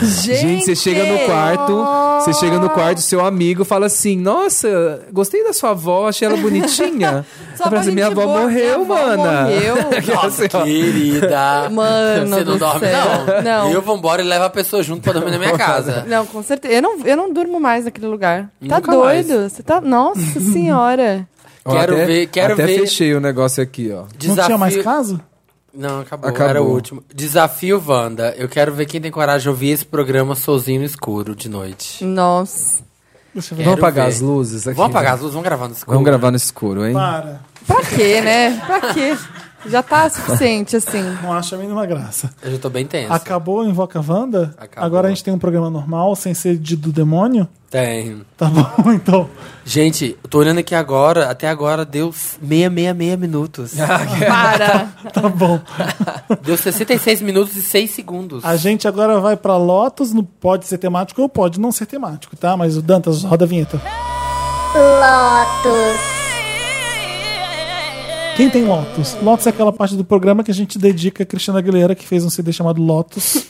Speaker 5: Gente,
Speaker 6: Gente, você chega no quarto, você chega no quarto, seu amigo fala assim: Nossa, gostei da sua avó, achei ela bonitinha. Ela
Speaker 5: Só
Speaker 6: fala assim,
Speaker 5: pra
Speaker 6: minha
Speaker 5: gente
Speaker 6: avó
Speaker 5: boa,
Speaker 6: morreu,
Speaker 5: minha avó
Speaker 6: mana.
Speaker 5: morreu.
Speaker 4: Nossa, querida.
Speaker 5: Mano
Speaker 4: Você não
Speaker 5: do
Speaker 4: dorme,
Speaker 5: céu. né?
Speaker 4: não.
Speaker 5: Não.
Speaker 4: Eu vou embora e levo a pessoa junto pra dormir na minha casa.
Speaker 5: Não, com certeza. Eu não, eu não durmo mais naquele lugar. Tá
Speaker 4: Nunca
Speaker 5: doido? Você tá. Nossa senhora.
Speaker 6: Ó,
Speaker 4: Quero
Speaker 6: até-
Speaker 4: ver, quero
Speaker 6: até
Speaker 4: ver.
Speaker 6: fechei o negócio aqui, ó.
Speaker 3: Não
Speaker 4: Desafio...
Speaker 3: tinha mais caso?
Speaker 4: Não, acabou.
Speaker 6: Acabou.
Speaker 4: Era o último. Desafio Wanda. Eu quero ver quem tem coragem de ouvir esse programa sozinho no escuro de noite.
Speaker 5: Nossa.
Speaker 3: Deixa eu ver.
Speaker 6: Vamos apagar
Speaker 4: ver.
Speaker 6: as luzes aqui. né?
Speaker 4: Vamos apagar as luzes, vamos gravar no escuro.
Speaker 6: Vamos gravar no escuro, hein?
Speaker 3: Para.
Speaker 5: Pra quê, né? Pra quê? Já tá suficiente, assim.
Speaker 3: Não acha a mínima graça.
Speaker 4: Eu já tô bem tenso.
Speaker 3: Acabou o Invoca Wanda?
Speaker 4: Tá Acabou.
Speaker 3: Agora a gente tem um programa normal, sem ser de do demônio?
Speaker 4: Tem.
Speaker 3: Tá bom, então.
Speaker 4: Gente, eu tô olhando aqui agora, até agora deu 666 minutos.
Speaker 3: Ah.
Speaker 5: Para.
Speaker 3: Tá bom.
Speaker 4: deu 66 minutos e 6 segundos.
Speaker 3: A gente agora vai pra Lotus, no pode ser temático ou pode não ser temático, tá? Mas o Dantas, roda a vinheta.
Speaker 2: Lotus.
Speaker 3: Quem tem Lotus? Lotus é aquela parte do programa que a gente dedica a Cristina Aguilera, que fez um CD chamado Lotus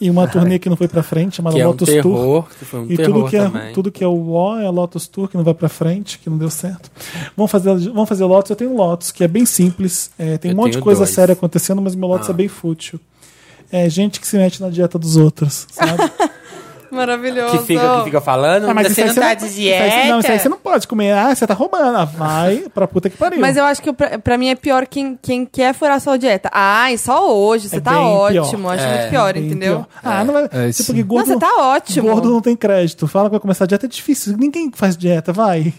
Speaker 3: e uma turnê que não foi pra frente, chamada
Speaker 4: Que é um
Speaker 3: Lotus Tour.
Speaker 4: terror. Que foi um
Speaker 3: E
Speaker 4: terror
Speaker 3: tudo que, é,
Speaker 4: também.
Speaker 3: tudo que é o O é Lotus Tour, que não vai pra frente, que não deu certo. Vamos fazer, vamos fazer Lotus. Eu tenho Lotus, que é bem simples. É, tem um
Speaker 4: Eu
Speaker 3: monte de
Speaker 4: tenho
Speaker 3: coisa
Speaker 4: dois. Ah.
Speaker 3: séria acontecendo, mas meu Lotus é bem fútil. É gente que se mete na dieta dos outros, sabe?
Speaker 5: Maravilhoso.
Speaker 4: Que fica, que fica falando.
Speaker 3: Ah, mas
Speaker 4: você
Speaker 3: isso aí
Speaker 4: não
Speaker 3: você
Speaker 4: tá
Speaker 3: não-
Speaker 4: de
Speaker 3: isso aí você- não, isso aí
Speaker 4: dieta.
Speaker 3: você não pode comer. Ah, você tá roubando. Ah, vai pra puta que pariu.
Speaker 5: Mas eu acho que pra, pra mim é pior quem, quem quer furar sua dieta. Ai, só hoje, você
Speaker 3: É
Speaker 5: tá
Speaker 3: bem
Speaker 5: ótimo. Acho
Speaker 4: É,
Speaker 5: muito pior,
Speaker 3: Bem
Speaker 5: entendeu?
Speaker 3: pior. Ah, não vai.
Speaker 1: É,
Speaker 3: Tipo,
Speaker 1: sim.
Speaker 3: porque
Speaker 5: Não,
Speaker 3: gordo,
Speaker 5: você tá ótimo.
Speaker 3: gordo não tem crédito. Fala que vai começar a dieta, é difícil. Ninguém faz dieta, vai.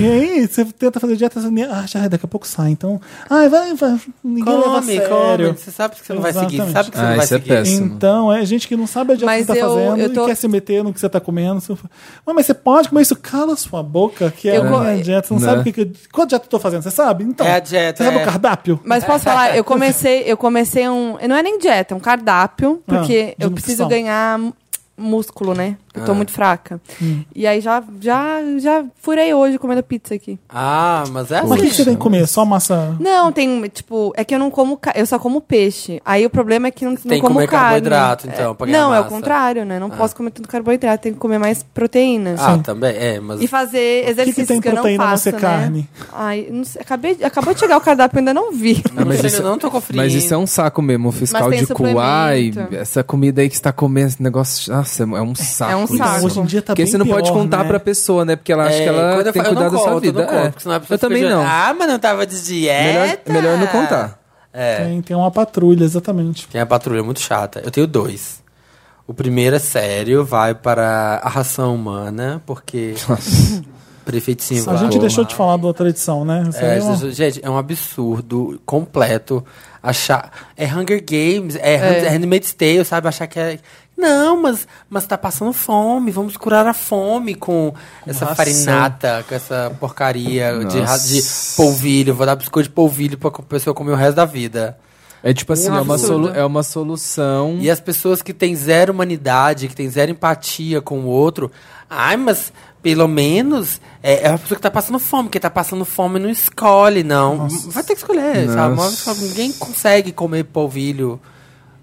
Speaker 3: E aí, você tenta fazer dieta, você nem- acha, ah, daqui a pouco sai. Então, ai, vai, vai. Ninguém leva a
Speaker 4: Come,
Speaker 3: sério.
Speaker 4: come. Você sabe que você não vai seguir. Você
Speaker 3: Exatamente.
Speaker 4: sabe que você
Speaker 1: Ah,
Speaker 4: não vai
Speaker 1: isso é
Speaker 4: seguir.
Speaker 1: péssimo.
Speaker 3: Então, é gente que não sabe a dieta
Speaker 5: Mas
Speaker 3: que tá
Speaker 5: eu-
Speaker 3: fazendo
Speaker 5: eu tô-
Speaker 3: e quer se meter no que você tá comendo. Você fala, "Ué, mas você pode comer isso? Cala sua boca, que é
Speaker 5: Eu
Speaker 3: a
Speaker 5: co-
Speaker 3: minha dieta. Você não
Speaker 1: Né?
Speaker 3: sabe o que, que eu- Qual dieta eu tô fazendo? Você sabe? Então.
Speaker 4: É a dieta,
Speaker 3: Você sabe
Speaker 4: é.
Speaker 3: o cardápio?
Speaker 5: Mas posso falar, eu comecei, eu comecei um. Não é nem dieta, é um cardápio,
Speaker 3: Ah,
Speaker 5: porque
Speaker 3: de
Speaker 5: eu preciso
Speaker 3: nutrição.
Speaker 5: ganhar mu- músculo, né? Eu
Speaker 4: Ah.
Speaker 5: tô muito fraca.
Speaker 3: Hum.
Speaker 5: E aí já, já, já furei hoje comendo pizza aqui.
Speaker 4: Ah, mas é
Speaker 3: Mas o que, que você
Speaker 4: assim.
Speaker 3: tem que comer? Só massa.
Speaker 5: Não, tem, tipo, é que eu não como, ca- eu só como peixe. Aí o problema é que não, não
Speaker 4: Tem que
Speaker 5: como
Speaker 4: comer
Speaker 5: carne.
Speaker 4: carboidrato, então, pra ganhar
Speaker 5: Não, é o
Speaker 4: massa.
Speaker 5: contrário, né? Não posso comer tanto carboidrato, tem que comer mais proteína.
Speaker 3: assim?
Speaker 4: Ah, também. É, mas.
Speaker 5: E fazer
Speaker 3: que
Speaker 5: exercícios que,
Speaker 3: tem
Speaker 5: eu não
Speaker 3: proteína a não
Speaker 5: faço,
Speaker 3: ser
Speaker 5: né?
Speaker 3: carne?
Speaker 5: Ai, não sei, acabei, acabou de chegar o cardápio, ainda não vi.
Speaker 4: Não,
Speaker 1: mas
Speaker 4: chega,
Speaker 1: isso-
Speaker 4: não tô com frio.
Speaker 1: Mas isso é um saco mesmo, o fiscal
Speaker 5: tem
Speaker 1: de cuá e
Speaker 5: suplemento.
Speaker 1: essa comida aí que você tá comendo, esse negócio. Nossa, é um saco.
Speaker 5: um
Speaker 1: isso.
Speaker 5: saco.
Speaker 3: Hoje em dia tá
Speaker 1: Porque
Speaker 3: bem
Speaker 1: você não pode
Speaker 3: pior,
Speaker 1: contar
Speaker 3: né?
Speaker 1: pra pessoa, né? Porque ela acha que ela
Speaker 4: É, quando
Speaker 1: tem
Speaker 4: eu falo- eu
Speaker 1: cuidar
Speaker 4: não
Speaker 1: da sua
Speaker 4: conto, eu
Speaker 1: vida.
Speaker 4: não conto,
Speaker 1: é.
Speaker 4: porque senão a pessoa
Speaker 1: eu
Speaker 4: fica
Speaker 1: também
Speaker 4: dizendo,
Speaker 1: não.
Speaker 4: Ah, mas não tava de
Speaker 1: Melhor,
Speaker 4: dieta.
Speaker 1: melhor não contar.
Speaker 4: É.
Speaker 3: Tem, tem uma patrulha, exatamente.
Speaker 4: Tem a patrulha muito chata. Eu tenho dois. O primeiro é sério, vai para a ração humana, porque. Prefeitinho
Speaker 3: A
Speaker 4: vai
Speaker 3: gente
Speaker 4: lá.
Speaker 3: deixou de falar da outra edição, né? Isso aí
Speaker 4: É,
Speaker 3: é uma-
Speaker 4: gente, gente, é um absurdo completo achar. É Hunger Games, é, Hand- é Handmaid's Tale, sabe? Achar que é. Não, mas, mas tá passando fome, vamos curar a fome com essa farinata, com essa porcaria de, ra- de polvilho. Vou dar biscoito de polvilho pra co- pessoa comer o resto da vida.
Speaker 1: É tipo assim,
Speaker 5: Um
Speaker 1: é, uma
Speaker 5: absurdo.
Speaker 1: solu- é uma solução.
Speaker 4: E as pessoas que têm zero humanidade, que têm zero empatia com o outro, ai, mas pelo menos é, é uma pessoa que tá passando fome, quem tá passando fome não escolhe, não. Vai ter que escolher, sabe? Uma
Speaker 1: Nossa.
Speaker 4: pessoa- ninguém consegue comer polvilho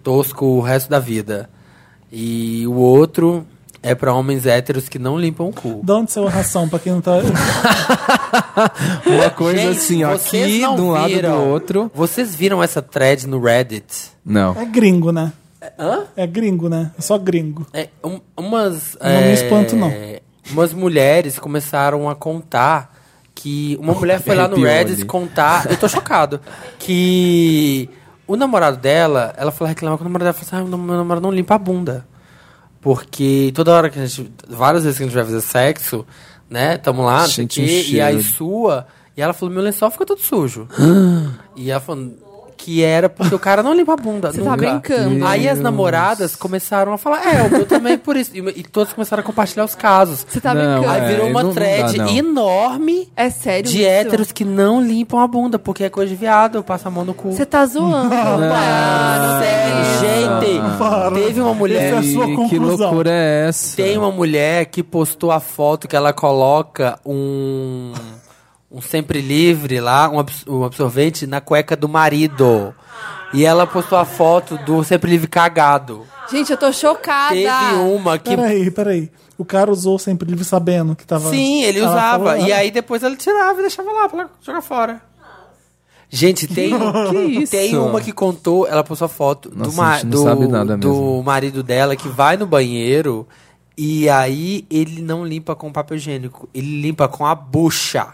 Speaker 4: tosco o resto da vida. E o outro é pra homens héteros que não limpam o cu.
Speaker 3: De onde saiu a ração, pra quem não tá.
Speaker 1: Uma coisa
Speaker 4: Gente,
Speaker 1: assim, ó,
Speaker 4: vocês
Speaker 1: aqui
Speaker 4: não
Speaker 1: de um lado e do
Speaker 4: viram.
Speaker 1: outro.
Speaker 4: Vocês viram essa thread no Reddit?
Speaker 1: Não.
Speaker 3: É gringo, né? É gringo, né? É só gringo.
Speaker 4: É, um- umas. é,
Speaker 3: Não me espanto, não.
Speaker 4: Umas mulheres começaram a contar que. Uma mulher foi lá no
Speaker 1: arrepiou
Speaker 4: Reddit
Speaker 1: ali.
Speaker 4: contar. Eu tô chocado. Que o namorado dela, ela falou reclamar que o namorado dela falou assim: ah, meu namorado não limpa a bunda. Porque toda hora que a gente. Várias vezes que a gente vai fazer sexo, né? Tamo lá, não sei o
Speaker 1: Sente um
Speaker 4: quê, e aí
Speaker 1: cheiro.
Speaker 4: sua. E ela falou: meu lençol fica todo sujo. e ela falou. Que era porque o cara não limpa a bunda.
Speaker 5: Você
Speaker 4: nunca.
Speaker 5: tá brincando.
Speaker 4: Aí as namoradas começaram a falar, é, o meu também por isso. E, e todos começaram a compartilhar os casos.
Speaker 5: Você tá
Speaker 1: Não,
Speaker 5: brincando.
Speaker 4: Aí virou
Speaker 1: É,
Speaker 4: uma
Speaker 1: não- não
Speaker 4: thread
Speaker 1: dá, não.
Speaker 4: enorme
Speaker 5: É sério
Speaker 4: de
Speaker 5: isso?
Speaker 4: héteros que não limpam a bunda, porque é coisa de viado, passa a mão no cu.
Speaker 5: Você tá zoando. Ah,
Speaker 4: Sério, gente, teve uma mulher.
Speaker 3: Essa é a sua
Speaker 1: E que
Speaker 3: conclusão.
Speaker 1: loucura é essa?
Speaker 4: Tem uma mulher que postou a foto que ela coloca um. Um sempre livre lá, um, abs- um absorvente na cueca do marido. E ela postou a foto do sempre livre cagado.
Speaker 5: Gente, eu tô chocada.
Speaker 4: Teve um- uma que.
Speaker 3: Peraí, peraí. O cara usou sempre livre sabendo que tava.
Speaker 4: Sim, ele
Speaker 3: Ela
Speaker 4: usava.
Speaker 3: falou,
Speaker 4: e
Speaker 1: né?
Speaker 3: ah,
Speaker 4: aí depois ele tirava e deixava lá pra ela jogar fora. é Gente, tem, tem uma que contou, ela postou a foto do,
Speaker 1: Nossa,
Speaker 4: ma
Speaker 1: a gente não
Speaker 4: do,
Speaker 1: sabe nada
Speaker 4: do
Speaker 1: mesmo.
Speaker 4: marido dela que vai no banheiro e aí ele não limpa com papel higiênico, ele limpa com a bucha.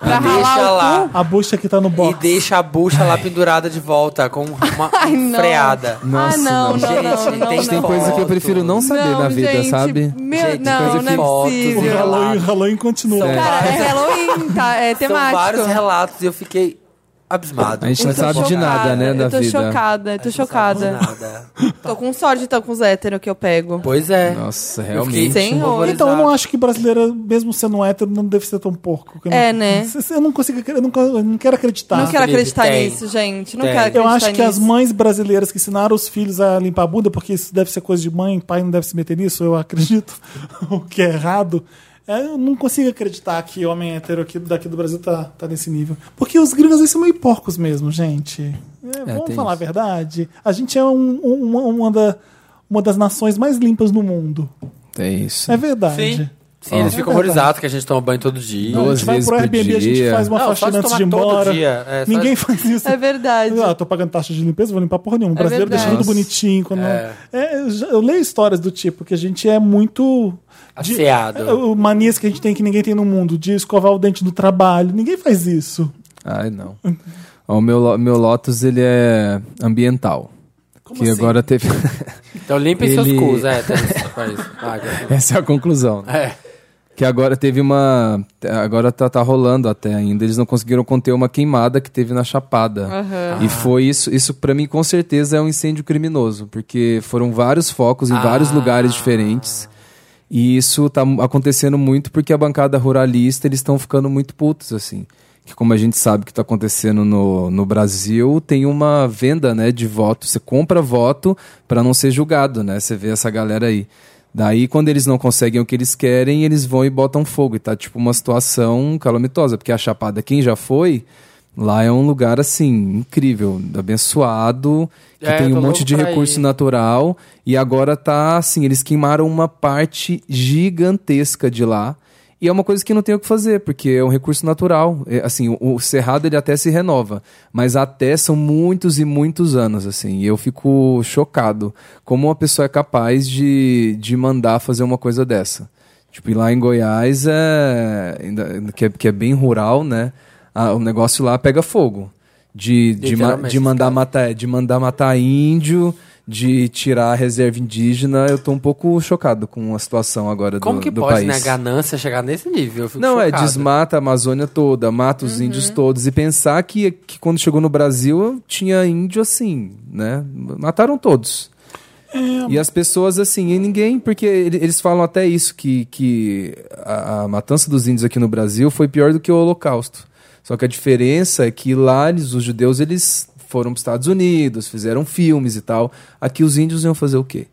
Speaker 5: Pra
Speaker 4: deixa
Speaker 5: ralar o
Speaker 4: lá.
Speaker 3: A bucha que tá no
Speaker 4: E
Speaker 3: box.
Speaker 4: deixa a bucha lá pendurada de volta com uma
Speaker 5: Ai, não.
Speaker 4: freada.
Speaker 5: ah,
Speaker 1: Nossa,
Speaker 5: não, não,
Speaker 4: não.
Speaker 5: não,
Speaker 4: Gente,
Speaker 5: não,
Speaker 4: tem-
Speaker 5: não.
Speaker 1: Tem coisa que eu prefiro não saber
Speaker 5: Não,
Speaker 1: na vida,
Speaker 5: gente,
Speaker 1: sabe?
Speaker 5: Meu,
Speaker 4: Gente,
Speaker 5: não,
Speaker 4: coisa
Speaker 5: não
Speaker 4: que
Speaker 5: é
Speaker 4: foto,
Speaker 3: O
Speaker 5: possível.
Speaker 4: relato.
Speaker 3: Halloween, o Halloween continua.
Speaker 4: São-
Speaker 5: Cara, é Halloween, tá? É
Speaker 4: São
Speaker 5: temático.
Speaker 4: vários relatos e eu fiquei abismado.
Speaker 1: A gente
Speaker 5: Eu
Speaker 1: não
Speaker 5: tô
Speaker 1: sabe de nada, né, da
Speaker 5: Eu tô
Speaker 1: vida.
Speaker 5: chocada, eu tô chocada.
Speaker 4: Nada.
Speaker 5: Tô com sorte, então, com os héteros que eu pego.
Speaker 4: Pois é.
Speaker 1: Nossa,
Speaker 4: fiquei-
Speaker 1: realmente.
Speaker 5: Senhor.
Speaker 3: Então, eu não acho que brasileira, mesmo sendo um hétero, não deve ser tão porco. Eu
Speaker 5: É,
Speaker 3: não-
Speaker 5: né?
Speaker 3: Eu não consigo, eu não, eu não quero acreditar.
Speaker 5: Não quero
Speaker 4: Felipe,
Speaker 5: acreditar
Speaker 4: tem.
Speaker 5: nisso, gente. Não
Speaker 4: Tem.
Speaker 5: quero acreditar
Speaker 6: tá
Speaker 3: Eu acho que as
Speaker 5: nisso.
Speaker 3: mães brasileiras que ensinaram os filhos a limpar a bunda, porque isso deve ser coisa de mãe, pai não deve se meter nisso, eu acredito, o que é errado, É, eu não consigo acreditar que homem hétero aqui, daqui do Brasil tá, tá nesse nível. Porque os gringos às vezes são meio porcos mesmo, gente. É, vamos
Speaker 6: tem
Speaker 3: falar a
Speaker 6: isso.
Speaker 3: verdade. A gente é um- um- uma, uma da- uma das nações mais limpas do mundo.
Speaker 6: Tem isso.
Speaker 3: É verdade.
Speaker 4: Sim. Sim, eles ficam horrorizados que a gente toma banho todo dia.
Speaker 3: A
Speaker 6: Duas
Speaker 3: gente vai
Speaker 6: vezes
Speaker 3: pro
Speaker 6: por
Speaker 3: Airbnb, a gente
Speaker 6: dia.
Speaker 3: faz uma
Speaker 4: Não, só de
Speaker 3: faxina antes
Speaker 4: tomar
Speaker 3: de ir
Speaker 4: todo
Speaker 3: embora.
Speaker 4: dia, é, só-
Speaker 3: Ninguém faz isso.
Speaker 5: É verdade.
Speaker 3: Ah, tô pagando taxa de limpeza, vou limpar porra nenhuma. O
Speaker 5: É
Speaker 3: brasileiro deixa
Speaker 5: verdade.
Speaker 3: tudo bonitinho. Quando
Speaker 4: É.
Speaker 3: É, eu, já- eu leio histórias do tipo, que a gente é muito. de-
Speaker 4: Asseado.
Speaker 3: É, o- manias que a gente tem que ninguém tem no mundo, de escovar o dente do trabalho. Ninguém faz isso.
Speaker 6: Ai, não. Ó, o meu, lo- meu Lotus, ele é ambiental.
Speaker 3: Como
Speaker 6: que
Speaker 3: assim?
Speaker 6: agora teve...
Speaker 4: Então limpem seus
Speaker 6: Ele-
Speaker 4: cus, é, tem isso, faz isso. Ah, que-
Speaker 6: Essa é a conclusão, né?
Speaker 4: É.
Speaker 6: Que agora teve uma... Agora tá, tá rolando até ainda. Eles não conseguiram conter uma queimada que teve na Chapada. E foi isso... Isso pra mim, com certeza, é um incêndio criminoso. Porque foram vários focos em vários
Speaker 4: Ah.
Speaker 6: lugares diferentes. E isso tá mu- acontecendo muito porque a bancada ruralista, eles estão ficando muito putos, assim. Que como a gente sabe que tá acontecendo no, no Brasil, tem uma venda, né, de voto. Você compra voto para não ser julgado, né? Você vê essa galera aí. Daí, quando eles não conseguem o que eles querem, eles vão e botam fogo. E tá, tipo, uma situação calamitosa. Porque a Chapada, quem já foi... Lá é um lugar, assim, incrível, abençoado, que
Speaker 4: É,
Speaker 6: tem
Speaker 4: tô
Speaker 6: um monte
Speaker 4: louco
Speaker 6: de
Speaker 4: pra
Speaker 6: recurso
Speaker 4: ir.
Speaker 6: natural e agora tá assim, eles queimaram uma parte gigantesca de lá. E é uma coisa que não tem o que fazer, porque é um recurso natural. É, assim, o, o cerrado ele até se renova, mas até são muitos e muitos anos, assim. E eu fico chocado como uma pessoa é capaz de, de mandar fazer uma coisa dessa. Tipo, e lá em Goiás, é, ainda- que, é, que é bem rural, né? Ah, o negócio lá pega fogo. De, de, ma-
Speaker 4: Literalmente,
Speaker 6: de mandar matar, de mandar matar índio, de tirar a reserva indígena. Eu tô um pouco chocado com a situação agora
Speaker 4: Como
Speaker 6: do,
Speaker 4: que
Speaker 6: do país.
Speaker 4: pode, né, a ganância chegar nesse nível? Eu fico
Speaker 6: Não, é
Speaker 4: chocado.
Speaker 6: desmata a Amazônia toda, mata os índios todos. E pensar que, que quando chegou no Brasil tinha índio assim, né? Mataram todos.
Speaker 3: É,
Speaker 6: E as pessoas assim, e ninguém, porque ele- eles falam até isso, que, que a, a matança dos índios aqui no Brasil foi pior do que o Holocausto. Só que a diferença é que lá eles, os judeus, eles foram para os Estados Unidos, fizeram filmes e tal. Aqui os índios iam fazer o quê?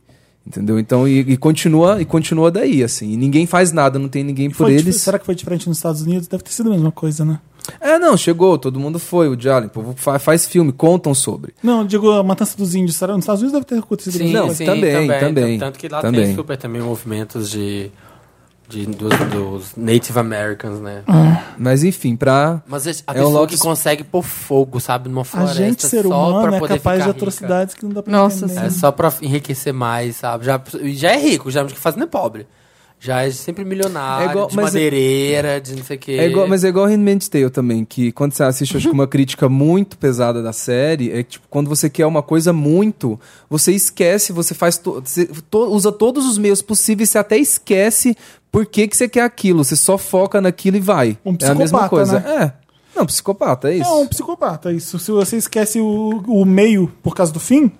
Speaker 6: Entendeu? Então, e, e continua e continua daí, assim. E ninguém faz nada, não tem ninguém
Speaker 3: E
Speaker 6: por
Speaker 3: foi dif-
Speaker 6: eles.
Speaker 3: Será que foi diferente nos Estados Unidos? Deve ter sido a mesma coisa, né?
Speaker 6: É, não, chegou, todo mundo foi, o Jalen, o povo fa- faz filme, contam sobre.
Speaker 3: Não, digo, a matança dos índios. Será? Nos Estados Unidos deve ter acontecido a
Speaker 4: Sim,
Speaker 3: mesma
Speaker 6: Não,
Speaker 4: sim,
Speaker 6: também,
Speaker 4: também,
Speaker 6: também,
Speaker 4: Tanto que lá
Speaker 6: também.
Speaker 4: tem super também movimentos de, de dos, dos Native Americans, né?
Speaker 6: Mas enfim, pra.
Speaker 4: Mas gente, a
Speaker 6: Ah. É um
Speaker 4: pessoa
Speaker 6: Lotus-
Speaker 4: que consegue pôr fogo, sabe, numa
Speaker 3: A
Speaker 4: floresta
Speaker 3: gente, ser
Speaker 4: só
Speaker 3: humano,
Speaker 4: pra
Speaker 3: é
Speaker 4: poder
Speaker 3: capaz de
Speaker 4: ficar rica.
Speaker 3: atrocidades que não dá pra
Speaker 5: Nossa,
Speaker 3: entender.
Speaker 4: É só pra enriquecer mais, sabe? Já, já é rico, já que fazendo é pobre. Já é sempre milionário,
Speaker 6: É igual-
Speaker 4: de
Speaker 6: mas é-
Speaker 4: madeireira, de não sei o quê.
Speaker 6: É igual, mas é igual Handmaid's Tale também, que quando você assiste, acho que uma crítica muito pesada da série é que, tipo, quando você quer uma coisa muito, você esquece, você faz. to- você to- usa todos os meios possíveis, você até esquece por que, que você quer aquilo, você só foca naquilo e vai.
Speaker 3: Um
Speaker 6: é a mesma
Speaker 3: psicopata,
Speaker 6: coisa.
Speaker 3: né?
Speaker 6: É. Não, psicopata, é isso.
Speaker 3: É um psicopata, isso. Se você esquece o, o meio por causa do fim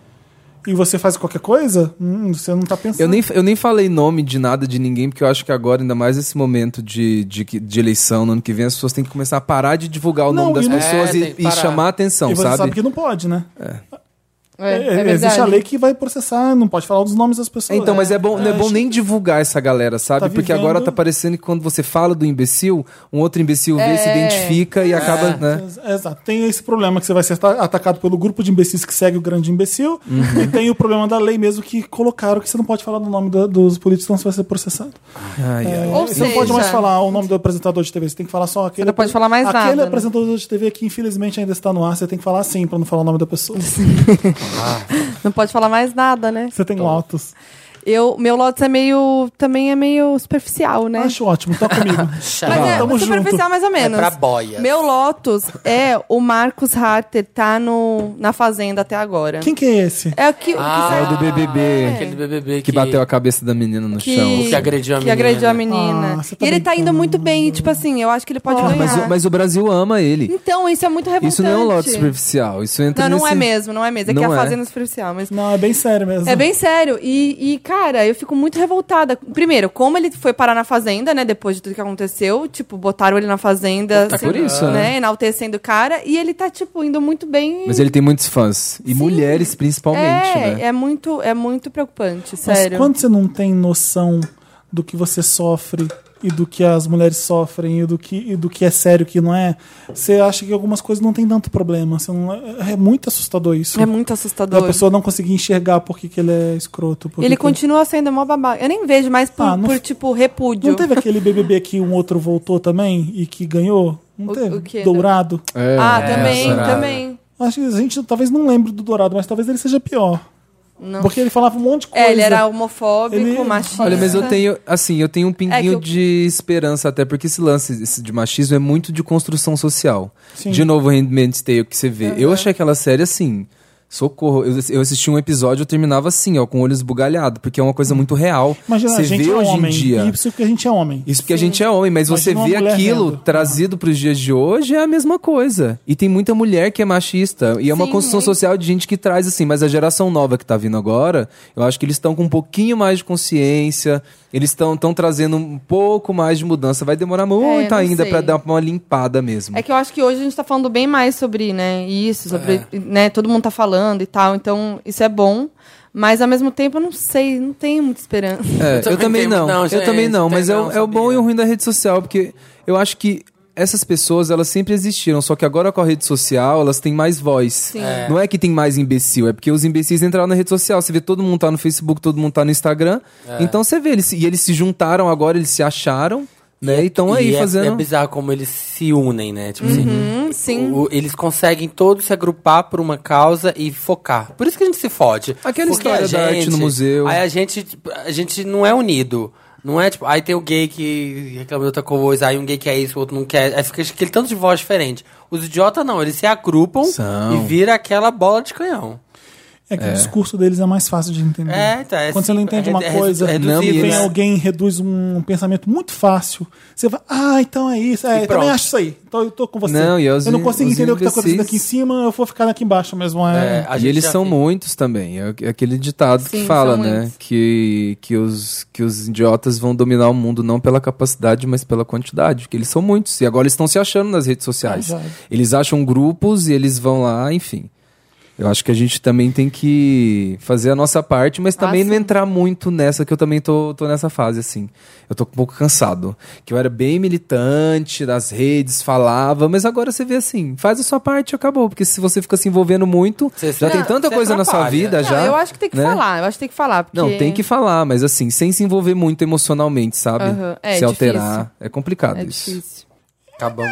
Speaker 3: e você faz qualquer coisa, hum, você não tá pensando.
Speaker 6: Eu nem, eu nem falei nome de nada de ninguém, porque eu acho que agora, ainda mais nesse momento de, de, que- de eleição no ano que vem, as pessoas têm que começar a parar de divulgar o
Speaker 3: Não,
Speaker 6: nome das
Speaker 3: e não-
Speaker 6: pessoas
Speaker 4: É,
Speaker 6: e-
Speaker 4: tem que
Speaker 6: e,
Speaker 4: parar.
Speaker 6: chamar a atenção,
Speaker 3: e você
Speaker 6: sabe?
Speaker 3: sabe? que não pode, né?
Speaker 5: É,
Speaker 3: É,
Speaker 5: é
Speaker 3: existe
Speaker 5: verdade.
Speaker 3: a lei que vai processar, não pode falar dos nomes das
Speaker 6: É,
Speaker 3: pessoas.
Speaker 6: Então, mas é bom, não é bom nem divulgar essa galera, sabe?
Speaker 3: Tá
Speaker 6: Porque
Speaker 3: vivendo-
Speaker 6: agora tá parecendo que quando você fala do imbecil, um outro imbecil vê,
Speaker 5: É.
Speaker 6: se identifica e acaba, né?
Speaker 3: Ex- Exato. Tem esse problema que você vai ser ata- atacado pelo grupo de imbecis que segue o grande imbecil.
Speaker 6: Uhum.
Speaker 3: E tem o problema da lei mesmo que colocaram que você não pode falar do nome do- dos políticos, senão você vai ser processado.
Speaker 6: Ai, ai.
Speaker 5: É. Ou
Speaker 3: você não pode
Speaker 5: seja-
Speaker 3: mais falar o nome do apresentador de TV, você tem que falar só aquele.
Speaker 5: Você não pode falar mais
Speaker 3: aquele
Speaker 5: nada, né?
Speaker 3: apresentador de TV que infelizmente ainda está no ar, você tem que falar sim pra não falar o nome da pessoa.
Speaker 5: Não pode falar mais nada, né?
Speaker 3: Você tem altos.
Speaker 5: Eu, meu Lotus é meio. também é meio superficial, né?
Speaker 3: Acho ótimo, tá comigo.
Speaker 5: Mas é
Speaker 3: Tamo
Speaker 5: superficial
Speaker 3: junto.
Speaker 5: mais ou menos.
Speaker 4: pra boia.
Speaker 5: Meu Lotus é o Marcos Harter, tá no, na Fazenda até agora.
Speaker 3: Quem que é esse?
Speaker 5: É o que, o que
Speaker 4: Ah,
Speaker 5: saiu
Speaker 6: É o do BBB
Speaker 4: Aquele BBB
Speaker 6: que bateu a cabeça da menina no
Speaker 5: que,
Speaker 6: chão.
Speaker 4: que agrediu a
Speaker 5: que
Speaker 4: menina.
Speaker 5: agrediu a menina.
Speaker 3: Ah, você tá
Speaker 5: e ele tá indo
Speaker 3: brincando.
Speaker 5: muito bem, tipo assim, eu acho que ele pode
Speaker 6: Ah,
Speaker 5: ganhar.
Speaker 6: mas, o, mas o Brasil ama ele.
Speaker 5: Então, isso é muito revoltante.
Speaker 6: Isso não é um lote superficial. Isso entra
Speaker 5: Não, não é
Speaker 6: nesse-
Speaker 5: mesmo, não é mesmo. É que
Speaker 6: Não
Speaker 5: a
Speaker 6: é.
Speaker 5: Fazenda é superficial, mas...
Speaker 3: Não, é bem sério mesmo.
Speaker 5: É bem sério. E, e, cara, eu fico muito revoltada. Primeiro, como ele foi parar na fazenda, né? Depois de tudo que aconteceu. Tipo, botaram ele na fazenda.
Speaker 6: Tá por isso,
Speaker 5: né?
Speaker 6: né?
Speaker 5: Enaltecendo o cara. E ele tá, tipo, indo muito bem.
Speaker 6: Mas ele tem muitos fãs. E mulheres, principalmente,
Speaker 5: é,
Speaker 6: né?
Speaker 5: é muito, é muito preocupante,
Speaker 3: Mas
Speaker 5: sério.
Speaker 3: quando você não tem noção do que você sofre e do que as mulheres sofrem e do que, e do que é sério que não é, você acha que algumas coisas não tem tanto problema. Você não- é é muito assustador isso.
Speaker 5: É muito
Speaker 3: Da
Speaker 5: assustador.
Speaker 3: pessoa não conseguir enxergar por que que ele é escroto. por que
Speaker 5: Ele
Speaker 3: que ele-
Speaker 5: continua sendo mó babado. Eu nem vejo mais por,
Speaker 3: Ah, não-
Speaker 5: por, tipo, repúdio.
Speaker 3: Não teve aquele BBB que um outro voltou também e que ganhou? Não
Speaker 5: O-
Speaker 3: teve?
Speaker 5: o quê? né?
Speaker 3: Dourado?
Speaker 6: É,
Speaker 5: Ah,
Speaker 6: é,
Speaker 5: também,
Speaker 6: será?
Speaker 5: também.
Speaker 3: Acho que a gente talvez não lembre do Dourado, mas talvez ele seja pior.
Speaker 5: Não.
Speaker 3: Porque ele falava um monte de coisa.
Speaker 5: É, ele era homofóbico,
Speaker 3: Ele-
Speaker 5: machista.
Speaker 6: Olha,
Speaker 3: É.
Speaker 6: mas eu tenho, assim, eu tenho um pinguinho
Speaker 5: eu-
Speaker 6: de esperança até, porque esse lance esse de machismo é muito de construção social.
Speaker 3: Sim.
Speaker 6: De novo, Handmaid's Tale que você vê. Eu achei aquela série assim, socorro. Eu, eu assisti um episódio, eu terminava assim, ó, com o olho esbugalhado, porque é uma coisa muito real.
Speaker 3: Imagina,
Speaker 6: você
Speaker 3: Hum. a gente
Speaker 6: vê
Speaker 3: é
Speaker 6: hoje
Speaker 3: homem.
Speaker 6: em dia.
Speaker 3: E isso porque a gente é homem.
Speaker 6: Isso porque a gente é homem, mas você
Speaker 3: Imagina uma
Speaker 6: vê
Speaker 3: mulher
Speaker 6: aquilo
Speaker 3: vendo.
Speaker 6: trazido para os dias de hoje é a mesma coisa. E tem muita mulher que é machista. E é uma
Speaker 5: Sim,
Speaker 6: construção
Speaker 5: muito.
Speaker 6: social de gente que traz assim, mas a geração nova que tá vindo agora, eu acho que eles estão com um pouquinho mais de consciência, eles estão tão trazendo um pouco mais de mudança. Vai
Speaker 3: É,
Speaker 6: demorar muito
Speaker 5: não
Speaker 6: ainda
Speaker 5: sei.
Speaker 6: para dar uma limpada mesmo.
Speaker 5: É que eu acho que hoje a gente tá falando bem mais sobre, né, isso, sobre,
Speaker 6: É.
Speaker 5: né, todo mundo tá falando e tal, então isso é bom, mas ao mesmo tempo eu não sei, não tenho muita esperança.
Speaker 6: É,
Speaker 4: Eu
Speaker 6: eu,
Speaker 4: também
Speaker 6: também
Speaker 4: tenho-
Speaker 6: não.
Speaker 4: não,
Speaker 6: eu
Speaker 4: gente,
Speaker 6: também não, mas
Speaker 4: tem
Speaker 6: é, o-
Speaker 4: não,
Speaker 6: é o bom
Speaker 4: sabia.
Speaker 6: e o ruim da rede social, porque eu acho que essas pessoas, elas sempre existiram, só que agora com a rede social, elas têm mais voz.
Speaker 5: É.
Speaker 6: Não é que tem mais imbecil, é porque os imbecis entraram na rede social. Você vê todo mundo tá no Facebook, todo mundo tá no Instagram.
Speaker 4: É.
Speaker 6: Então você vê, eles, se- e eles se juntaram agora, eles se acharam, né? E estão aí
Speaker 4: e é- É,
Speaker 6: fazendo. Uhum.
Speaker 4: bizarro como eles se unem, né? Tipo assim,
Speaker 5: Hum, sim.
Speaker 4: o- eles conseguem todos se agrupar por uma causa e focar. Por isso que a gente se fode.
Speaker 6: Aquela
Speaker 4: Porque
Speaker 6: história
Speaker 4: a
Speaker 6: da arte no museu.
Speaker 4: Aí a gente, tipo, a gente não é unido. Não é tipo, aí tem o gay que reclama de outra coisa, aí um gay quer isso, o outro não quer. Aí fica aquele tanto de voz diferente. Os idiotas não, eles se agrupam
Speaker 6: São.
Speaker 4: e vira aquela bola de canhão.
Speaker 3: É que o discurso deles é mais fácil de entender.
Speaker 4: É, tá, é-
Speaker 3: Quando você não entende
Speaker 4: é-
Speaker 3: uma
Speaker 4: é-
Speaker 3: coisa,
Speaker 4: é
Speaker 3: não,
Speaker 4: reduzido,
Speaker 3: vem
Speaker 4: né?
Speaker 3: alguém e reduz um pensamento muito fácil. Você vai, ah, então é isso. É, eu também
Speaker 4: pronto.
Speaker 3: acho isso aí. Então eu tô com você.
Speaker 6: Não, e os
Speaker 3: eu não
Speaker 6: im-
Speaker 3: consigo
Speaker 6: os
Speaker 3: entender o que tá acontecendo
Speaker 6: imbecis-
Speaker 3: aqui em cima, eu vou ficar aqui embaixo mesmo. É.
Speaker 4: É, a
Speaker 6: e
Speaker 4: gente
Speaker 6: eles
Speaker 4: já
Speaker 6: são
Speaker 4: fez.
Speaker 6: muitos também. É aqu- aquele ditado
Speaker 5: Sim,
Speaker 6: que fala,
Speaker 5: são
Speaker 6: né?
Speaker 5: muitos.
Speaker 6: Que, que, os, que os idiotas vão dominar o mundo não pela capacidade, mas pela quantidade. Porque eles são muitos. E agora eles estão se achando nas redes sociais.
Speaker 3: Verdade.
Speaker 6: Eles acham grupos e eles vão lá, enfim. Eu acho que a gente também tem que fazer a nossa parte,
Speaker 5: Ah,
Speaker 6: mas também não entrar muito nessa, que eu também tô, tô nessa fase, assim. Eu tô um pouco cansado. Que eu era bem militante das redes, falava, mas agora você vê assim, faz a sua parte e acabou. Porque se você fica se envolvendo muito,
Speaker 4: Você
Speaker 6: já
Speaker 4: se-
Speaker 6: tem tanta
Speaker 4: você
Speaker 6: coisa na sua
Speaker 4: atrapalha.
Speaker 6: vida
Speaker 4: Não,
Speaker 6: já.
Speaker 5: eu acho que tem que
Speaker 6: né?
Speaker 5: falar, eu acho que tem que falar, porque... é
Speaker 6: Não, tem que falar, mas assim, sem se envolver muito emocionalmente, sabe?
Speaker 5: Aham, é
Speaker 6: se
Speaker 5: difícil.
Speaker 6: alterar. É complicado
Speaker 5: É
Speaker 6: isso.
Speaker 5: difícil.
Speaker 4: Acabamos.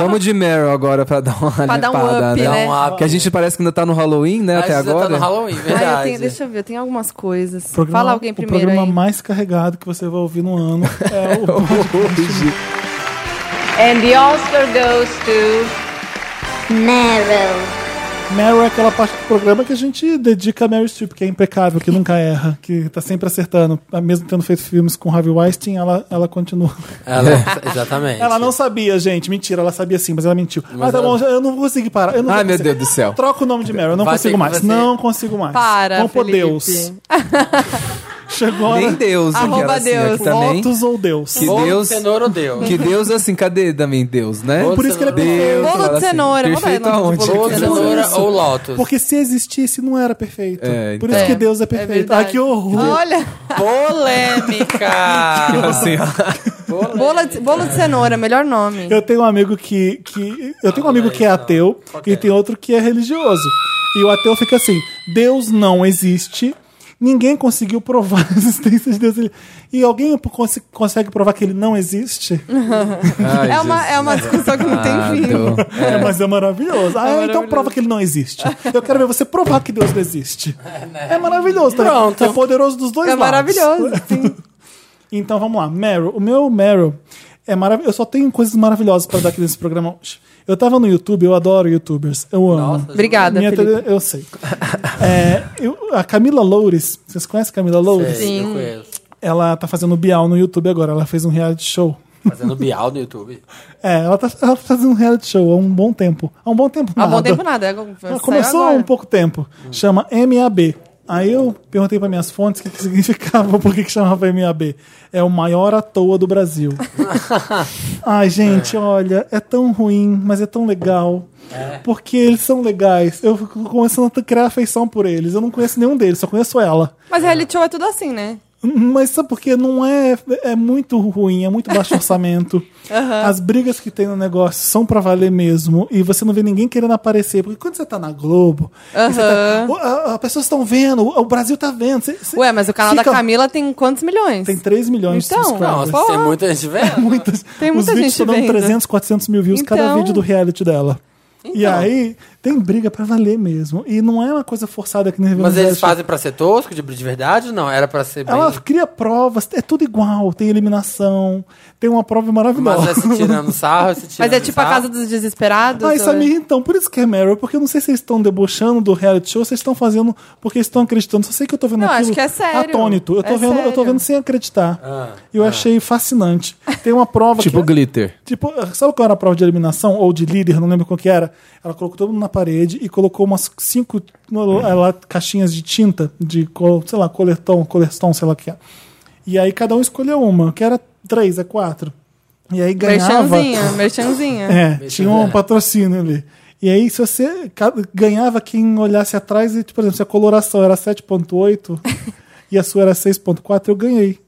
Speaker 6: Vamos de Meryl agora pra dar uma
Speaker 5: Pra dar um
Speaker 6: lepada,
Speaker 5: up,
Speaker 6: né?
Speaker 5: né?
Speaker 4: Ah, Dá um up.
Speaker 6: Que a gente parece que ainda tá no Halloween, né?
Speaker 4: Aí
Speaker 6: até
Speaker 4: você
Speaker 6: agora.
Speaker 4: Tá no Halloween,
Speaker 5: Ah, eu
Speaker 4: verdade.
Speaker 5: tenho- deixa eu ver, eu tenho algumas coisas.
Speaker 3: O programa-
Speaker 5: Fala alguém
Speaker 3: O
Speaker 5: primeiro
Speaker 3: programa
Speaker 5: aí.
Speaker 3: mais carregado que você vai ouvir no ano é o
Speaker 10: And the Oscar goes to.
Speaker 2: Meryl.
Speaker 3: Meryl é aquela parte do programa que a gente dedica a Meryl Streep, que é impecável, que nunca erra, que tá sempre acertando. Mesmo tendo feito filmes com Harvey Weinstein, ela, ela continua.
Speaker 4: Ela- exatamente.
Speaker 3: É, Ela não sabia, gente. Mentira, ela sabia sim, mas ela mentiu. ah, tá bom, já- eu não vou conseguir parar. Eu não
Speaker 6: Ai,
Speaker 3: vou
Speaker 6: meu
Speaker 3: conseguir.
Speaker 6: Deus do céu.
Speaker 3: Troca o nome de Meryl, eu não
Speaker 4: Vai ter
Speaker 3: consigo
Speaker 4: que
Speaker 3: mais.
Speaker 4: você-
Speaker 3: Não consigo mais.
Speaker 5: Para,
Speaker 3: Vamos por
Speaker 5: Felipe.
Speaker 3: Deus. Chegou a
Speaker 6: Nem Deus,
Speaker 5: Arroba
Speaker 6: aquela assim,
Speaker 5: Deus.
Speaker 6: aqui também.
Speaker 3: votos ou Deus.
Speaker 6: Que
Speaker 4: Ou
Speaker 6: Deus.
Speaker 4: cenoura ou Deus.
Speaker 6: Que Deus, assim, cadê também Deus, né?
Speaker 4: Ou
Speaker 3: Por isso que ele é
Speaker 4: cenoura-
Speaker 3: perfeito.
Speaker 5: Bolo de
Speaker 6: fala assim,
Speaker 5: cenoura, vou dar
Speaker 6: perfeito
Speaker 5: nome de
Speaker 6: aonde?
Speaker 5: bolo
Speaker 4: Ou
Speaker 5: de
Speaker 4: cenoura
Speaker 3: Isso.
Speaker 4: ou Lotus.
Speaker 3: Porque se existisse, não era perfeito.
Speaker 6: É,
Speaker 3: Por
Speaker 6: então.
Speaker 3: isso que
Speaker 5: É,
Speaker 3: Deus é
Speaker 5: É
Speaker 3: perfeito. ah,
Speaker 5: verdade.
Speaker 3: que horror.
Speaker 5: Olha,
Speaker 4: Polêmica!
Speaker 6: Assim, ó.
Speaker 5: bolo de, bolo de cenoura, melhor nome.
Speaker 3: Eu tenho um amigo que. que eu tenho um amigo que é ateu e tem outro que é religioso. E o ateu fica assim: Deus não existe. Ninguém conseguiu provar a existência de Deus. Ele- E alguém cons- consegue provar que ele não existe?
Speaker 6: Ai,
Speaker 5: É uma, é uma discussão que não
Speaker 6: Ah,
Speaker 5: tem fim.
Speaker 6: Jesus.
Speaker 3: É, mas é maravilhoso. Ah, então prova que ele não existe. Eu quero ver você provar que Deus não existe. É maravilhoso. Tá?
Speaker 4: Pronto.
Speaker 3: É poderoso dos dois
Speaker 5: É
Speaker 3: lados.
Speaker 5: maravilhoso, sim.
Speaker 3: Então vamos lá, Meryl. O meu Meryl é maravilhoso. Eu só tenho coisas maravilhosas pra dar aqui nesse programa hoje. Eu tava no YouTube, eu adoro youtubers. Eu amo.
Speaker 5: Obrigada,
Speaker 3: Minha
Speaker 5: Felipe.
Speaker 3: teoria- eu sei. É, eu- a Camila Loures, vocês conhecem a Camila Loures?
Speaker 4: Sim.
Speaker 5: Sim.
Speaker 4: Eu conheço.
Speaker 3: Ela tá fazendo Bial no YouTube agora, ela fez um reality show.
Speaker 4: Fazendo Bial no YouTube.
Speaker 3: É, ela tá, ela tá fazendo um reality show há um bom tempo. Há um bom tempo
Speaker 5: Há
Speaker 3: nada.
Speaker 5: bom tempo nada. é- saiu
Speaker 3: Ela começou há
Speaker 5: agora.
Speaker 3: um pouco tempo. Chama MAB. Aí eu perguntei para minhas fontes o que, que significava, por que, que chamava MAB. É o maior à toa do Brasil. Ai, gente, olha, é tão ruim, mas é tão legal. Porque eles são legais. Eu fico começando a criar afeição por eles. Eu não conheço nenhum deles, só conheço ela.
Speaker 5: Mas reality show é tudo assim, né?
Speaker 3: Mas sabe por quê? Não é. É muito ruim, é muito baixo orçamento. As brigas que tem no negócio são pra valer mesmo. E você não vê ninguém querendo aparecer. Porque quando você tá na Globo, e você tá-
Speaker 5: Aham.
Speaker 3: "O- a- as pessoas estão vendo, o, o Brasil tá vendo. Você- você
Speaker 5: Ué, mas o canal
Speaker 3: fica-
Speaker 5: da Camila tem quantos milhões?
Speaker 3: Tem 3 milhões
Speaker 5: Então,
Speaker 3: de subscribers.
Speaker 5: Porra.
Speaker 4: Nossa, assim, tem muita gente vendo.
Speaker 3: Muitas,
Speaker 5: Tem muita
Speaker 3: os vídeos
Speaker 5: gente
Speaker 3: estão dando
Speaker 5: vendo.
Speaker 3: 300, 400 mil views cada
Speaker 5: Então.
Speaker 3: vídeo do reality dela. E
Speaker 4: Então.
Speaker 3: aí, tem briga pra valer mesmo. E não é uma coisa forçada que nem
Speaker 4: Mas
Speaker 3: reality
Speaker 4: eles
Speaker 3: show.
Speaker 4: fazem pra ser tosco, de, de verdade? Não, era pra ser bem...
Speaker 3: Ela cria provas, é tudo igual. Tem eliminação, tem uma prova maravilhosa.
Speaker 4: Mas é se tirando sarro, é se tirando
Speaker 5: Mas é tipo a
Speaker 4: sarro.
Speaker 5: Casa dos Desesperados?
Speaker 3: Ai,
Speaker 5: ou-
Speaker 3: Samir, então, por isso que é Meryl, porque eu não sei se eles estão debochando do reality show, se eles estão fazendo porque estão acreditando. Só sei que eu tô vendo
Speaker 5: Não, acho
Speaker 3: aquilo
Speaker 5: que é sério.
Speaker 3: atônito. Eu tô,
Speaker 5: É
Speaker 3: vendo, eu tô
Speaker 5: sério.
Speaker 3: vendo sem acreditar.
Speaker 4: Ah,
Speaker 3: eu achei fascinante. Tem uma prova
Speaker 6: Tipo
Speaker 3: que...
Speaker 6: glitter.
Speaker 3: Tipo, sabe qual era a prova de eliminação ou de líder? Não lembro qual que era. Ela colocou todo mundo na parede e colocou umas cinco no- ela, caixinhas de tinta, de, co- sei lá, coletão, coletão, sei lá o que é. E aí cada um escolheu uma, que era três, é quatro. E aí ganhava.
Speaker 5: Merchanzinha, merchanzinha.
Speaker 3: É, tinha um patrocínio ali. E aí, se você ca- ganhava quem olhasse atrás, e, tipo, por exemplo, se a coloração era 7,8 e a sua era 6,4, eu ganhei.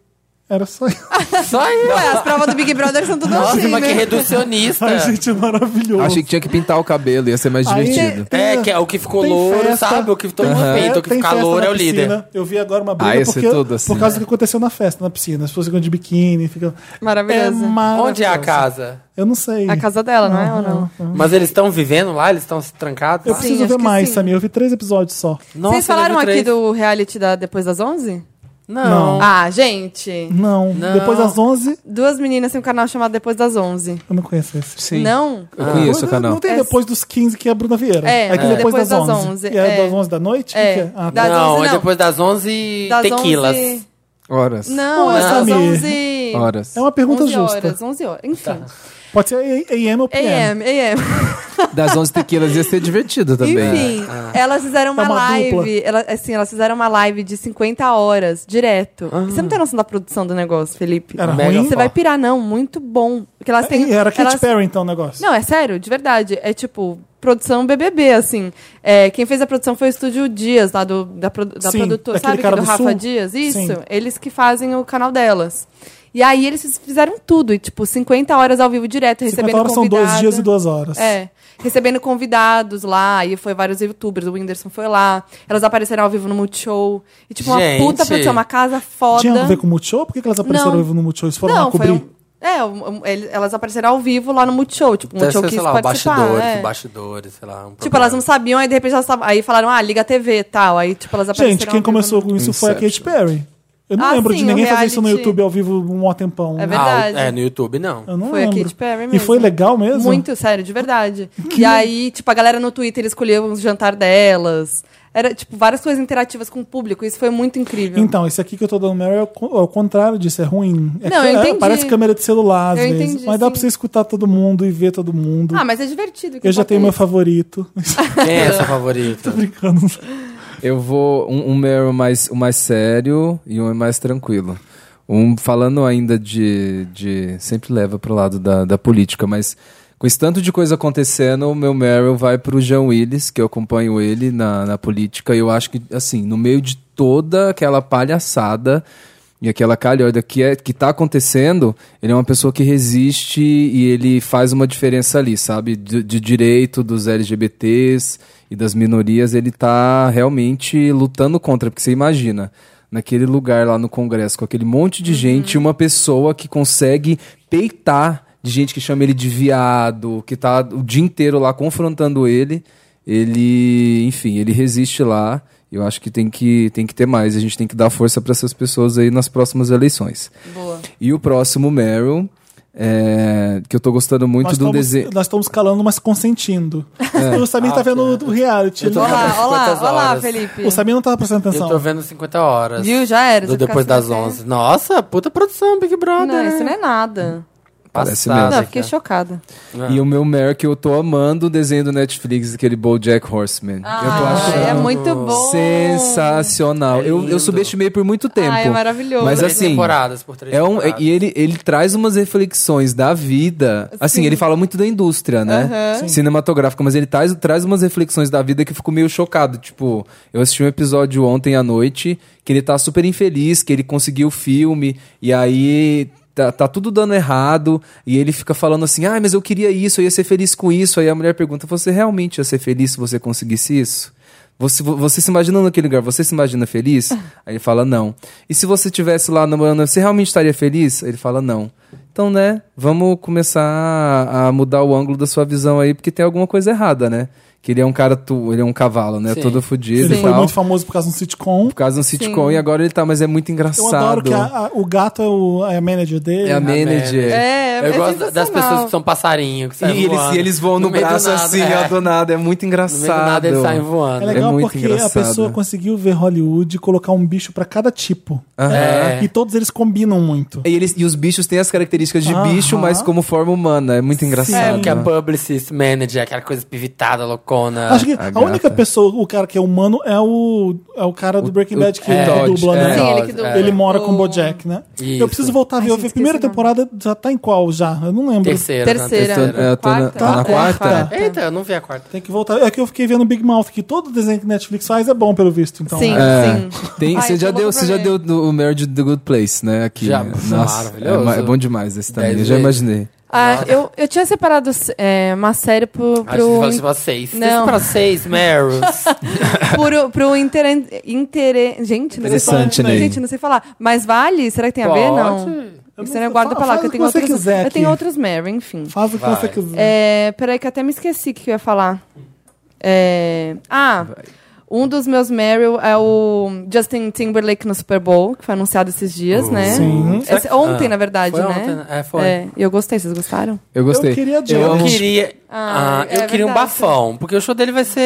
Speaker 3: Era só isso.
Speaker 4: Só isso.
Speaker 5: Ué, as provas do Big Brother são tudo
Speaker 4: Nossa,
Speaker 5: assim,
Speaker 4: mas que é
Speaker 5: né?
Speaker 4: reducionista.
Speaker 3: Ai, gente, é maravilhoso.
Speaker 6: Achei que tinha que pintar o cabelo, ia ser mais
Speaker 3: Aí-
Speaker 6: divertido.
Speaker 4: É, que é o que ficou
Speaker 3: Tem
Speaker 4: louro,
Speaker 3: festa,
Speaker 4: sabe? O que todo
Speaker 3: tem
Speaker 4: mundo
Speaker 3: fe-
Speaker 4: pinta, o que
Speaker 3: tem
Speaker 4: fica
Speaker 3: festa
Speaker 4: louro
Speaker 3: na
Speaker 4: é o líder.
Speaker 3: piscina. Eu vi agora uma briga
Speaker 6: Ah, ia ser
Speaker 3: porque,
Speaker 6: tudo assim,
Speaker 3: por causa
Speaker 6: né?
Speaker 3: do que aconteceu na festa, na piscina. As pessoas ficam de biquíni, ficam...
Speaker 5: Maravilhoso.
Speaker 3: É maravilhoso.
Speaker 4: Onde é a casa?
Speaker 3: Eu não sei.
Speaker 5: A casa dela, não é? Ou não?
Speaker 4: Mas eles estão vivendo lá? Eles estão se trancados?
Speaker 3: Eu
Speaker 4: lá?
Speaker 3: preciso
Speaker 5: acho
Speaker 3: ver
Speaker 5: que
Speaker 3: mais,
Speaker 5: sim. assim.
Speaker 3: Samir. Eu vi três episódios só.
Speaker 4: Nossa, é
Speaker 5: Vocês falaram
Speaker 4: eu vi
Speaker 5: aqui
Speaker 4: três.
Speaker 5: do reality da Depois das 11?
Speaker 4: Não.
Speaker 5: Ah, gente.
Speaker 3: Não.
Speaker 4: Não.
Speaker 3: Depois das 11,
Speaker 5: Duas meninas têm um canal chamado Depois das 11.
Speaker 3: eu não conheço esse.
Speaker 6: Sim.
Speaker 5: Não?
Speaker 6: Eu conheço o canal.
Speaker 3: Não tem
Speaker 5: É.
Speaker 3: depois dos 15 que é a Bruna Vieira.
Speaker 5: É,
Speaker 3: Aí tem
Speaker 5: é.
Speaker 3: depois,
Speaker 5: Depois
Speaker 3: das,
Speaker 5: das
Speaker 3: 11.
Speaker 5: 11,
Speaker 3: E é,
Speaker 5: é.
Speaker 3: das 11 da noite?
Speaker 5: É.
Speaker 3: Que que é? Ah,
Speaker 5: Da- das
Speaker 4: não,
Speaker 5: 11
Speaker 4: é
Speaker 5: não.
Speaker 4: depois das 11
Speaker 5: Das
Speaker 4: tequilas.
Speaker 5: 11...
Speaker 6: Horas.
Speaker 5: Não,
Speaker 3: Não é,
Speaker 5: é das
Speaker 3: Samir.
Speaker 5: 11...
Speaker 6: Horas.
Speaker 3: É uma pergunta
Speaker 5: 11
Speaker 3: justa.
Speaker 5: horas, 11 horas.
Speaker 4: Tá.
Speaker 5: Enfim.
Speaker 3: Pode ser AM ou PM.
Speaker 5: AM, AM.
Speaker 6: Das 11 tequilas ia ser divertido também. É.
Speaker 5: Enfim, elas fizeram uma,
Speaker 3: É uma
Speaker 5: live.
Speaker 3: dupla.
Speaker 5: Ela, assim, elas fizeram uma live de 50 horas, direto. Você não tem noção da produção do negócio, Felipe.
Speaker 3: Era
Speaker 4: Mega
Speaker 3: ruim?
Speaker 5: Você vai pirar, não. Muito bom. Porque elas têm.
Speaker 3: Ih, Era Katy
Speaker 5: elas-
Speaker 3: Perry, então, o negócio.
Speaker 5: Não, é sério, de verdade. É tipo, produção BBB, assim. É, quem fez a produção foi o Estúdio Dias, lá do, da, produ- da
Speaker 3: Sim,
Speaker 5: produtora.
Speaker 3: daquele
Speaker 5: Sabe que
Speaker 3: cara
Speaker 5: do
Speaker 3: do
Speaker 5: Rafa
Speaker 3: Sul?
Speaker 5: Dias? Isso.
Speaker 3: Sim.
Speaker 5: Eles que fazem o canal delas. E aí eles fizeram tudo. E tipo, 50 horas ao vivo direto,
Speaker 3: 50
Speaker 5: recebendo
Speaker 3: horas são
Speaker 5: convidado.
Speaker 3: dois dias e duas horas.
Speaker 5: É. Recebendo convidados lá, e foi vários youtubers, o Whindersson foi lá, elas apareceram ao vivo no Multishow. E tipo,
Speaker 4: Gente.
Speaker 5: uma puta produção, uma casa foda.
Speaker 3: Tinha a ver com o Multishow? Por que, que elas apareceram
Speaker 5: Não.
Speaker 3: ao vivo no Multishow? Eles foram lá
Speaker 5: Não,
Speaker 3: cobrir?
Speaker 5: foi um. É, um- um- ele- elas apareceram ao vivo lá no Multishow. Tipo, o
Speaker 4: Deve
Speaker 5: Multishow
Speaker 4: ser,
Speaker 5: quis
Speaker 4: sei lá, o
Speaker 5: participar.
Speaker 4: bastidores,
Speaker 5: é.
Speaker 4: o bastidores, sei lá. um
Speaker 5: Tipo, elas não
Speaker 4: programa.
Speaker 5: sabiam, aí de repente elas tavam- Aí falaram, ah, liga a TV e tal. Aí, tipo, elas apareceram.
Speaker 3: Gente, quem
Speaker 5: ao vivo
Speaker 3: começou
Speaker 5: no-
Speaker 3: com isso foi a Katy
Speaker 6: Inception.
Speaker 3: Perry. Eu não
Speaker 5: Ah,
Speaker 3: lembro
Speaker 5: sim,
Speaker 3: de ninguém
Speaker 5: o
Speaker 3: fazer isso no
Speaker 5: reality.
Speaker 3: YouTube ao vivo um mó tempão.
Speaker 5: É
Speaker 4: Ah,
Speaker 5: verdade.
Speaker 4: é, no YouTube não.
Speaker 3: Eu não
Speaker 5: Foi a
Speaker 3: lembro.
Speaker 5: Katy Perry
Speaker 3: E
Speaker 5: mesmo.
Speaker 3: foi legal mesmo?
Speaker 5: Muito, sério, de verdade. E aí, tipo, a galera no Twitter escolheu o jantar delas. Era, tipo, várias coisas interativas com o público. Isso foi muito incrível.
Speaker 3: Então, esse aqui que eu tô dando Meryl é o co- é o contrário disso, é ruim. É,
Speaker 5: Não, eu
Speaker 3: é-
Speaker 5: entendi.
Speaker 3: parece câmera de celular, às
Speaker 5: Eu
Speaker 3: vezes.
Speaker 5: entendi,
Speaker 3: Mas dá
Speaker 5: sim.
Speaker 3: pra você escutar todo mundo e ver todo mundo.
Speaker 5: Ah, mas é divertido. que
Speaker 3: eu já
Speaker 5: importa
Speaker 3: tenho meu
Speaker 5: isso.
Speaker 3: favorito.
Speaker 4: Quem é essa favorita?
Speaker 3: brincando.
Speaker 6: Eu vou. Um, um Meryl mais, um mais sério e um é mais tranquilo. Um falando ainda de. de sempre leva pro lado da, da política, mas com esse tanto de coisa acontecendo, o meu Meryl vai pro Jean Willis, que eu acompanho ele na, na política, e eu acho que, assim, no meio de toda aquela palhaçada. E aquela calhorda que, é, que tá acontecendo, ele é uma pessoa que resiste e ele faz uma diferença ali, sabe? De, de direito dos LGBTs e das minorias, ele tá realmente lutando contra, porque você imagina, naquele lugar lá no Congresso, com aquele monte de gente, uma pessoa que consegue peitar de gente que chama ele de viado, que tá o dia inteiro lá confrontando ele, ele, enfim, ele resiste lá. Eu acho que tem que, tem que ter mais. A gente tem que dar força para essas pessoas aí nas próximas eleições.
Speaker 5: Boa.
Speaker 6: E o próximo Meryl, é, que eu tô gostando muito
Speaker 3: Nós
Speaker 6: do
Speaker 3: estamos,
Speaker 6: desenho.
Speaker 3: nós estamos calando, mas consentindo. O Samir tá vendo o reality.
Speaker 4: Eu tô
Speaker 3: né?
Speaker 4: vendo.
Speaker 5: Olá, olá,
Speaker 4: 50
Speaker 5: olá,
Speaker 4: horas.
Speaker 5: Felipe.
Speaker 3: O Samir não tava prestando
Speaker 4: Eu
Speaker 3: atenção.
Speaker 4: tô vendo 50 horas.
Speaker 5: Viu? Já era.
Speaker 4: Do
Speaker 5: você fica
Speaker 4: depois
Speaker 5: assim
Speaker 4: das
Speaker 5: até-
Speaker 4: 11. Nossa, puta produção, Big Brother.
Speaker 5: Não, isso não é nada.
Speaker 6: Parece
Speaker 4: Passada.
Speaker 6: mesmo.
Speaker 5: é Não,
Speaker 4: Nada, é.
Speaker 5: eu fiquei
Speaker 4: cara.
Speaker 5: chocada.
Speaker 6: E o meu Mare que eu tô amando o desenho do Netflix, aquele Bojack Horseman. eu tô achando
Speaker 5: é muito
Speaker 6: um
Speaker 5: bom.
Speaker 6: sensacional. eu,
Speaker 4: É
Speaker 6: eu
Speaker 4: lindo.
Speaker 6: subestimei por muito tempo.
Speaker 5: Ah, é maravilhoso.
Speaker 6: Mas
Speaker 4: Três
Speaker 6: assim,
Speaker 4: temporadas por três
Speaker 6: É um,
Speaker 4: temporadas.
Speaker 6: e ele, ele traz umas reflexões da vida. Assim,
Speaker 5: Sim.
Speaker 6: ele fala muito da indústria, né? Cinematográfica, mas ele traz, traz umas reflexões da vida que eu fico meio chocado. Tipo, eu assisti um episódio ontem à noite que ele tá super infeliz, que ele conseguiu o filme, e aí. Tá, tá tudo dando errado, e ele fica falando assim: ah, mas eu queria isso, eu ia ser feliz com isso. Aí a mulher pergunta: você realmente ia ser feliz se você conseguisse isso? Você, vo- você se imagina naquele lugar, você se imagina feliz? Aí ele fala, não. E se você estivesse lá namorando, você realmente estaria feliz? Ele fala, não. Então, né, vamos começar a a mudar o ângulo da sua visão aí, porque tem alguma coisa errada, né? Que ele é um cara, tu, ele é um cavalo, né?
Speaker 4: Sim.
Speaker 6: Todo fudido
Speaker 3: Ele
Speaker 6: e
Speaker 3: foi
Speaker 6: tal.
Speaker 3: muito famoso por causa de um sitcom.
Speaker 6: Por causa do sitcom, e agora ele tá, mas é muito
Speaker 3: Eu
Speaker 6: engraçado.
Speaker 3: adoro que a- a- o gato é, o, é a manager dele.
Speaker 6: É a manager.
Speaker 5: É, é
Speaker 4: eu gosto das
Speaker 5: sensacional.
Speaker 4: pessoas que são passarinho, que saem
Speaker 6: E eles,
Speaker 4: voando.
Speaker 6: e eles voam no,
Speaker 4: meio do
Speaker 6: braço
Speaker 4: nada,
Speaker 6: assim,
Speaker 4: é.
Speaker 6: ó, do nada. É muito
Speaker 4: No
Speaker 6: engraçado.
Speaker 4: meio do nada eles saem
Speaker 3: É
Speaker 4: voando.
Speaker 3: legal
Speaker 6: muito
Speaker 3: porque
Speaker 6: engraçado.
Speaker 3: a pessoa conseguiu ver Hollywood e colocar um bicho pra cada tipo.
Speaker 4: É.
Speaker 3: E todos eles combinam muito.
Speaker 6: E, eles, e os bichos têm as características de
Speaker 3: Aham.
Speaker 6: bicho, mas como forma humana. É muito
Speaker 4: É,
Speaker 6: engraçado.
Speaker 4: porque a publicist manager, aquela coisa pivitada, loucona.
Speaker 3: Acho que
Speaker 6: Ah, a
Speaker 3: a,
Speaker 6: gata.
Speaker 3: única pessoa, o cara que é humano, é o, é o cara do Breaking
Speaker 6: o
Speaker 3: Bad que
Speaker 6: é, Todd,
Speaker 3: dubla, né?
Speaker 6: é.
Speaker 5: Sim, ele que dubla.
Speaker 3: Ele mora com o
Speaker 5: O-
Speaker 3: Bojack, né?
Speaker 4: Isso.
Speaker 3: Eu preciso voltar a ver.
Speaker 5: Ai,
Speaker 3: Eu
Speaker 5: gente,
Speaker 3: vi a primeira
Speaker 5: esqueci o
Speaker 3: temporada, já tá em qual já? Eu não lembro.
Speaker 4: Terceira. né?
Speaker 5: Terceira.
Speaker 6: Eu tô- eu tô na-
Speaker 5: Quarta?
Speaker 6: na
Speaker 5: É,
Speaker 6: quarta?
Speaker 4: Eita, eu não vi a quarta.
Speaker 3: Tem que voltar. É que eu fiquei vendo Big Mouth, que todo desenho que Netflix faz é bom, pelo visto. Então,
Speaker 5: Sim,
Speaker 3: né?
Speaker 6: É.
Speaker 5: sim.
Speaker 6: Tem,
Speaker 5: Ai,
Speaker 6: você
Speaker 5: eu
Speaker 6: já
Speaker 5: tô
Speaker 6: deu,
Speaker 5: louca
Speaker 6: você
Speaker 5: pra
Speaker 6: já
Speaker 5: ver.
Speaker 6: deu do- o Marriage of the Good Place, né? Aqui.
Speaker 4: Já,
Speaker 6: Nossa, é,
Speaker 4: maravilhoso.
Speaker 6: ma- é bom demais esse também.
Speaker 4: Dez
Speaker 6: Eu já
Speaker 4: vezes.
Speaker 6: imaginei.
Speaker 5: Ah, eu, eu tinha separado é, uma série pro,
Speaker 4: Acho que
Speaker 5: pro,
Speaker 4: fala tipo seis.
Speaker 5: Não.
Speaker 4: Para seis, Meryls.
Speaker 5: pro, pro intere... intere- Gente, não sei falar.
Speaker 6: Interessante, Ney.
Speaker 5: Gente, não sei falar. Mas vale? Será que tem a ver? Não.
Speaker 3: Eu
Speaker 5: Você não
Speaker 3: não-
Speaker 5: guarda pra lá,
Speaker 3: fala
Speaker 5: que eu
Speaker 3: o que
Speaker 5: tenho
Speaker 3: você
Speaker 5: outras.
Speaker 3: quiser
Speaker 5: eu tenho
Speaker 3: aqui.
Speaker 5: outras Mary, enfim.
Speaker 3: Faz o que
Speaker 4: Vai.
Speaker 3: você quiser.
Speaker 5: É, peraí, que eu até me esqueci o que eu ia falar. É, ah, um dos meus Meryl é o Justin Timberlake no Super Bowl, que foi anunciado esses dias, né?
Speaker 6: Hum.
Speaker 3: Sim.
Speaker 5: Esse- ontem, na verdade,
Speaker 4: foi
Speaker 5: né?
Speaker 4: ontem, né? É, foi.
Speaker 5: É, e eu gostei, vocês gostaram?
Speaker 6: Eu gostei.
Speaker 3: Eu queria Jane.
Speaker 6: eu
Speaker 4: Eu
Speaker 6: amo.
Speaker 4: queria.
Speaker 5: Ah,
Speaker 4: Ah,
Speaker 5: é
Speaker 4: eu queria um
Speaker 5: verdade.
Speaker 4: bafão, porque o show dele vai ser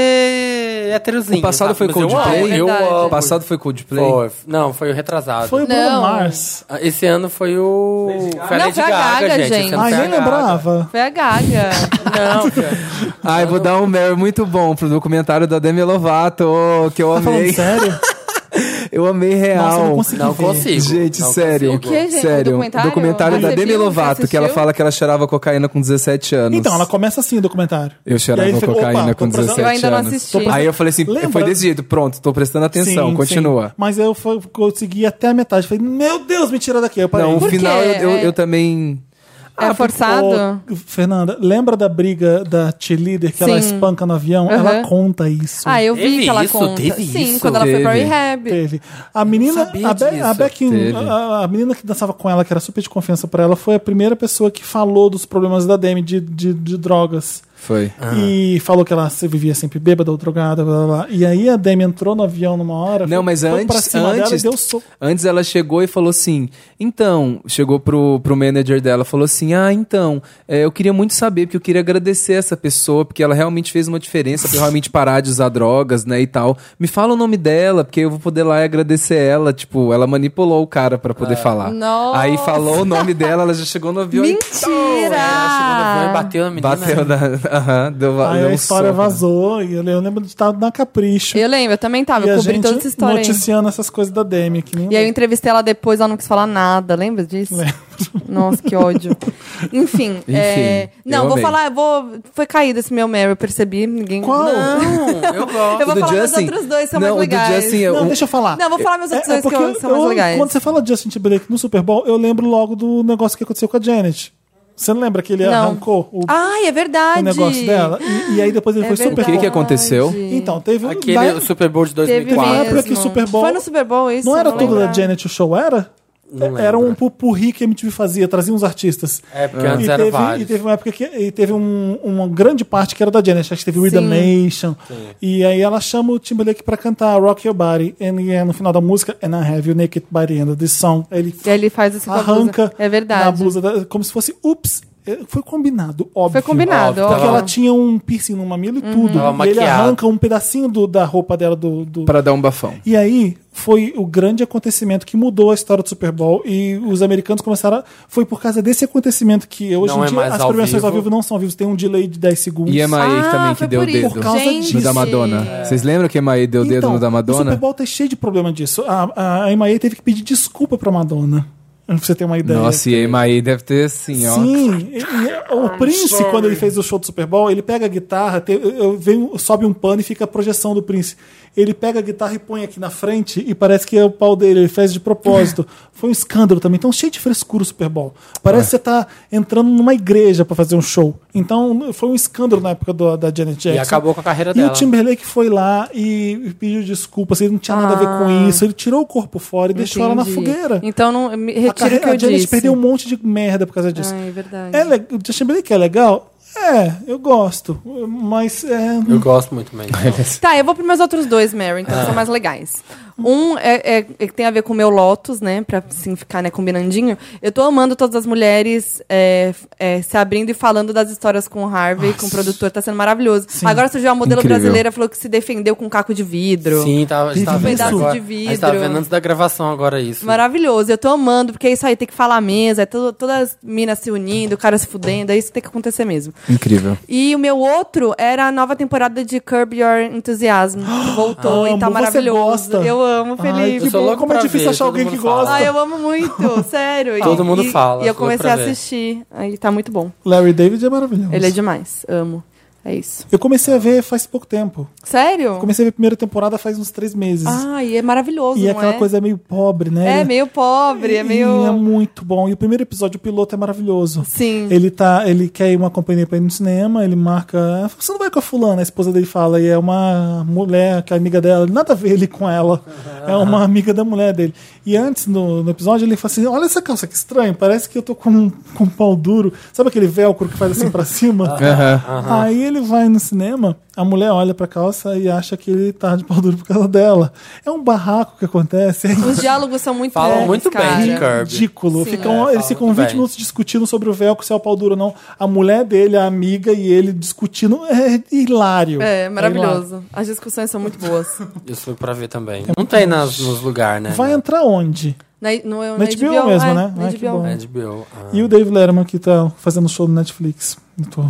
Speaker 4: heterozinho.
Speaker 6: O passado
Speaker 4: sabe?
Speaker 6: foi
Speaker 4: Mas eu
Speaker 6: Coldplay?
Speaker 4: amo, Eu,
Speaker 5: Verdade.
Speaker 4: amo.
Speaker 6: O passado foi Coldplay.
Speaker 4: Foi. Não, foi o retrasado.
Speaker 3: Foi o Bruno
Speaker 5: Não.
Speaker 3: Mars.
Speaker 4: Ah, Esse ano foi o. Foi a
Speaker 5: Não,
Speaker 4: Lady
Speaker 5: foi a
Speaker 4: Gaga,
Speaker 5: Gaga,
Speaker 4: gente. Esse
Speaker 5: gente.
Speaker 4: ano
Speaker 3: Ah,
Speaker 4: foi a
Speaker 3: nem
Speaker 4: Gaga.
Speaker 3: lembrava.
Speaker 5: Foi a Gaga. É
Speaker 4: Não, foi-
Speaker 6: Ah, eu vou dar um Mary muito bom pro documentário da Demi Lovato, que eu
Speaker 3: Tá falando
Speaker 6: amei.
Speaker 3: sério?
Speaker 6: Eu amei real.
Speaker 3: Nossa, eu não consegui
Speaker 4: não
Speaker 3: ver.
Speaker 4: consigo.
Speaker 6: Gente,
Speaker 4: não
Speaker 6: sério.
Speaker 4: consigo.
Speaker 5: O quê? gente?
Speaker 6: Sério.
Speaker 5: Um documentário?
Speaker 6: documentário
Speaker 5: Mas
Speaker 6: da
Speaker 5: você
Speaker 6: Demi
Speaker 5: viu? Você
Speaker 6: Lovato, que ela
Speaker 5: assistiu?
Speaker 6: fala que ela cheirava cocaína com 17 anos.
Speaker 3: Então, ela começa assim o documentário.
Speaker 6: Eu cheirava
Speaker 3: E aí você-
Speaker 6: cocaína
Speaker 3: opa,
Speaker 6: com
Speaker 3: tô precisando-
Speaker 6: 17
Speaker 5: Eu ainda não
Speaker 6: anos.
Speaker 5: assisti.
Speaker 6: Aí eu falei assim,
Speaker 3: Lembra?
Speaker 6: foi desse jeito, pronto, tô prestando atenção,
Speaker 3: Sim,
Speaker 6: continua.
Speaker 3: sim. Mas eu fui- consegui até a metade. Falei, meu Deus, me tira daqui. Eu parei.
Speaker 6: Não, o
Speaker 5: Por quê?
Speaker 6: final eu, eu,
Speaker 5: É-
Speaker 6: eu também.
Speaker 5: É forçado?
Speaker 3: Ô, Fernanda, lembra da briga da cheerleader que ela
Speaker 5: Sim.
Speaker 3: espanca no avião?
Speaker 5: Aham.
Speaker 3: Ela conta isso.
Speaker 5: Ah, eu vi
Speaker 4: Teve
Speaker 5: que ela
Speaker 4: isso?
Speaker 5: conta.
Speaker 4: Teve
Speaker 5: Sim,
Speaker 4: isso?
Speaker 5: quando ela foi pra
Speaker 6: Teve.
Speaker 5: Rehab.
Speaker 3: Teve. A menina,
Speaker 4: sabia
Speaker 3: a, Be
Speaker 4: disso.
Speaker 3: a Becky,
Speaker 6: Teve.
Speaker 3: a, a menina que dançava com ela, que era super de confiança pra ela, foi a primeira pessoa que falou dos problemas da Demi de, de, de drogas.
Speaker 6: Foi.
Speaker 3: E falou que ela se vivia sempre bêbada ou drogada, blá, blá, blá. E aí a Demi entrou no avião numa hora.
Speaker 6: Não,
Speaker 3: foi-
Speaker 6: mas
Speaker 3: foi pra
Speaker 6: antes,
Speaker 3: cima dela e
Speaker 6: antes,
Speaker 3: deu soco.
Speaker 6: antes ela chegou e falou assim, então, chegou pro, pro manager dela, falou assim, ah, então, é, eu queria muito saber, porque eu queria agradecer essa pessoa, porque ela realmente fez uma diferença pra eu realmente parar de usar drogas, né, e tal. Me fala o nome dela, porque eu vou poder lá e agradecer ela, tipo, ela manipulou o cara pra poder falar.
Speaker 5: Ah. Nossa.
Speaker 6: Aí falou o nome dela, ela já chegou no avião e
Speaker 4: Ela chegou no voo e
Speaker 5: Mentira!
Speaker 4: bateu na menina.
Speaker 6: bateu na... Aham, deu,
Speaker 3: Aí
Speaker 6: deu
Speaker 3: a
Speaker 6: um
Speaker 3: história
Speaker 6: soco.
Speaker 3: vazou e eu eu lembro de estar na Capricho.
Speaker 5: Eu lembro, eu também tava,
Speaker 3: e
Speaker 5: eu
Speaker 3: a
Speaker 5: cobri
Speaker 3: gente
Speaker 5: toda essa história aí.
Speaker 3: noticiando essas coisas da Demi. Que nem um-
Speaker 5: E aí eu entrevistei ela depois, ela não quis falar nada, lembra disso? Nossa, que ódio. Enfim, é,
Speaker 6: Enfim,
Speaker 5: não,
Speaker 6: eu
Speaker 5: vou
Speaker 6: amei.
Speaker 5: falar, vou, foi caído esse meu Mary, eu percebi, ninguém...
Speaker 3: Qual?
Speaker 4: Não, eu gosto.
Speaker 5: Eu vou
Speaker 6: O do
Speaker 5: falar meus
Speaker 6: Justin?
Speaker 5: outros dois, são
Speaker 6: Não,
Speaker 5: mais
Speaker 6: o do
Speaker 5: legais.
Speaker 6: Justin é
Speaker 3: Não,
Speaker 6: o-
Speaker 3: deixa eu falar. É,
Speaker 5: Não, vou falar meus outros dois que
Speaker 3: porque
Speaker 5: eu- são mais legais.
Speaker 3: Quando você fala de Justin Timberlake no Super Bowl, eu lembro logo do negócio que aconteceu com a Janet. Você não lembra que ele
Speaker 5: Não.
Speaker 3: arrancou o,
Speaker 5: Ai, é verdade!
Speaker 3: o negócio dela? E, e aí depois ele
Speaker 5: É
Speaker 3: foi
Speaker 5: verdade.
Speaker 3: Super
Speaker 6: O que
Speaker 3: Bowl.
Speaker 6: que aconteceu?
Speaker 3: Então, teve...
Speaker 4: Aquele
Speaker 3: daí-
Speaker 4: Super Bowl de
Speaker 5: Teve
Speaker 4: 2004.
Speaker 3: época
Speaker 5: mesmo.
Speaker 3: que o Super Bowl-
Speaker 5: Foi no Super Bowl isso?
Speaker 3: não era tudo
Speaker 5: lembro.
Speaker 3: da Janet o show, era? era um pupurri que a MTV fazia, trazia uns artistas.
Speaker 4: É, porque antes
Speaker 3: e
Speaker 4: eram
Speaker 3: teve,
Speaker 4: vários.
Speaker 3: e teve uma época que e teve um- uma grande parte que era da Janet. Acho que teve Rhythm Nation. E aí ela chama o Timberlake pra cantar Rock Your Body. And, e aí no final da música, And I Have You Naked by the End of This Song. Aí ele
Speaker 5: E aí ele faz assim com a blusa.
Speaker 3: arranca
Speaker 5: É verdade.
Speaker 3: na blusa, da- como se fosse Oops, É, Foi combinado, óbvio.
Speaker 5: Foi combinado, Uhum.
Speaker 4: Óbvio,
Speaker 5: ó.
Speaker 3: Porque ela tinha um piercing no mamilo e tudo.
Speaker 4: Ela
Speaker 3: E ele
Speaker 4: maquiada.
Speaker 3: arranca um pedacinho do- da roupa dela do. do-
Speaker 6: Pra dar um bafão.
Speaker 3: E aí foi o grande acontecimento que mudou a história do Super Bowl e os americanos começaram. A... Foi por causa desse acontecimento que hoje
Speaker 4: Não
Speaker 3: em
Speaker 4: é
Speaker 3: dia
Speaker 4: mais
Speaker 3: as
Speaker 4: ao
Speaker 3: premiações ao
Speaker 4: vivo.
Speaker 3: vivo não são ao vivo, tem um delay de 10 segundos.
Speaker 6: E é Emma
Speaker 5: Ah,
Speaker 6: também que
Speaker 5: foi
Speaker 6: deu o
Speaker 5: por isso.
Speaker 6: dedo.
Speaker 3: Por causa
Speaker 5: Gente. É.
Speaker 6: No da Madonna. Vocês lembram que Emma deu o dedo no da
Speaker 3: Então, O Super
Speaker 6: Madonna?
Speaker 3: Bowl tá cheio de problema disso. A, a MIA teve que pedir desculpa pra Madonna. Pra você ter uma ideia.
Speaker 6: Nossa, e Emma deve ter assim, ó.
Speaker 3: Sim, e- e o Prince, quando ele fez o show do Super Bowl, ele pega a guitarra, te- eu- vem, sobe um pano e fica a projeção do Prince. Ele pega a guitarra e põe aqui na frente e parece que é o pau dele, ele fez de propósito. Foi um escândalo também, então cheio de frescura o Super Bowl.
Speaker 4: É.
Speaker 3: Parece que você tá entrando numa igreja pra fazer um show. Então foi um escândalo na época do- da Janet Jackson.
Speaker 4: E acabou com a carreira
Speaker 3: E
Speaker 4: dela.
Speaker 3: o Timberlake foi lá e pediu desculpas, ele não tinha nada a ver com isso, ele tirou o corpo fora e deixou ela na
Speaker 5: Ah. Entendi.
Speaker 3: fogueira.
Speaker 5: Então, não, me
Speaker 3: A,
Speaker 5: retiro o que
Speaker 3: carreira,
Speaker 5: eu
Speaker 3: a Janet
Speaker 5: disse.
Speaker 3: perdeu um monte de merda por causa disso.
Speaker 5: Ah, é verdade.
Speaker 3: É le- o Justin Bieber que é legal? É, eu gosto. Mas é.
Speaker 4: Eu gosto muito mesmo.
Speaker 5: Tá, eu vou para meus outros dois, Mary, então,
Speaker 3: Ah.
Speaker 5: que são mais legais. Um é, é- é que tem a ver com o meu Lotus, né? Pra assim, ficar né, combinandinho. Eu tô amando todas as mulheres é, f- é, se abrindo e falando das histórias com o Harvey, com o produtor, tá sendo maravilhoso. Agora surgiu uma modelo
Speaker 6: Incrível.
Speaker 5: brasileira, falou que se defendeu com um caco de vidro.
Speaker 4: Sim, tava, a gente tava vendo
Speaker 5: um Pedaço de
Speaker 4: agora. A gente tava
Speaker 5: vidro.
Speaker 4: vendo antes da gravação agora isso.
Speaker 5: Maravilhoso, eu tô amando, porque é isso aí, tem que falar à mesa, é todo- todas as minas se unindo, o cara se fudendo, é isso que tem que acontecer mesmo.
Speaker 6: Incrível.
Speaker 5: E o meu outro era a nova temporada de Curb Your Enthusiasm, que voltou
Speaker 3: Amo,
Speaker 5: e tá
Speaker 3: você
Speaker 5: maravilhoso.
Speaker 3: gosta?
Speaker 5: Eu amo,
Speaker 3: Ai,
Speaker 5: Felipe.
Speaker 3: que
Speaker 4: Eu sou
Speaker 3: bom,
Speaker 4: louco
Speaker 3: como é
Speaker 4: pra
Speaker 3: difícil
Speaker 4: ver,
Speaker 3: achar
Speaker 4: todo
Speaker 3: alguém que
Speaker 4: mundo fala.
Speaker 3: gosta.
Speaker 5: Ah, eu amo muito, sério. E-
Speaker 4: Todo mundo
Speaker 5: e-
Speaker 4: fala,
Speaker 5: E eu
Speaker 4: sou louco
Speaker 5: comecei a
Speaker 4: pra ver.
Speaker 5: assistir. Aí tá muito bom.
Speaker 3: Larry David é maravilhoso.
Speaker 5: Ele é demais. Amo. É isso.
Speaker 3: Eu comecei a ver faz pouco tempo.
Speaker 5: Sério?
Speaker 3: Eu comecei a ver a primeira temporada faz uns três meses.
Speaker 5: Ah, e é maravilhoso,
Speaker 3: e
Speaker 5: não
Speaker 3: é aquela
Speaker 5: é?
Speaker 3: coisa meio pobre, né?
Speaker 5: É meio pobre,
Speaker 3: E
Speaker 5: é
Speaker 3: é
Speaker 5: meio.
Speaker 3: muito bom. E o primeiro episódio, o piloto é maravilhoso.
Speaker 5: Sim.
Speaker 3: Ele tá, ele quer ir uma companhia pra ir no cinema, ele marca. "Ah, Você não vai com a fulana, a esposa dele fala, e é uma mulher, que é amiga dela, nada a ver ele com ela. É uma amiga da mulher dele. E antes no, no episódio ele fala assim: olha essa calça que estranho, parece que eu tô com, com um pau duro. Sabe aquele velcro que faz assim pra cima? Aí ele vai no cinema, a mulher olha pra calça e acha que ele tá de pau duro por causa dela. É um barraco que acontece. É
Speaker 5: Os diálogos são muito
Speaker 4: Falam
Speaker 5: bons,
Speaker 4: muito bem
Speaker 5: cara.
Speaker 4: de
Speaker 3: ridículo.
Speaker 4: Curb.
Speaker 3: Ficam-
Speaker 4: É,
Speaker 3: eles
Speaker 4: fala
Speaker 3: ficam
Speaker 4: muito
Speaker 3: 20
Speaker 4: bem.
Speaker 3: minutos discutindo sobre o velcro, se é o pau duro ou não. A mulher dele, a amiga e ele discutindo. É hilário.
Speaker 5: É,
Speaker 3: hilário.
Speaker 5: maravilhoso. As discussões são muito boas.
Speaker 4: Isso foi pra ver também. Não tem nas, nos lugares, né?
Speaker 3: Vai entrar onde?
Speaker 5: Na, no, na
Speaker 3: Na HBO mesmo, né?
Speaker 5: Na
Speaker 3: Ah, que bom.
Speaker 5: HBO.
Speaker 4: É de Bill.
Speaker 3: E o Dave Letterman que tá fazendo show no Netflix. Eu tô,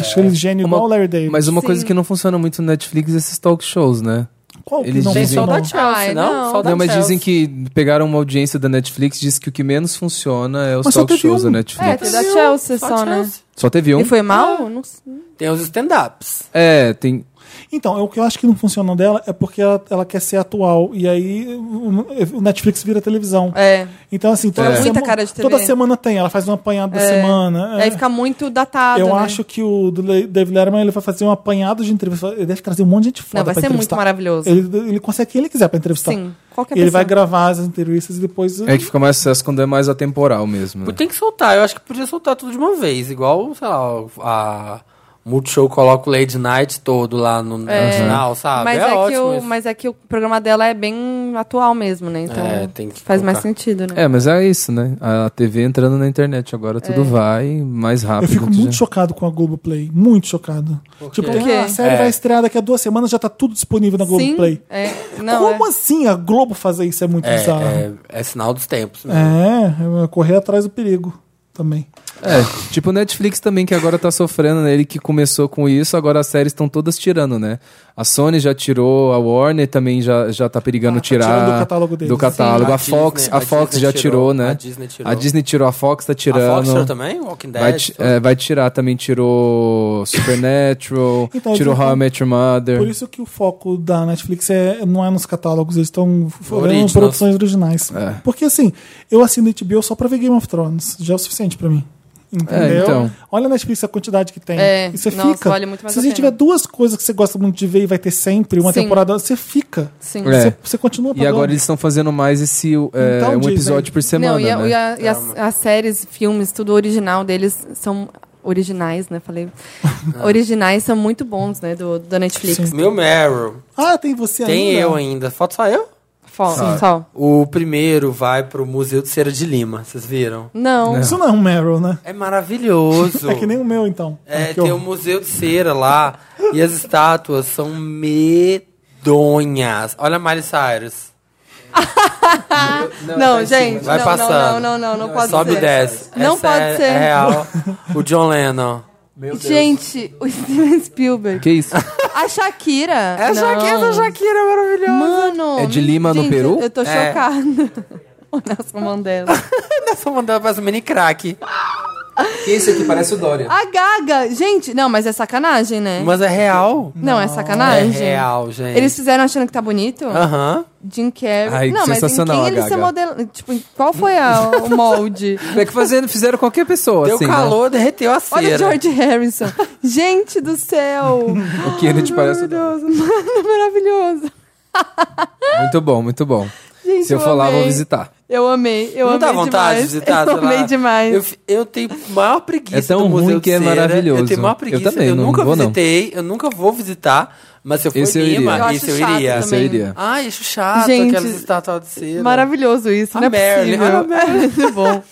Speaker 3: acho ele gênio
Speaker 6: É. Uma-
Speaker 3: igual o Larry David.
Speaker 6: Mas uma
Speaker 5: Sim.
Speaker 6: coisa que não funciona muito no Netflix é esses talk shows, né?
Speaker 3: Qual que
Speaker 6: eles
Speaker 3: não
Speaker 4: Tem
Speaker 6: dizem-
Speaker 4: só o
Speaker 3: funciona?
Speaker 4: da Chelsea,
Speaker 5: Ai,
Speaker 4: não?
Speaker 5: não.
Speaker 4: Só o da
Speaker 6: não, mas
Speaker 4: Chelsea.
Speaker 6: dizem que pegaram uma audiência da Netflix, diz que o que menos funciona é os
Speaker 3: Mas só
Speaker 6: talk
Speaker 3: teve
Speaker 6: shows
Speaker 3: um.
Speaker 6: da
Speaker 5: É,
Speaker 6: Netflix.
Speaker 5: tem da Chelsea só,
Speaker 4: Só a
Speaker 5: né?
Speaker 4: Chelsea. É.
Speaker 6: Só teve um.
Speaker 5: E foi mal? Não sei.
Speaker 4: Tem os stand-ups.
Speaker 6: É, tem.
Speaker 3: Então, eu- o que eu acho que não funciona dela é porque ela, ela quer ser atual. E aí o, o Netflix vira televisão.
Speaker 5: É.
Speaker 3: Então, assim, toda,
Speaker 6: É.
Speaker 3: semana,
Speaker 5: Muita cara de TV.
Speaker 3: toda semana tem. Ela faz um apanhado da semana.
Speaker 5: E Aí
Speaker 3: é.
Speaker 5: fica muito datado.
Speaker 3: Eu
Speaker 5: né?
Speaker 3: acho que o do Le- David Letterman ele vai fazer um apanhado de entrevistas. Ele deve trazer um monte de gente foda
Speaker 5: Não, vai
Speaker 3: pra
Speaker 5: ser muito
Speaker 3: entrevistar.
Speaker 5: maravilhoso.
Speaker 3: Ele, ele consegue quem ele quiser pra entrevistar.
Speaker 5: Sim, qualquer
Speaker 3: Ele
Speaker 5: pessoa.
Speaker 3: vai gravar as entrevistas e depois...
Speaker 6: É que fica mais sucesso quando é mais atemporal mesmo.
Speaker 3: Hum.
Speaker 6: né?
Speaker 4: Tem que soltar. Eu acho que podia soltar tudo de uma vez. Igual, sei lá, a Multishow coloca o Lady Night todo lá no, no final, sabe?
Speaker 5: Mas
Speaker 4: é,
Speaker 5: é, que
Speaker 4: ótimo
Speaker 5: o,
Speaker 4: isso.
Speaker 5: mas é que o programa dela é bem atual mesmo, né? Então
Speaker 4: É, tem que
Speaker 5: faz
Speaker 3: tá.
Speaker 4: colocar.
Speaker 5: mais sentido, né?
Speaker 6: É, mas é isso, né? A TV entrando na internet agora, tudo
Speaker 3: É.
Speaker 6: vai mais rápido. né?
Speaker 3: Eu fico
Speaker 6: do que
Speaker 3: muito
Speaker 6: já-
Speaker 3: chocado com a Globoplay. Muito chocado. Tipo,
Speaker 5: Por quê?
Speaker 3: tem, ah, a série
Speaker 4: É.
Speaker 3: vai estrear daqui a duas semanas, já tá tudo disponível na
Speaker 5: Sim,
Speaker 3: Globoplay.
Speaker 5: é, não,
Speaker 3: Como
Speaker 5: é.
Speaker 3: assim a Globo fazer isso? É muito
Speaker 4: É,
Speaker 3: bizarro. É,
Speaker 4: é, é sinal dos tempos. né?
Speaker 3: é, correr atrás do perigo também.
Speaker 6: É, tipo o Netflix também, que agora tá sofrendo, né? Ele que começou com isso, agora as séries estão todas tirando, né? A Sony já tirou, a Warner também já, já tá perigando
Speaker 3: Ah, tá
Speaker 6: tirar.
Speaker 3: tirando do catálogo deles.
Speaker 6: do catálogo.
Speaker 4: Sim,
Speaker 6: a,
Speaker 4: a
Speaker 6: Fox,
Speaker 4: Disney-
Speaker 6: a
Speaker 4: a
Speaker 6: Fox
Speaker 4: Disney
Speaker 6: já
Speaker 4: tirou,
Speaker 6: tirou, né?
Speaker 4: a Disney tirou.
Speaker 6: A Disney tirou, a Fox tá
Speaker 4: A
Speaker 6: tirando.
Speaker 4: Fox tirou também? né? Walking Dead?
Speaker 6: Vai, ti- é, vai tirar também, tirou Supernatural,
Speaker 3: Então,
Speaker 6: tirou
Speaker 3: então,
Speaker 6: How I Met Your Mother.
Speaker 3: Por isso que o foco da Netflix é, não é nos catálogos, eles estão fazendo
Speaker 4: Originals.
Speaker 3: produções originais.
Speaker 6: É.
Speaker 3: Porque assim, eu assino HBO só pra ver Game of Thrones, já é o suficiente pra mim. Entendeu?
Speaker 6: É, então.
Speaker 3: Olha a Netflix a quantidade que tem.
Speaker 5: É,
Speaker 3: e você
Speaker 5: nossa,
Speaker 3: fica.
Speaker 5: vale muito mais
Speaker 3: Se
Speaker 5: a
Speaker 3: você
Speaker 5: pena.
Speaker 3: tiver duas coisas que você gosta muito de ver e vai ter sempre, uma
Speaker 5: Sim.
Speaker 3: temporada, você fica.
Speaker 5: Sim.
Speaker 6: É.
Speaker 3: Você, você continua
Speaker 6: E
Speaker 3: pagando.
Speaker 6: agora eles estão fazendo mais esse é,
Speaker 3: Então,
Speaker 6: um
Speaker 3: Disney.
Speaker 6: episódio por semana,
Speaker 5: não, e, a-
Speaker 6: né?
Speaker 5: e a- e as, as séries, filmes, tudo original deles são originais, né? Falei. originais são
Speaker 6: é.
Speaker 5: muito bons, né? Do, da Netflix.
Speaker 4: Meu Meryl.
Speaker 3: Ah, tem você
Speaker 4: Tem
Speaker 3: ainda.
Speaker 4: eu ainda. Falta só eu?
Speaker 5: Fo-
Speaker 4: Sabe?
Speaker 5: Sol.
Speaker 4: O primeiro vai pro Museu de Cera de Lima, vocês viram?
Speaker 5: Não.
Speaker 3: Isso não é um Meryl, né?
Speaker 4: É maravilhoso.
Speaker 3: É que nem o meu, então.
Speaker 4: É,
Speaker 3: Ah, que
Speaker 4: tem
Speaker 3: eu-
Speaker 4: um museu de cera lá e as estátuas são medonhas. Olha a Miley Cyrus. É
Speaker 5: Não, gente.
Speaker 4: Vai
Speaker 5: não,
Speaker 4: passando.
Speaker 5: Não, não, não, não, não pode
Speaker 4: Sobe
Speaker 5: ser.
Speaker 4: e desce.
Speaker 5: Não
Speaker 4: Essa
Speaker 5: pode
Speaker 4: é-
Speaker 5: ser.
Speaker 4: É real. O John Lennon.
Speaker 5: Gente, o Steven Spielberg.
Speaker 6: Que isso?
Speaker 5: A Shakira. É
Speaker 4: Essa Shakira, essa Shakira é maravilhosa.
Speaker 5: Mano.
Speaker 6: É de Lima, no
Speaker 5: gente,
Speaker 6: Peru?
Speaker 5: Eu tô
Speaker 4: É.
Speaker 5: chocada. O Nelson Mandela.
Speaker 4: Essa mandava faz um mini crack.
Speaker 6: Esse aqui parece o Dória.
Speaker 5: A Gaga. Gente, não, mas é sacanagem, né?
Speaker 4: Mas é real.
Speaker 5: Não, é
Speaker 4: É
Speaker 5: sacanagem.
Speaker 4: real, gente.
Speaker 5: Eles fizeram achando que tá bonito?
Speaker 4: Aham.
Speaker 5: Jim Carrey.
Speaker 6: Ah. Ai,
Speaker 5: não, mas em
Speaker 6: sensacional
Speaker 5: quem
Speaker 6: a
Speaker 5: eles se
Speaker 6: Gaga.
Speaker 5: modelam? Tipo, em qual foi a- o molde?
Speaker 6: É que fazendo, fizeram qualquer pessoa,
Speaker 4: Deu
Speaker 6: assim,
Speaker 4: calor, derreteu a cera.
Speaker 5: Olha o George Harrison. Gente do céu!
Speaker 6: né? O Kennedy parece o Dória.
Speaker 5: maravilhoso, mano, maravilhoso.
Speaker 6: Muito bom, muito bom.
Speaker 5: Gente,
Speaker 6: Se eu
Speaker 5: eu
Speaker 6: for lá,
Speaker 5: amei.
Speaker 6: vou visitar.
Speaker 5: Eu amei, eu
Speaker 4: não
Speaker 5: amei
Speaker 4: dá vontade
Speaker 5: demais.
Speaker 4: de visitar,
Speaker 5: eu
Speaker 4: sei lá.
Speaker 5: amei demais.
Speaker 4: Eu, fi- eu tenho maior preguiça.
Speaker 6: É tão
Speaker 4: do Museu
Speaker 6: ruim
Speaker 4: de
Speaker 6: que é
Speaker 4: Cera. Eu
Speaker 6: maravilhoso.
Speaker 4: tenho maior
Speaker 6: Eu
Speaker 4: preguiça.
Speaker 6: também, não
Speaker 4: nunca
Speaker 6: vou, não.
Speaker 4: visitei, eu nunca vou visitar. Mas se eu for
Speaker 6: Esse eu
Speaker 4: em Lima,
Speaker 6: iria.
Speaker 5: Eu
Speaker 4: isso
Speaker 5: acho
Speaker 4: eu
Speaker 5: chato
Speaker 4: iria. assim.
Speaker 5: também.
Speaker 6: Esse eu iria.
Speaker 4: Ai, acho chato
Speaker 5: Gente,
Speaker 4: aquelas estátuas de cera.
Speaker 5: Maravilhoso isso,
Speaker 4: A
Speaker 5: não é
Speaker 4: Marilyn,
Speaker 5: possível.
Speaker 4: a Marilyn.
Speaker 5: É muito bom.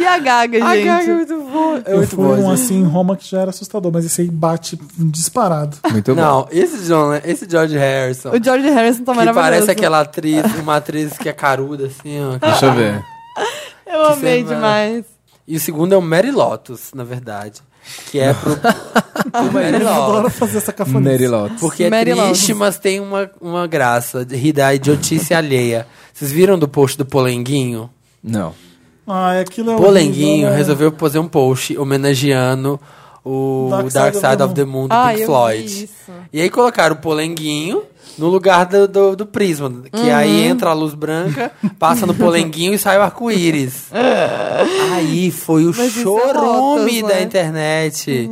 Speaker 5: E a Gaga, gente.
Speaker 4: Ai, Gaga, é muito bom. É
Speaker 3: Eu
Speaker 4: muito
Speaker 3: fui
Speaker 4: bom.
Speaker 3: um
Speaker 4: gente.
Speaker 3: assim em Roma que já era assustador, mas esse aí bate disparado.
Speaker 6: Muito bom.
Speaker 4: Não, esse John, esse George Harrison.
Speaker 5: O George Harrison tá
Speaker 4: que
Speaker 5: maravilhoso.
Speaker 4: parece aquela atriz, uma atriz que é caruda, assim, ó.
Speaker 6: Deixa eu ver.
Speaker 5: Eu amei
Speaker 4: semana.
Speaker 5: demais.
Speaker 4: E o segundo é o Mary Lotus, na verdade. Que é pro. pro Mary
Speaker 3: Eu adoro
Speaker 4: Lotus.
Speaker 3: fazer essa
Speaker 6: É Nery
Speaker 3: cafonice.
Speaker 6: Lotz.
Speaker 4: Porque é
Speaker 5: Mary
Speaker 4: triste, mas tem uma, uma graça de rir da idiotice alheia. Vocês viram do post do Polenguinho?
Speaker 6: Não.
Speaker 3: Ah, aquilo é
Speaker 4: Polenguinho
Speaker 3: horrível, né?
Speaker 4: resolveu fazer um post homenageando o Dark, Side, of the Moon do
Speaker 5: Ah,
Speaker 4: Pink
Speaker 5: eu vi
Speaker 4: Floyd.
Speaker 5: isso.
Speaker 4: E aí colocaram o Polenguinho no lugar do, do, do prisma. Que aí
Speaker 5: Uhum.
Speaker 4: entra a luz branca, passa no Polenguinho e sai o arco-íris. aí foi o
Speaker 5: Mas isso é
Speaker 4: chorume
Speaker 5: Lotus,
Speaker 4: da
Speaker 5: né? Uhum.
Speaker 4: internet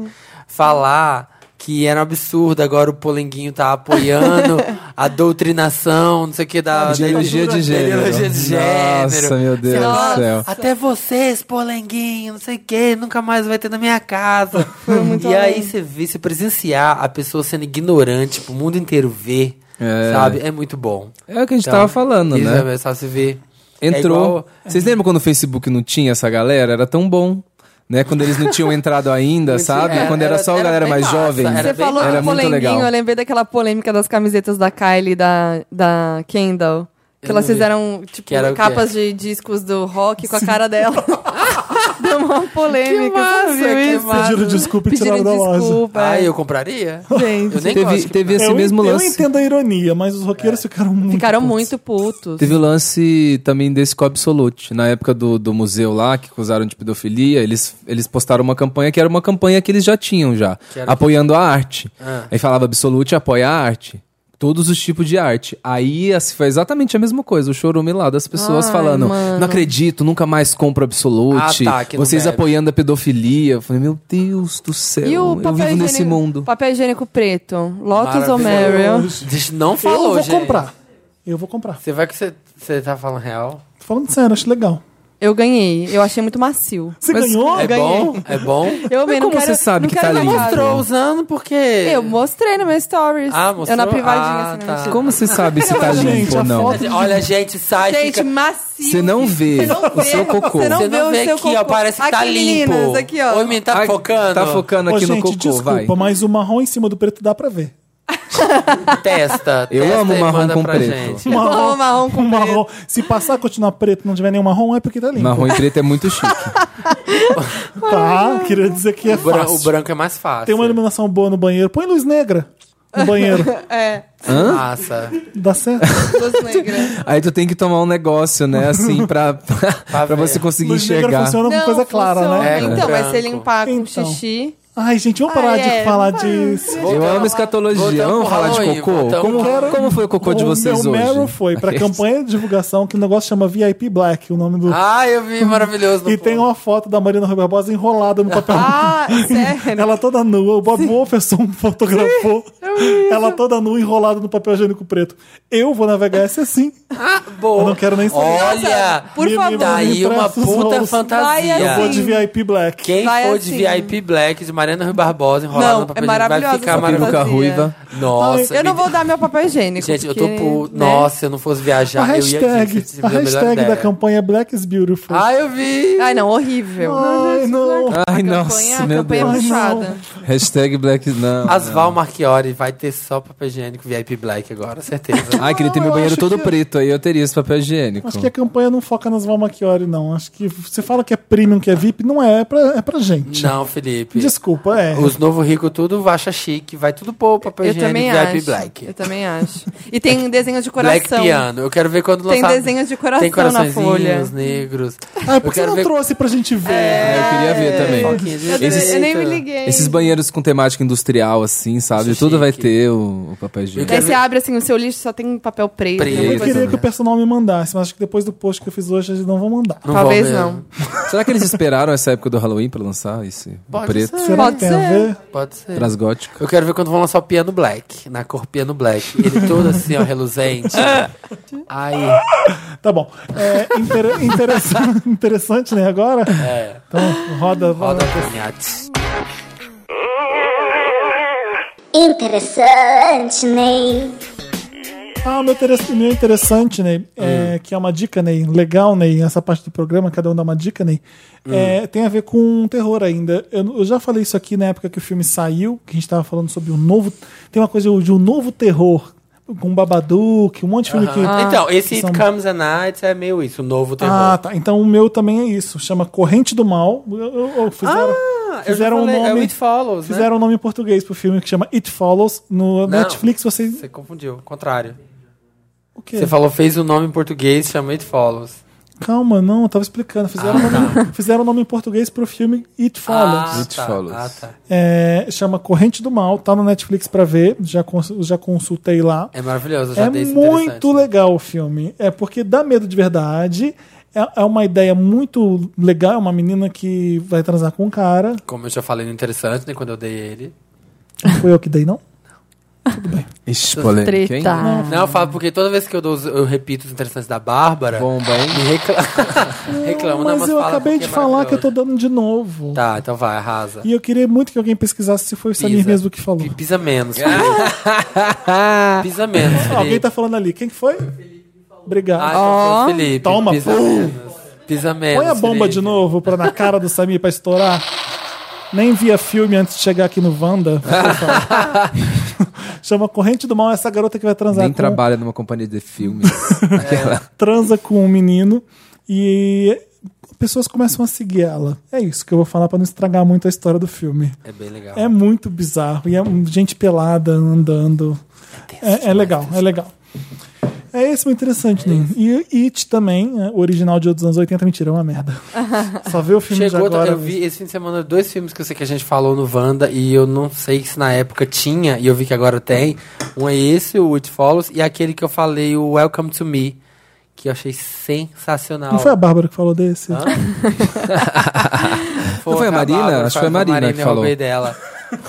Speaker 4: falar que era um absurdo agora o Polenguinho tá apoiando a doutrinação, não sei o que, da... da
Speaker 6: Ideologia de gênero.
Speaker 4: ideologia de gênero.
Speaker 6: Nossa, meu Deus
Speaker 4: Nossa.
Speaker 6: do céu.
Speaker 4: Até vocês, polenguinho, não sei o que, nunca mais vai ter na minha casa.
Speaker 5: muito
Speaker 4: e aí
Speaker 5: além.
Speaker 4: você vê, você presenciar a pessoa sendo ignorante, pro mundo inteiro ver,
Speaker 6: É.
Speaker 4: sabe? É muito bom.
Speaker 6: É o que a gente
Speaker 4: Então,
Speaker 6: tava falando,
Speaker 4: isso
Speaker 6: né?
Speaker 4: é só se ver. É
Speaker 6: Entrou.
Speaker 4: igual-
Speaker 6: Vocês lembram quando o Facebook não tinha essa galera? Era tão bom. Né? Quando eles não tinham entrado ainda, sabe?
Speaker 4: era-
Speaker 6: quando era,
Speaker 4: É, era-
Speaker 6: só a
Speaker 4: era
Speaker 6: galera
Speaker 4: bem
Speaker 6: mais
Speaker 4: massa,
Speaker 6: jovem.
Speaker 4: era
Speaker 5: Você
Speaker 4: bem-
Speaker 5: falou
Speaker 6: era
Speaker 5: do
Speaker 6: muito
Speaker 5: polenguinho,
Speaker 6: legal.
Speaker 5: eu lembrei daquela polêmica das camisetas da Kylie e da, da Kendall. Que
Speaker 4: Eu
Speaker 5: elas
Speaker 4: não vi.
Speaker 5: fizeram, tipo,
Speaker 4: Que era o quê?
Speaker 5: capas de discos do rock com a cara dela. Deu uma polêmica,
Speaker 4: Que massa,
Speaker 5: você viu
Speaker 4: que
Speaker 5: isso?
Speaker 4: massa.
Speaker 3: Pediram desculpa e
Speaker 5: Pediram
Speaker 3: tiraram da loja.
Speaker 5: desculpa.
Speaker 4: Ah,
Speaker 5: é.
Speaker 4: eu compraria?
Speaker 5: Gente,
Speaker 4: Eu nem
Speaker 6: Teve,
Speaker 4: gosto. que-
Speaker 6: teve esse
Speaker 3: É, eu,
Speaker 6: mesmo
Speaker 3: en-
Speaker 4: é um
Speaker 3: eu
Speaker 6: lance. É.
Speaker 3: entendo a ironia, mas os roqueiros ficaram muito.
Speaker 5: ficaram
Speaker 3: putos.
Speaker 5: muito putos.
Speaker 6: Teve o lance também desse com o Absolute. Na época do, do museu lá, que acusaram de pedofilia, eles, eles postaram uma campanha que era uma campanha que eles já tinham já. Apoiando a arte.
Speaker 4: Ah.
Speaker 6: Aí falava Absolute apoia a arte. Todos os tipos de arte. Aí as- foi exatamente a mesma coisa, o chorume lá das pessoas
Speaker 5: Ai,
Speaker 6: falando:
Speaker 5: mano.
Speaker 6: Não acredito, nunca mais compro Absolute.
Speaker 4: Ah, tá, que não
Speaker 6: Vocês
Speaker 4: bebe.
Speaker 6: apoiando a pedofilia. Eu falei: Meu Deus do céu,
Speaker 5: E o
Speaker 6: É um, eu
Speaker 5: papel
Speaker 6: vivo
Speaker 5: higiênico,
Speaker 6: nesse mundo.
Speaker 5: papel higiênico preto? Lotus ou
Speaker 4: Maravilhoso.
Speaker 5: Meryl?
Speaker 4: Gente, Não
Speaker 3: Eu
Speaker 4: falou,
Speaker 3: vou
Speaker 4: gente.
Speaker 3: comprar. Eu vou comprar.
Speaker 4: Você vai que você, você tá falando real?
Speaker 3: Tô falando sério, acho legal.
Speaker 5: Eu ganhei, eu achei muito macio.
Speaker 3: Você
Speaker 6: Mas-
Speaker 3: ganhou?
Speaker 4: é bom? É bom?
Speaker 5: Eu amei, não
Speaker 6: como
Speaker 5: quero-
Speaker 6: você sabe
Speaker 5: não
Speaker 6: que tá
Speaker 5: quero ir
Speaker 6: lindo?
Speaker 5: na loja.
Speaker 4: Tô usando porque...
Speaker 5: Eu mostrei no meu stories.
Speaker 4: Ah, mostrou?
Speaker 5: Eu na privadinha,
Speaker 4: Ah,
Speaker 5: assim,
Speaker 4: tá.
Speaker 5: na mentira.
Speaker 6: Como você sabe se tá
Speaker 3: Gente,
Speaker 6: limpo ou
Speaker 3: a
Speaker 6: não?
Speaker 3: foto
Speaker 4: Olha, gente, sai,
Speaker 5: Gente,
Speaker 4: fica...
Speaker 5: macio.
Speaker 6: Você não vê
Speaker 5: Você não
Speaker 6: o
Speaker 5: vê,
Speaker 6: seu cocô.
Speaker 5: Você não,
Speaker 4: Você não
Speaker 5: vê, o seu
Speaker 4: aqui, ó,
Speaker 5: cocô.
Speaker 4: parece que
Speaker 5: aqui,
Speaker 4: tá limpo.
Speaker 5: meninas, aqui, ó.
Speaker 4: Oi, menino, tá
Speaker 6: Ai,
Speaker 4: focando?
Speaker 6: Tá focando aqui
Speaker 3: Ô,
Speaker 6: no
Speaker 3: gente,
Speaker 6: cocô,
Speaker 3: desculpa,
Speaker 6: vai.
Speaker 3: mas o marrom em cima do preto dá pra ver.
Speaker 4: Testa,
Speaker 6: Eu
Speaker 4: testa
Speaker 6: amo
Speaker 4: e
Speaker 6: marrom
Speaker 4: manda
Speaker 6: com
Speaker 4: pra
Speaker 6: preto.
Speaker 4: gente.
Speaker 5: Eu amo marrom com
Speaker 3: o marrom. Se passar, continuar preto, não tiver nenhum marrom, é porque tá limpo.
Speaker 6: Marrom e preto é muito chique.
Speaker 3: Tá, queria dizer que é
Speaker 4: O bran-
Speaker 3: fácil.
Speaker 4: o branco é mais fácil.
Speaker 3: Tem uma iluminação boa no banheiro. Põe luz negra no banheiro.
Speaker 5: É,
Speaker 4: Massa.
Speaker 3: Dá certo.
Speaker 5: duas
Speaker 4: Tipo,
Speaker 5: negras.
Speaker 6: Aí tu tem que tomar um negócio, né? Assim, pra, pra, pra
Speaker 4: ver.
Speaker 6: você conseguir
Speaker 3: Luz negra
Speaker 6: enxergar.
Speaker 3: funciona com
Speaker 5: Não,
Speaker 3: coisa clara,
Speaker 5: funciona.
Speaker 3: né?
Speaker 4: É, com
Speaker 5: Então, mas se
Speaker 4: branco.
Speaker 5: limpar com
Speaker 3: Então.
Speaker 5: xixi...
Speaker 3: Ai, gente, vamos parar
Speaker 5: Ah,
Speaker 3: de
Speaker 5: é,
Speaker 3: falar
Speaker 5: vamos
Speaker 3: disso.
Speaker 6: Eu amo escatologia.
Speaker 4: voltamos
Speaker 6: Vamos
Speaker 4: pro
Speaker 6: falar de
Speaker 4: Halloween,
Speaker 6: cocô?
Speaker 4: voltamos.
Speaker 6: Como, como foi o cocô de
Speaker 3: O
Speaker 6: vocês
Speaker 3: meu Meryl
Speaker 6: hoje?
Speaker 3: foi
Speaker 4: É
Speaker 3: pra campanha de divulgação que o negócio chama VIP Black, o nome do.
Speaker 4: Ah, eu vi maravilhoso. no
Speaker 3: e tem um-
Speaker 4: fundo.
Speaker 3: uma foto da Marina Rui Barbosa enrolada no papel.
Speaker 5: Ah,
Speaker 4: é,
Speaker 5: sério?
Speaker 3: Ela toda nua, o Bob Wolferson fotografou.
Speaker 4: é
Speaker 3: Ela toda nua, enrolada no papel higiênico preto. Eu vou na VHS assim.
Speaker 4: Ah, boa.
Speaker 3: Eu não quero nem saber.
Speaker 4: Olha,
Speaker 5: Por
Speaker 3: Me-
Speaker 5: favor.
Speaker 3: me-
Speaker 4: daí
Speaker 3: me
Speaker 4: uma
Speaker 3: presta os
Speaker 4: puta
Speaker 3: olhos.
Speaker 5: Vai
Speaker 4: fantasia.
Speaker 5: assim.
Speaker 3: Eu vou de VIP Black.
Speaker 4: Quem
Speaker 5: Vai
Speaker 4: for
Speaker 5: assim.
Speaker 4: de VIP Black de Mariana Rui Barbosa enrolada
Speaker 5: Não,
Speaker 4: no papel
Speaker 5: é
Speaker 4: higiênico.
Speaker 5: maravilhosa
Speaker 4: Vai ficar
Speaker 5: essa
Speaker 6: Peruca
Speaker 5: fantasia.
Speaker 4: maravilhosa.
Speaker 6: ruiva.
Speaker 4: Nossa.
Speaker 5: Eu não
Speaker 4: me-
Speaker 5: vou dar meu papel higiênico.
Speaker 4: Gente, eu tô
Speaker 5: porque,
Speaker 4: por...
Speaker 5: né?
Speaker 4: Nossa, se eu não fosse viajar,
Speaker 3: a
Speaker 4: eu ia...
Speaker 3: hashtag, a
Speaker 4: gente, seria melhor
Speaker 3: hashtag da
Speaker 4: ideia.
Speaker 3: campanha é Black is Beautiful.
Speaker 4: Ah, eu vi!
Speaker 5: Ai, não, horrível.
Speaker 3: Ai, não.
Speaker 6: Ai,
Speaker 5: A
Speaker 6: nossa,
Speaker 5: campanha, a
Speaker 6: meu
Speaker 5: campanha
Speaker 6: Deus.
Speaker 5: puxada.
Speaker 6: Hashtag Black não.
Speaker 4: é As Val Marchiori vai ter só papel higiênico VIP Black agora, certeza.
Speaker 6: Ai, queria ter
Speaker 3: Não,
Speaker 6: meu
Speaker 3: eu
Speaker 6: banheiro
Speaker 3: acho
Speaker 6: todo
Speaker 3: que-
Speaker 6: preto, aí eu teria esse papel higiênico.
Speaker 3: Acho que é a campanha não foca nas Valmachiori, não. Acho que você fala que é premium, que é VIP, não é, é pra, é pra gente.
Speaker 4: Não, Felipe.
Speaker 3: Desculpa, é.
Speaker 4: Os novos ricos tudo acha chique, vai tudo pôr papel
Speaker 5: Eu
Speaker 4: higiênico
Speaker 5: também
Speaker 4: VIP
Speaker 5: acho.
Speaker 4: Black. É
Speaker 5: Eu também acho. E tem desenho de coração.
Speaker 4: Black piano. Eu quero ver quando
Speaker 5: Tem
Speaker 4: lançar.
Speaker 5: desenho de coração
Speaker 4: Tem
Speaker 5: na
Speaker 4: coraçõezinhos né?
Speaker 5: folha.
Speaker 4: negros.
Speaker 3: Ah, por que você
Speaker 4: quero
Speaker 3: não
Speaker 4: ver-
Speaker 3: trouxe pra gente ver?
Speaker 6: É, eu queria ver também.
Speaker 4: Foquinha de
Speaker 5: Eu,
Speaker 6: Esses-
Speaker 5: eu nem me
Speaker 4: direita.
Speaker 5: liguei.
Speaker 6: Esses banheiros com temática industrial, assim, sabe?
Speaker 4: Isso é
Speaker 6: Tudo vai
Speaker 4: chique.
Speaker 6: ter o, o papel higiênico.
Speaker 5: Daí
Speaker 4: quero
Speaker 5: você
Speaker 4: ver-
Speaker 5: abre assim, o seu lixo só tem papel preto.
Speaker 4: Preto.
Speaker 5: alguma
Speaker 3: Eu
Speaker 5: coisa
Speaker 3: queria
Speaker 5: assim.
Speaker 3: que o personal me mandasse, mas acho que depois do post que eu fiz hoje eles não vão mandar.
Speaker 4: Não vou
Speaker 5: Talvez
Speaker 4: mesmo.
Speaker 5: não.
Speaker 6: Será que eles esperaram essa época do Halloween pra lançar esse
Speaker 4: Pode
Speaker 6: preto?
Speaker 4: ser.
Speaker 3: Será
Speaker 5: Pode
Speaker 3: que tem a
Speaker 5: ser.
Speaker 3: ver?
Speaker 4: Pode ser.
Speaker 6: Transgótico.
Speaker 4: Eu quero ver quando vão lançar o piano black, na cor piano black. Ele todo assim, ó, reluzente. Ai,
Speaker 3: Tá bom. É inter- interessante, interessante, né? Agora? É. Então, roda.
Speaker 4: roda caminhate.
Speaker 2: Interessante, Ney.
Speaker 3: Ah, meu, interes- meu interessante, Ney,
Speaker 4: Hum.
Speaker 3: é, que é uma dica, Ney, legal, Ney, essa parte do programa, cada um dá uma dica, Ney,
Speaker 4: Hum.
Speaker 3: é, tem a ver com terror ainda. Eu, eu já falei isso aqui na época que o filme saiu, que a gente tava falando sobre um novo. Tem uma coisa de um novo terror, com Babadook, um monte de filme que.
Speaker 4: então, esse
Speaker 3: que
Speaker 4: It
Speaker 3: são-
Speaker 4: Comes at Night é meio isso, o novo terror.
Speaker 3: Ah, tá. Então o meu também é isso. Chama Corrente do Mal. Eu- eu- eu- fizeram
Speaker 4: Ah, eu já
Speaker 3: fizeram um
Speaker 4: falei, É o
Speaker 3: nome.
Speaker 4: It Follows, né?
Speaker 3: Fizeram um nome em português pro filme que chama It Follows. No Netflix vocês.
Speaker 4: Você confundiu, o contrário.
Speaker 3: O quê?
Speaker 4: Você falou, fez o nome em português, chama It Follows.
Speaker 3: Calma, não, eu tava explicando. Fizeram o nome, fizeram um nome em português pro filme It Follows.
Speaker 4: tá. Ah,
Speaker 6: It
Speaker 4: tá,
Speaker 6: Follows.
Speaker 4: Ah, tá.
Speaker 3: É, chama Corrente do Mal, tá no Netflix pra ver, já, cons- já consultei lá.
Speaker 4: É maravilhoso, eu já
Speaker 3: É
Speaker 4: dei esse
Speaker 3: muito
Speaker 4: interessante. né?
Speaker 3: legal o filme. É porque dá medo de verdade. É, é uma ideia muito legal. É uma menina que vai transar com um cara.
Speaker 4: Como eu já falei no interessante, né, quando eu dei ele.
Speaker 3: Não Foi eu que dei, não?
Speaker 6: Ixi, polêmica, hein?
Speaker 5: Treta.
Speaker 4: Não, eu falo porque toda vez que eu, dou, os- eu repito os interessantes da Bárbara,
Speaker 6: Bomba, hein?
Speaker 4: me reclama. reclama, não,
Speaker 3: mas eu
Speaker 4: fala
Speaker 3: acabei
Speaker 4: porque
Speaker 3: de
Speaker 4: é
Speaker 3: falar que eu tô
Speaker 4: maravilhoso.
Speaker 3: dando de novo.
Speaker 4: Tá, então vai, arrasa.
Speaker 3: E eu queria muito que alguém pesquisasse se foi o Samir
Speaker 4: Pisa.
Speaker 3: mesmo que falou.
Speaker 4: Pi- Pisa menos. Felipe. Pisa menos,
Speaker 3: Ah, alguém
Speaker 4: Felipe.
Speaker 3: tá falando ali. Quem que foi? Obrigado.
Speaker 4: Ah, então foi o Felipe.
Speaker 3: Toma,
Speaker 4: Pisa
Speaker 3: pum.
Speaker 4: menos. Pisa menos.
Speaker 3: Põe a bomba
Speaker 4: Felipe.
Speaker 3: de novo pra, na cara do Samir pra estourar. Nem via filme antes de chegar aqui no Wanda. Chama Corrente do Mal essa garota que vai transar.
Speaker 6: Nem
Speaker 3: com-
Speaker 6: trabalha numa companhia de filmes.
Speaker 3: Transa com um menino e pessoas começam a seguir ela. É isso que eu vou falar pra não estragar muito a história do filme.
Speaker 4: É bem legal.
Speaker 3: É muito bizarro. E é gente pelada andando. É, é legal, é legal. É esse muito interessante, né? E It também, é, o original de dos anos 80, mentira, é uma merda. Só vê o filme de
Speaker 4: Chegou,
Speaker 3: agora.
Speaker 4: eu
Speaker 6: um-
Speaker 4: vi esse fim de semana dois filmes que eu sei que a gente falou no Wanda e eu não sei se na época tinha, e eu vi que agora tem. Um é esse, o It Follows, e aquele que eu falei, o Welcome to Me, que eu achei sensacional.
Speaker 3: Não foi a Bárbara que falou desse?
Speaker 4: Ah,
Speaker 6: Não foi a Marina?
Speaker 4: Bárbara,
Speaker 6: Acho que foi a Marina que
Speaker 4: eu roubei
Speaker 6: falou.
Speaker 4: dela.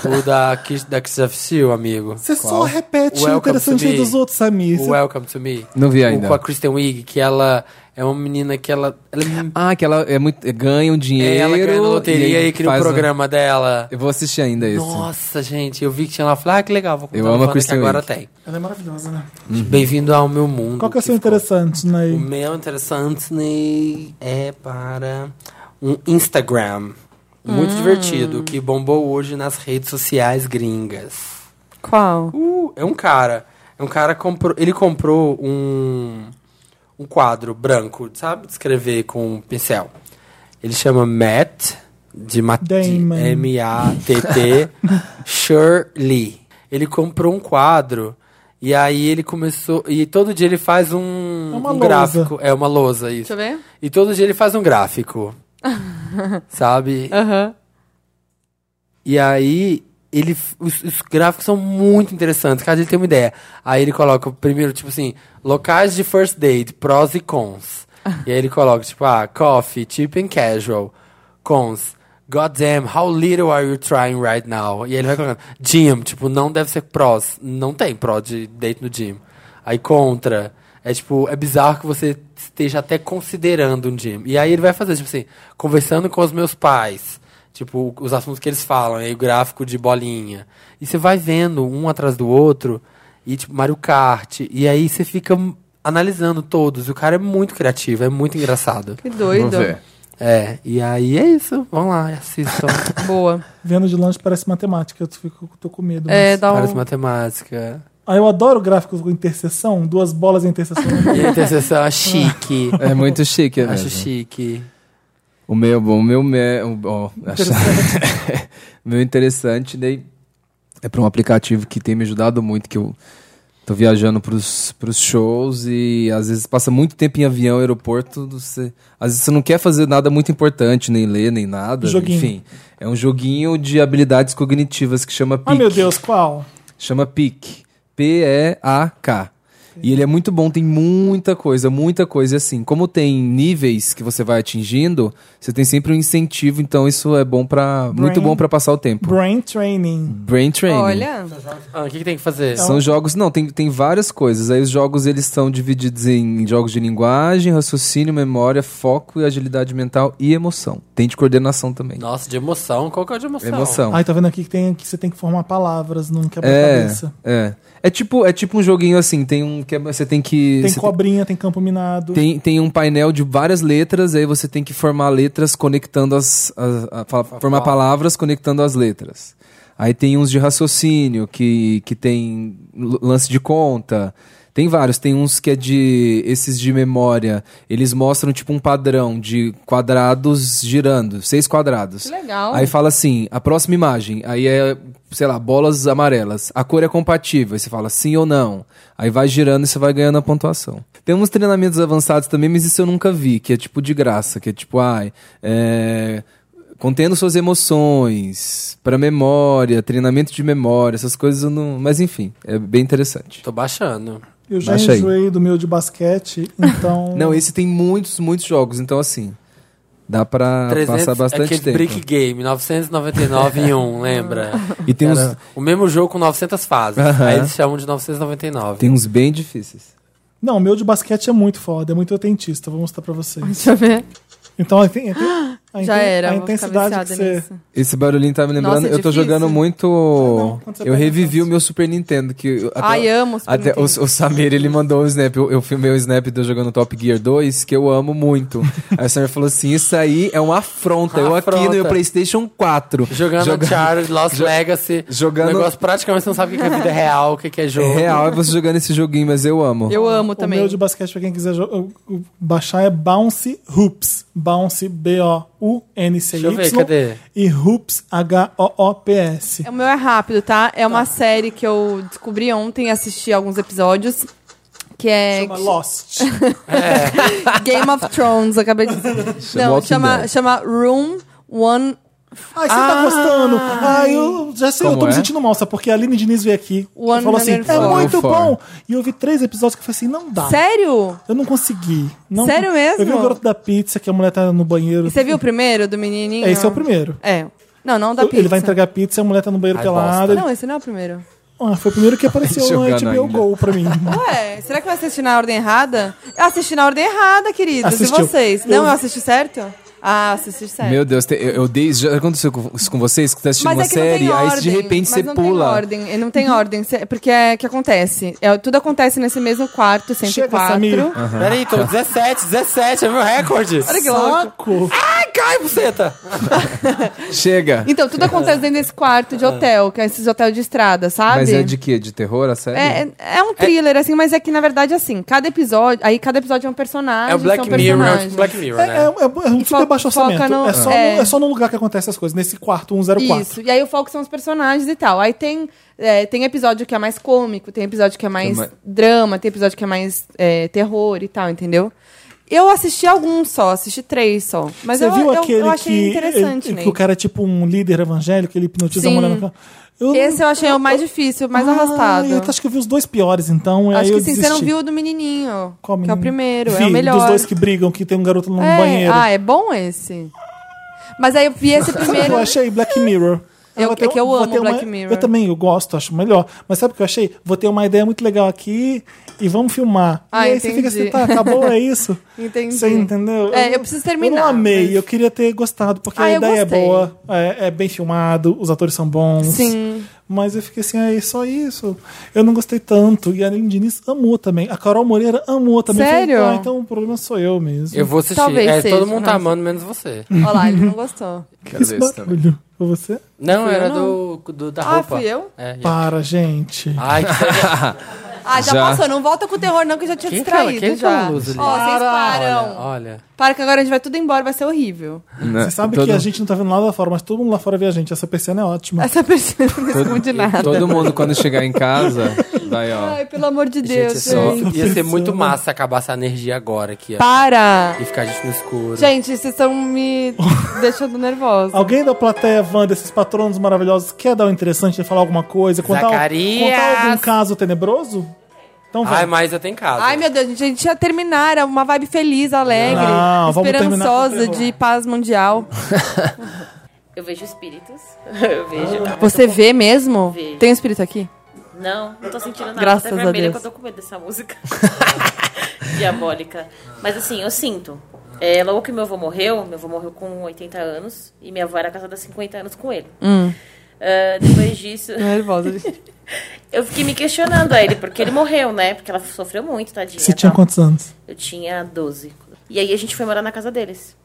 Speaker 4: O da Kiss, da Kiss of Steel, amigo.
Speaker 3: Você só repete o
Speaker 4: Welcome to
Speaker 3: interessante
Speaker 4: me.
Speaker 3: dos outros, Samir.
Speaker 4: O Welcome to Me.
Speaker 6: Não vi
Speaker 4: O-
Speaker 6: ainda.
Speaker 4: Com a Kristen Wiig, que ela é uma menina que ela... ela é
Speaker 6: ah, que ela é muito, ganha um
Speaker 4: É,
Speaker 6: dinheiro.
Speaker 4: ela ganha na
Speaker 6: e
Speaker 4: loteria
Speaker 6: aí
Speaker 4: e, cria o
Speaker 6: faz um- a-
Speaker 4: programa dela.
Speaker 6: Eu vou assistir ainda esse.
Speaker 4: Nossa, gente, eu vi que tinha lá. Falei, ah, que legal, vou comprar
Speaker 6: Eu
Speaker 4: uma
Speaker 6: amo a
Speaker 4: banda que
Speaker 6: Kristen
Speaker 4: agora
Speaker 6: Wiig. Uhum.
Speaker 4: tem.
Speaker 3: Ela é maravilhosa, né?
Speaker 4: Bem-vindo ao meu mundo.
Speaker 3: Qual que é o seu
Speaker 4: ficou-
Speaker 3: interessante, né?
Speaker 4: O meu interessante né, é para um Instagram.
Speaker 6: Hum.
Speaker 4: Muito divertido, que bombou hoje nas redes sociais gringas.
Speaker 5: Qual?
Speaker 4: Uh, é um cara. É um cara comprou. Ele comprou um, um quadro branco, sabe? De escrever com um pincel. Ele chama Matt de Mat- de
Speaker 3: Damon.
Speaker 4: M-A-T-T Shirley. Ele comprou um quadro e aí ele começou. E todo dia ele faz um,
Speaker 3: É uma
Speaker 4: um
Speaker 3: lousa.
Speaker 4: gráfico. É uma lousa, isso.
Speaker 5: Deixa eu ver.
Speaker 4: E todo dia ele faz um gráfico. sabe?
Speaker 5: Aham.
Speaker 4: E aí, ele, os, os gráficos são muito interessantes, caso ele tenha uma ideia. Aí ele coloca, primeiro, tipo assim, locais de first date, prós e cons. e aí ele coloca, tipo, ah, coffee, cheap and casual. Cons, god damn, how little are you trying right now? E aí ele vai colocando, gym, tipo, não deve ser prós. Não tem pró de date no gym. Aí contra. É tipo, é bizarro que você esteja até considerando um gym. E aí ele vai fazer, tipo assim, conversando com os meus pais. Tipo, os assuntos que eles falam, aí o gráfico de bolinha. E você vai vendo um atrás do outro, e tipo, Mario Kart. E aí você fica m- analisando todos. E o cara é muito criativo, é muito engraçado.
Speaker 5: Que doido.
Speaker 6: Vamos ver.
Speaker 4: É, e aí é isso. Vão lá, e assistam.
Speaker 5: Boa.
Speaker 3: Vendo de longe parece matemática, eu fico, tô com medo.
Speaker 5: É,
Speaker 3: mas-
Speaker 6: Então-
Speaker 5: dá
Speaker 4: Parece
Speaker 5: um...
Speaker 4: matemática.
Speaker 3: Ah, eu adoro gráficos com interseção, duas bolas em interseção.
Speaker 4: E a interseção é chique.
Speaker 6: É muito chique, né?
Speaker 4: Acho chique.
Speaker 6: O meu, bom, o meu, me, o, ó, achar- meu interessante né, é para um aplicativo que tem me ajudado muito, que eu tô viajando pros, pros shows e às vezes passa muito tempo em avião, aeroporto, você, às vezes você não quer fazer nada muito importante, nem ler, nem nada,
Speaker 3: Um Joguinho.
Speaker 6: enfim. É um joguinho de habilidades cognitivas que chama
Speaker 3: ah, meu
Speaker 6: PIC.
Speaker 3: Deus, qual?
Speaker 6: Chama PIC. P-E-A-K. E ele é muito bom, tem muita coisa, muita coisa. E assim, como tem níveis que você vai atingindo, você tem sempre um incentivo, então isso é bom para muito bom para passar o tempo.
Speaker 3: Brain Training.
Speaker 6: Brain Training.
Speaker 5: Olha,
Speaker 4: Ah, o que, que tem que fazer?
Speaker 3: então
Speaker 6: São jogos, não, tem, tem várias coisas. Aí os jogos eles são divididos em jogos de linguagem, raciocínio, memória, foco e agilidade mental e emoção. Tem de coordenação também.
Speaker 4: Nossa, de emoção. Qual que é o de emoção?
Speaker 6: Emoção.
Speaker 3: Ai, tá vendo aqui que, tem, que você tem que formar palavras num
Speaker 6: É,
Speaker 3: quebra-cabeça.
Speaker 6: é. É tipo, é tipo um joguinho assim, tem um que é- você tem que
Speaker 3: Tem
Speaker 6: você
Speaker 3: cobrinha, tem campo minado.
Speaker 6: Tem, tem um painel de várias letras, aí você tem que formar letras conectando as. as- a- fa- formar palavras conectando as letras. Aí tem uns de raciocínio, que, que tem l- lance de conta. Tem vários, tem uns que é de. esses de memória. Eles mostram tipo um padrão de quadrados girando, seis quadrados.
Speaker 5: que legal.
Speaker 6: Aí fala assim, a próxima imagem, aí é, sei lá, bolas amarelas. A cor é compatível, aí você fala sim ou não. Aí vai girando e você vai ganhando a pontuação. Tem uns treinamentos avançados também, mas isso eu nunca vi, que é tipo de graça, que é tipo, ai, é, contendo suas emoções, pra memória, treinamento de memória, essas coisas eu não. Mas enfim, é bem interessante.
Speaker 4: Tô baixando.
Speaker 3: Eu já
Speaker 6: Baixa aí.
Speaker 3: enjoei do meu de basquete, então.
Speaker 6: Não, esse tem muitos, muitos jogos, então assim, dá pra
Speaker 4: 300,
Speaker 6: passar bastante
Speaker 4: é aquele
Speaker 6: tempo.
Speaker 4: Brick Game, 999 em 1, lembra?
Speaker 6: E tem uns,
Speaker 4: Era o mesmo jogo com 900 fases.
Speaker 6: Aham.
Speaker 4: Aí eles chamam de 999.
Speaker 5: um
Speaker 6: tem uns bem difíceis.
Speaker 3: Não, o meu de basquete é muito foda, é muito autentista, vou mostrar pra vocês.
Speaker 5: Deixa eu ver.
Speaker 3: Então, a, inten- a inten-
Speaker 5: Já era,
Speaker 3: a
Speaker 5: vou ficar
Speaker 3: intensidade que
Speaker 5: viciada
Speaker 3: você.
Speaker 5: nisso.
Speaker 6: Esse barulhinho tá me lembrando.
Speaker 5: Nossa, é
Speaker 6: eu tô
Speaker 5: difícil.
Speaker 6: jogando muito.
Speaker 3: Ah, não, quando você
Speaker 6: eu
Speaker 3: pega
Speaker 6: revivi
Speaker 3: tanto.
Speaker 6: o meu Super Nintendo. Que eu- até,
Speaker 5: Ai, amo o Super
Speaker 6: até o,
Speaker 5: Nintendo.
Speaker 6: o Samir, ele mandou um snap. Eu, eu filmei o snap de eu jogando Top Gear 2, que eu amo muito. aí o Samir falou assim: Isso aí é uma afronta. eu aqui
Speaker 4: Afronta.
Speaker 6: no meu PlayStation 4.
Speaker 4: Jogando
Speaker 6: joga-
Speaker 4: Uncharted, Lost Legacy.
Speaker 6: jogando-
Speaker 4: Um negócio praticamente você não sabe o que é vida real, o que é
Speaker 6: É
Speaker 4: jogo.
Speaker 6: real, é você jogando esse joguinho, mas eu amo.
Speaker 5: Eu amo também.
Speaker 3: O meu de basquete, pra quem quiser jo- o- o- baixar, é Bounce Hoops. Bounce,
Speaker 4: Deixa eu ver,
Speaker 3: B-O-U-N-C-Y.
Speaker 4: cadê?
Speaker 3: E Hoops, H-O-O-P-S.
Speaker 5: É, O meu é rápido, tá? É uma série que eu descobri ontem, assisti alguns episódios. Que é
Speaker 3: Chama Lost.
Speaker 5: Game of Thrones, eu acabei de dizer. Não,
Speaker 6: Walking
Speaker 5: chama,
Speaker 6: Dead.
Speaker 5: chama Room One
Speaker 3: Ai, você
Speaker 5: Ah.
Speaker 3: tá gostando? Ai, eu já sei, eu
Speaker 6: Como
Speaker 3: tô me
Speaker 6: é?
Speaker 3: sentindo mal, sabe? Porque a Aline Diniz veio aqui e falou assim, é
Speaker 5: 104.
Speaker 3: muito
Speaker 6: 104.
Speaker 3: bom. E eu vi três episódios que eu falei assim, não dá.
Speaker 5: Sério?
Speaker 3: Eu não consegui. Não-
Speaker 5: Sério mesmo?
Speaker 3: Eu vi o garoto da pizza, que a mulher tá no banheiro.
Speaker 5: E você viu o primeiro do menininho?
Speaker 3: É, esse é o primeiro.
Speaker 5: É. Não, não da pizza.
Speaker 3: Ele vai entregar pizza, a mulher tá no banheiro
Speaker 4: Ai,
Speaker 3: pelada.
Speaker 5: Não, esse não é o primeiro.
Speaker 3: Ah, foi o primeiro que apareceu no
Speaker 6: Jogando
Speaker 3: HBO
Speaker 6: ainda.
Speaker 3: Go pra mim.
Speaker 5: Ué, É, será que eu assisti na ordem errada? Eu assisti na ordem errada, queridos.
Speaker 3: Assistiu.
Speaker 5: E vocês? Não,
Speaker 3: Eu-
Speaker 5: eu assisti certo? Ah, assisti certo.
Speaker 6: Meu Deus, te- eu, eu dei. Já aconteceu com, isso com vocês que tá assistindo
Speaker 5: Mas
Speaker 6: uma
Speaker 5: é que
Speaker 6: série,
Speaker 5: não tem
Speaker 6: aí
Speaker 5: ordem,
Speaker 6: de repente
Speaker 5: mas
Speaker 6: você
Speaker 5: não Tem
Speaker 6: pula.
Speaker 5: ordem, e não tem ordem, cê- porque é que acontece. É, tudo acontece nesse mesmo quarto, 104.
Speaker 3: Chega, Samir.
Speaker 4: Peraí, tô 17, 17, é meu recorde.
Speaker 5: Olha que louco.
Speaker 3: Saco!
Speaker 4: Ai, cai, buceta! É
Speaker 6: Chega!
Speaker 5: Então, tudo acontece dentro desse quarto
Speaker 3: Ah.
Speaker 5: de hotel, que é esses hotel de estrada, sabe?
Speaker 6: Mas é de quê? De terror a série?
Speaker 5: É, é- é um thriller, assim, mas é que, na verdade, assim, cada episódio... Aí, cada episódio é um personagem,
Speaker 4: É o Black
Speaker 5: são
Speaker 4: Mirror, é o
Speaker 5: personagens.
Speaker 4: tipo Black Mirror,
Speaker 3: É,
Speaker 4: né?
Speaker 3: é, é um super
Speaker 5: E fo-
Speaker 3: baixo orçamento.
Speaker 5: foca no-
Speaker 3: é, só
Speaker 5: é.
Speaker 3: No, é só no lugar que acontecem as coisas, nesse quarto 104.
Speaker 5: Isso, e aí o foco são os personagens e tal. Aí tem, é, tem episódio que é mais cômico, tem episódio que é mais
Speaker 6: mais-
Speaker 5: drama, tem episódio que é mais é, terror e tal, entendeu? Eu assisti alguns só, assisti três só. Mas
Speaker 3: Você
Speaker 5: eu,
Speaker 3: viu
Speaker 5: eu,
Speaker 3: aquele
Speaker 5: eu achei
Speaker 3: que,
Speaker 5: interessante,
Speaker 3: ele-
Speaker 5: Ney.
Speaker 3: que o cara é tipo um líder evangélico, ele hipnotiza
Speaker 5: Sim.
Speaker 3: a mulher. No... Eu,
Speaker 5: Esse eu achei o mais difícil, o mais
Speaker 3: Ah,
Speaker 5: arrastado.
Speaker 3: Eu acho que eu vi os dois piores, então. aí
Speaker 5: Acho
Speaker 3: eu
Speaker 5: que sim, você não
Speaker 3: desisti.
Speaker 5: viu o do menininho,
Speaker 3: Qual
Speaker 5: que é o
Speaker 3: menino?
Speaker 5: primeiro,
Speaker 3: Vi,
Speaker 5: é o melhor.
Speaker 3: Dos dois que brigam, que tem um garoto no
Speaker 5: É,
Speaker 3: banheiro.
Speaker 5: Ah, é bom esse. Mas aí eu vi esse
Speaker 3: Sabe o que
Speaker 5: primeiro.
Speaker 3: eu achei Black Mirror.
Speaker 5: Eu-
Speaker 3: vou ter
Speaker 5: é que eu
Speaker 3: vou
Speaker 5: amo
Speaker 3: ter
Speaker 5: Black
Speaker 3: uma-
Speaker 5: Mirror.
Speaker 3: Eu também, eu gosto, acho melhor. Mas sabe o que eu achei? Vou ter uma ideia muito legal aqui e vamos filmar.
Speaker 5: Ah,
Speaker 3: e aí você
Speaker 5: entendi.
Speaker 3: fica assim, tá, acabou, é isso?
Speaker 5: Entendi.
Speaker 3: Você entendeu?
Speaker 5: É, eu
Speaker 3: não-
Speaker 5: preciso terminar,
Speaker 3: Eu não amei,
Speaker 5: mas-
Speaker 3: eu queria ter gostado, porque
Speaker 5: Ah,
Speaker 3: a
Speaker 5: eu
Speaker 3: ideia é
Speaker 5: gostei.
Speaker 3: boa, é, é bem filmado, os atores são bons.
Speaker 5: Sim.
Speaker 3: Mas eu fiquei assim, aí só isso. Eu não gostei tanto. E a Aline Diniz amou também. A Carol Moreira amou também. Eu falei,
Speaker 5: Sério?
Speaker 3: "Ah, então o problema sou eu mesmo.
Speaker 4: Eu vou assistir.
Speaker 5: Talvez
Speaker 4: é,
Speaker 5: seja,
Speaker 4: todo mundo tá
Speaker 5: Renato.
Speaker 4: amando, menos você.
Speaker 5: Olha lá, ele não gostou.
Speaker 6: Quero ver isso também.
Speaker 3: Olho pra você?
Speaker 4: Não,
Speaker 5: eu
Speaker 4: era
Speaker 5: não.
Speaker 4: Do, do- da
Speaker 5: Ah,
Speaker 4: roupa.
Speaker 5: fui eu?
Speaker 4: É, e-
Speaker 3: Para, gente.
Speaker 4: Ai, que
Speaker 5: Ah, já,
Speaker 6: Já.
Speaker 5: passou. Não volta com o terror, não, que eu já tinha
Speaker 4: Quem que ela-
Speaker 5: distraído.
Speaker 4: quem que
Speaker 5: já.
Speaker 4: ela usa ali?
Speaker 5: Ó, vocês
Speaker 4: olha,
Speaker 5: param.
Speaker 4: olha.
Speaker 5: Para que agora a gente vai tudo embora, vai ser horrível.
Speaker 6: Né?
Speaker 3: Você sabe
Speaker 6: Todo-
Speaker 3: que a gente não tá vendo nada lá fora, mas todo mundo lá fora vê a gente. Essa persiana é ótima.
Speaker 5: Essa pessoa não esconde nada.
Speaker 6: Todo mundo quando chegar em casa, daí ó.
Speaker 5: Ai, pelo amor de Deus,
Speaker 4: Gente, é só-
Speaker 5: gente.
Speaker 4: ia ser muito massa acabar essa energia agora aqui, ó.
Speaker 5: Para!
Speaker 4: E ficar a gente no escuro.
Speaker 5: Gente, vocês estão me deixando nervosa.
Speaker 3: Alguém da plateia, Wanda, esses patronos maravilhosos, quer dar um interessante, falar alguma coisa? Contar,
Speaker 4: Zacarias!
Speaker 3: contar algum caso tenebroso? Então vai.
Speaker 4: Ai, mas eu tenho casa.
Speaker 5: Ai, meu Deus, gente, a gente ia terminar. Era uma vibe feliz, alegre,
Speaker 3: Não, vamos terminar com
Speaker 5: esperançosa
Speaker 3: terror.
Speaker 5: de paz mundial.
Speaker 10: Eu vejo espíritos. Eu vejo.
Speaker 3: tá
Speaker 5: Você vê mesmo?
Speaker 10: Vejo.
Speaker 5: Tem um espírito aqui?
Speaker 10: Não, não tô sentindo nada.
Speaker 5: Graças
Speaker 10: tá
Speaker 5: a
Speaker 10: vermelha
Speaker 5: Deus.
Speaker 10: que eu tô com medo dessa música. Diabólica. Mas assim, eu sinto. É, logo que meu avô morreu, meu avô morreu com 80 anos e minha avó era casada há 50 anos com ele.
Speaker 5: Hum.
Speaker 10: Ah, depois disso,
Speaker 5: Tô Nervosa. gente.
Speaker 10: eu fiquei me questionando a ele, porque ele morreu, né? Porque ela sofreu muito, tadinha.
Speaker 3: Você tinha
Speaker 10: tal.
Speaker 3: quantos anos?
Speaker 10: Eu tinha 12. E aí a gente foi morar na casa deles.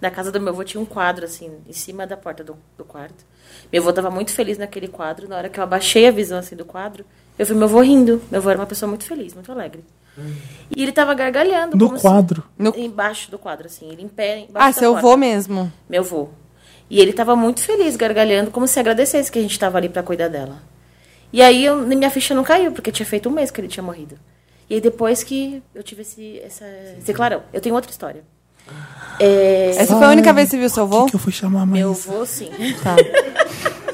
Speaker 10: Na casa do meu avô tinha um quadro, assim, em cima da porta do, do quarto. Meu avô tava muito feliz naquele quadro. Na hora que eu abaixei a visão, assim, do quadro, eu vi meu avô rindo. Meu avô era uma pessoa muito feliz, muito alegre. E ele tava gargalhando.
Speaker 3: No
Speaker 10: como se-
Speaker 3: quadro.
Speaker 5: No-
Speaker 10: Embaixo do quadro, assim. Ele em pé, embaixo
Speaker 5: Ah,
Speaker 10: da
Speaker 5: seu
Speaker 10: porta.
Speaker 5: avô mesmo.
Speaker 10: Meu avô. E ele tava muito feliz, gargalhando, como se agradecesse que a gente tava ali pra cuidar dela. E aí eu, minha ficha não caiu, porque tinha feito um mês que ele tinha morrido. E aí depois que eu tive esse, essa, esse clarão. Eu tenho outra história. É,
Speaker 5: Essa foi a única vez que você viu seu avô?
Speaker 3: Que eu fui chamar mais.
Speaker 10: meu avô, sim.
Speaker 5: Tá.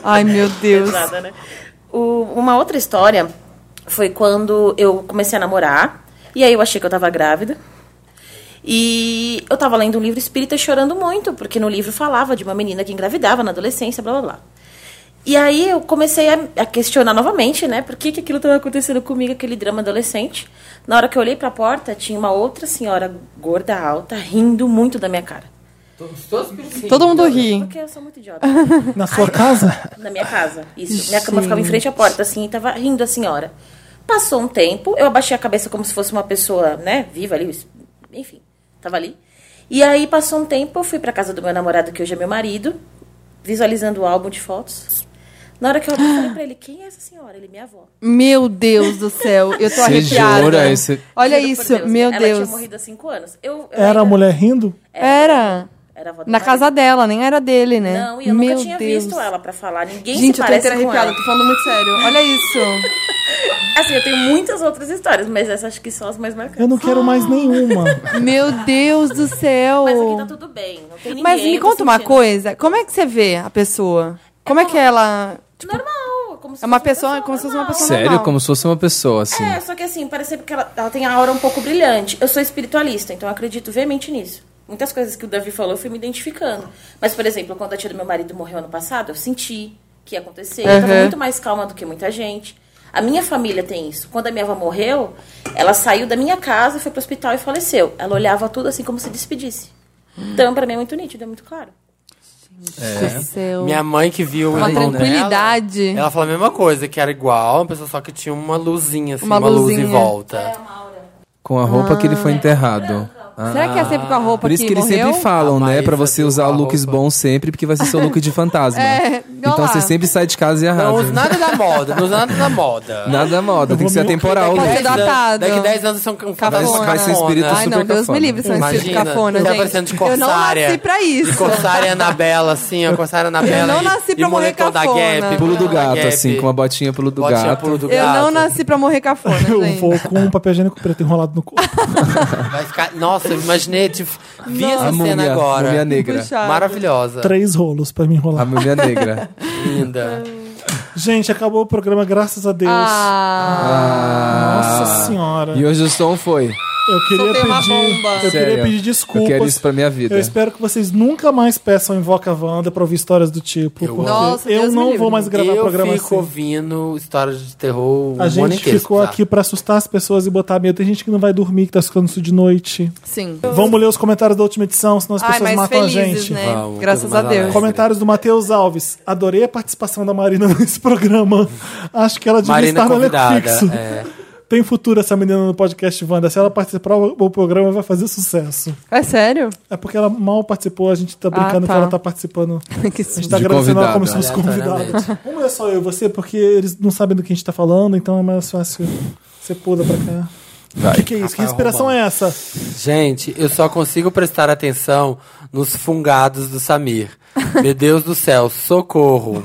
Speaker 5: Ai, meu Deus.
Speaker 10: Pesada, né? O- uma outra história foi quando eu comecei a namorar. E aí eu achei que eu tava grávida. E eu tava lendo um livro espírita chorando muito, porque no livro falava de uma menina que engravidava na adolescência, blá blá blá. E aí eu comecei a, a questionar novamente, né? Por que, que aquilo estava acontecendo comigo, aquele drama adolescente. Na hora que eu olhei pra porta, tinha uma outra senhora gorda, alta, rindo muito da minha cara.
Speaker 5: Todo mundo ri.
Speaker 10: Porque eu sou muito idiota.
Speaker 3: Na sua casa?
Speaker 10: Na minha casa. Isso. Minha cama ficava em frente à porta, assim, e tava rindo a senhora. Passou um tempo, eu abaixei a cabeça como se fosse uma pessoa, né, viva ali, isso- enfim, tava ali. E aí passou um tempo, eu fui pra casa do meu namorado, que hoje é meu marido, visualizando o álbum de fotos. Na hora que eu abri, eu falei pra ele, quem é essa senhora? Ele, minha avó.
Speaker 5: Meu Deus do céu. Eu tô
Speaker 6: Você
Speaker 5: arrepiada.
Speaker 6: jura? Esse-
Speaker 5: Olha
Speaker 10: Juro por
Speaker 5: isso,
Speaker 10: Deus,
Speaker 5: meu
Speaker 10: ela Ela
Speaker 5: Deus.
Speaker 10: tinha morrido há cinco anos. Eu, eu
Speaker 3: Era a
Speaker 10: ainda-
Speaker 3: mulher rindo?
Speaker 5: Era.
Speaker 10: Era a avó do
Speaker 5: Na
Speaker 10: marido.
Speaker 5: casa dela, nem era dele, né?
Speaker 10: Não, e eu
Speaker 5: meu
Speaker 10: nunca tinha
Speaker 5: Deus.
Speaker 10: visto ela pra falar. Ninguém
Speaker 5: Gente,
Speaker 10: se
Speaker 5: eu tô
Speaker 10: parece
Speaker 5: inteira
Speaker 10: com ela.
Speaker 5: arrepiada, tô falando muito sério. Olha isso.
Speaker 10: Assim, eu tenho muitas outras histórias, mas essas acho que são as mais marcantes.
Speaker 3: Eu não quero mais nenhuma.
Speaker 5: Meu Deus do céu.
Speaker 10: Mas aqui tá tudo bem, não tem ninguém. é
Speaker 5: Mas me
Speaker 10: tô
Speaker 5: conta uma
Speaker 10: sentindo.
Speaker 5: coisa, como é que você vê a pessoa? Como é que ela.
Speaker 10: Normal, como se
Speaker 5: tipo, É uma
Speaker 10: fosse
Speaker 5: pessoa- como se fosse uma
Speaker 10: normal.
Speaker 5: pessoa
Speaker 6: Sério,
Speaker 5: normal.
Speaker 6: como se fosse uma pessoa assim.
Speaker 10: É, só que assim, parece que ela, ela tem a aura um pouco brilhante. Eu sou espiritualista, então eu acredito veemente nisso. Muitas coisas que o Davi falou, eu fui me identificando. Mas, por exemplo, quando a tia do meu marido morreu ano passado, eu senti que ia acontecer. Eu tava
Speaker 5: Uhum.
Speaker 10: muito mais calma do que muita gente. A minha família tem isso. Quando a minha avó morreu, ela saiu da minha casa, foi pro hospital e faleceu. Ela olhava tudo assim como se despedisse. Então, pra mim é muito nítido, é muito claro.
Speaker 6: É.
Speaker 5: do céu.
Speaker 4: Minha mãe que viu o
Speaker 5: Uma
Speaker 4: irmão
Speaker 5: tranquilidade.
Speaker 4: dela, ela falou a mesma coisa, que era igual, uma pessoa só que tinha uma luzinha, assim,
Speaker 5: Uma
Speaker 4: uma, luz
Speaker 5: luzinha.
Speaker 4: em volta.
Speaker 6: Com a roupa que ele foi enterrado.
Speaker 5: Será que Ah, é sempre com a roupa
Speaker 6: Por isso que eles
Speaker 5: morreu?
Speaker 6: sempre falam,
Speaker 4: A
Speaker 6: né?
Speaker 4: Maísa
Speaker 6: Pra você
Speaker 4: viu
Speaker 6: usar
Speaker 4: a
Speaker 6: looks
Speaker 4: é roupa.
Speaker 6: bons sempre, porque vai ser seu look de fantasma.
Speaker 5: É, olha
Speaker 6: então
Speaker 5: lá.
Speaker 6: você sempre sai de casa e
Speaker 5: É.
Speaker 4: Não uso
Speaker 6: arrasa.
Speaker 4: nada da moda, não uso nada da moda.
Speaker 6: Nada moda, tem que ser atemporal.
Speaker 5: Pode ser
Speaker 6: né?
Speaker 4: Dez anos-
Speaker 5: datado.
Speaker 4: Daqui 10 anos são um
Speaker 5: Cafona.
Speaker 6: Vai ser espírito
Speaker 5: Ai, não,
Speaker 6: super
Speaker 5: Deus
Speaker 6: cafona.
Speaker 5: me livre, são espírito
Speaker 4: Imagina,
Speaker 5: cafona,
Speaker 4: tá
Speaker 5: gente.
Speaker 4: parecendo de
Speaker 5: Eu não
Speaker 4: corsária.
Speaker 5: nasci pra
Speaker 4: De
Speaker 5: isso.
Speaker 4: Corsária Anabela, assim, ó. Corsária Anabela.
Speaker 5: Eu não
Speaker 4: e-
Speaker 5: nasci pra
Speaker 4: e
Speaker 5: morrer
Speaker 4: moletom da
Speaker 5: cafona.
Speaker 4: Gap.
Speaker 6: Pulo do
Speaker 4: moletom da
Speaker 6: gato,
Speaker 4: Gap.
Speaker 6: assim, com uma botinha pulo do
Speaker 4: Botinha
Speaker 6: gato.
Speaker 4: pulo do
Speaker 5: Eu
Speaker 4: gato.
Speaker 5: não nasci pra morrer cafona,
Speaker 3: Eu
Speaker 5: gente.
Speaker 3: vou com um papel higiênico preto enrolado no corpo.
Speaker 4: Vai ficar... Nossa, eu imaginei, tipo, vi essa
Speaker 6: A
Speaker 4: cena
Speaker 6: múmia,
Speaker 4: agora.
Speaker 6: múmia negra.
Speaker 5: Puxado.
Speaker 4: Maravilhosa.
Speaker 3: Três rolos pra me
Speaker 6: A
Speaker 3: enrolar.
Speaker 6: múmia negra.
Speaker 4: Linda.
Speaker 3: Gente, acabou o programa, graças a Deus.
Speaker 5: Ah,
Speaker 3: Nossa senhora.
Speaker 6: E hoje o som foi.
Speaker 3: Eu queria
Speaker 5: Soltei
Speaker 3: pedir,
Speaker 5: uma bomba.
Speaker 3: eu
Speaker 6: Sério,
Speaker 3: queria pedir
Speaker 6: eu
Speaker 3: desculpas.
Speaker 6: quero isso pra minha vida.
Speaker 3: Eu espero que vocês nunca mais peçam Invoca Wanda pra ouvir histórias do tipo,
Speaker 4: Eu
Speaker 3: porque
Speaker 4: amo.
Speaker 5: Nossa,
Speaker 3: eu
Speaker 5: Deus me
Speaker 3: não
Speaker 5: livre.
Speaker 3: vou mais gravar
Speaker 4: eu
Speaker 3: programa
Speaker 4: fico
Speaker 3: assim.
Speaker 4: ouvindo histórias de terror
Speaker 3: A
Speaker 4: o ano
Speaker 3: gente
Speaker 4: inteiro.
Speaker 3: ficou
Speaker 4: sabe?
Speaker 3: aqui pra assustar as pessoas e botar medo. Tem gente que não vai dormir, que tá escutando isso de noite.
Speaker 5: Sim.
Speaker 3: Vamos ler os comentários da última edição, senão as
Speaker 5: Ai,
Speaker 3: pessoas
Speaker 5: mas
Speaker 3: matam a
Speaker 5: felizes,
Speaker 3: gente. Ah,
Speaker 5: né?
Speaker 4: Vamos,
Speaker 5: Graças
Speaker 4: coisa
Speaker 5: a
Speaker 4: mais
Speaker 5: Deus.
Speaker 4: alegre.
Speaker 3: Comentários do Matheus Alves. Adorei a participação da Marina nesse programa. Acho que ela devia
Speaker 4: Marina é
Speaker 3: estar no elenco
Speaker 4: convidada,
Speaker 3: fixo.
Speaker 4: é.
Speaker 3: Tem futuro essa menina no podcast Wanda. Se ela participar do programa, vai fazer sucesso.
Speaker 5: É sério?
Speaker 3: É porque ela mal participou, a gente tá brincando
Speaker 5: tá.
Speaker 3: que ela tá participando. A
Speaker 5: Que
Speaker 3: gente tá
Speaker 6: De
Speaker 3: agradecendo
Speaker 6: convidada.
Speaker 3: ela como se fosse convidada.
Speaker 4: Aleatoriamente.
Speaker 3: Como é só eu e você, porque eles não sabem do que a gente tá falando, então é mais fácil você pula pra cá. O que, que é isso? que
Speaker 5: tá
Speaker 4: Rafael
Speaker 3: respiração
Speaker 4: Romão.
Speaker 3: é essa?
Speaker 4: Gente, eu só consigo prestar atenção nos fungados do Samir. Meu Deus do céu, socorro.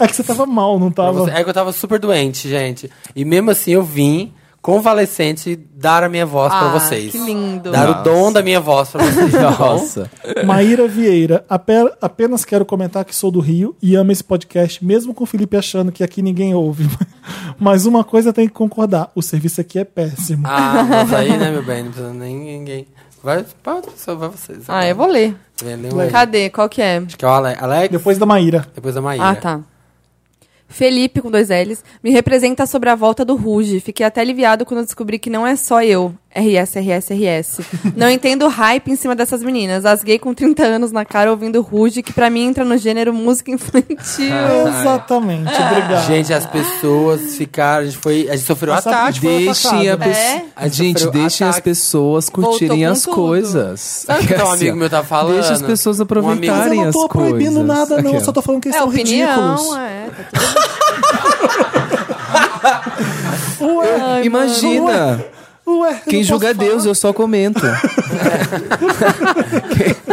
Speaker 3: É que você tava mal, não tava?
Speaker 4: É que eu tava super doente, gente. E mesmo assim eu vim, convalescente, dar a minha voz pra
Speaker 5: Ah,
Speaker 4: vocês.
Speaker 5: que lindo.
Speaker 4: Dar o dom da minha voz pra vocês. tá Nossa.
Speaker 6: Nossa.
Speaker 3: Maíra Vieira, ape- apenas quero comentar que sou do Rio e amo esse podcast, mesmo com o Felipe achando que aqui ninguém ouve. Mas uma coisa tem que concordar: o serviço aqui é péssimo.
Speaker 4: Ah, mas aí, né, meu bem? Não precisa nem ninguém. Vai, pode, só vai vocês. tá
Speaker 5: Ah, eu vou ler.
Speaker 4: Entendeu? Acho
Speaker 5: Cadê? Qual que é?
Speaker 4: que é o Ale- Alex, depois,
Speaker 3: Depois da Maíra.
Speaker 4: a Maíra.
Speaker 3: é.
Speaker 5: Ah, tá. Felipe, com dois L's, me representa sobre a volta do Ruge. Fiquei até aliviado quando descobri que não é só eu. RS, RS, RS. não entendo o hype em cima dessas meninas. As gay com 30 anos na cara ouvindo Ruge, que pra mim entra no gênero música infantil.
Speaker 3: Exatamente,
Speaker 5: Ah.
Speaker 3: obrigado.
Speaker 4: Gente, as pessoas ficaram. A gente, foi, a gente sofreu
Speaker 3: Nossa,
Speaker 4: ataque.
Speaker 3: foi
Speaker 6: Deixem, a né?
Speaker 3: atacado.
Speaker 6: pe...
Speaker 5: É?
Speaker 6: a gente,
Speaker 4: Sofreu
Speaker 6: deixem as
Speaker 4: ataque.
Speaker 6: pessoas curtirem
Speaker 5: Voltou com
Speaker 6: as
Speaker 5: tudo.
Speaker 6: coisas.
Speaker 4: Sabe o que um
Speaker 6: Assim,
Speaker 4: amigo meu tá falando?
Speaker 6: Deixa as pessoas
Speaker 4: Um
Speaker 6: aproveitarem
Speaker 3: Mas eu
Speaker 4: amigo-
Speaker 3: não tô
Speaker 6: as coisas.
Speaker 3: proibindo nada, não. Eu
Speaker 6: Aquela.
Speaker 3: só tô falando que eles
Speaker 5: É
Speaker 3: são
Speaker 5: opinião,
Speaker 3: ridículos.
Speaker 5: é. tá
Speaker 3: Ué,
Speaker 6: Imagina!
Speaker 3: ué.
Speaker 6: Quem julga é Deus, eu só comento.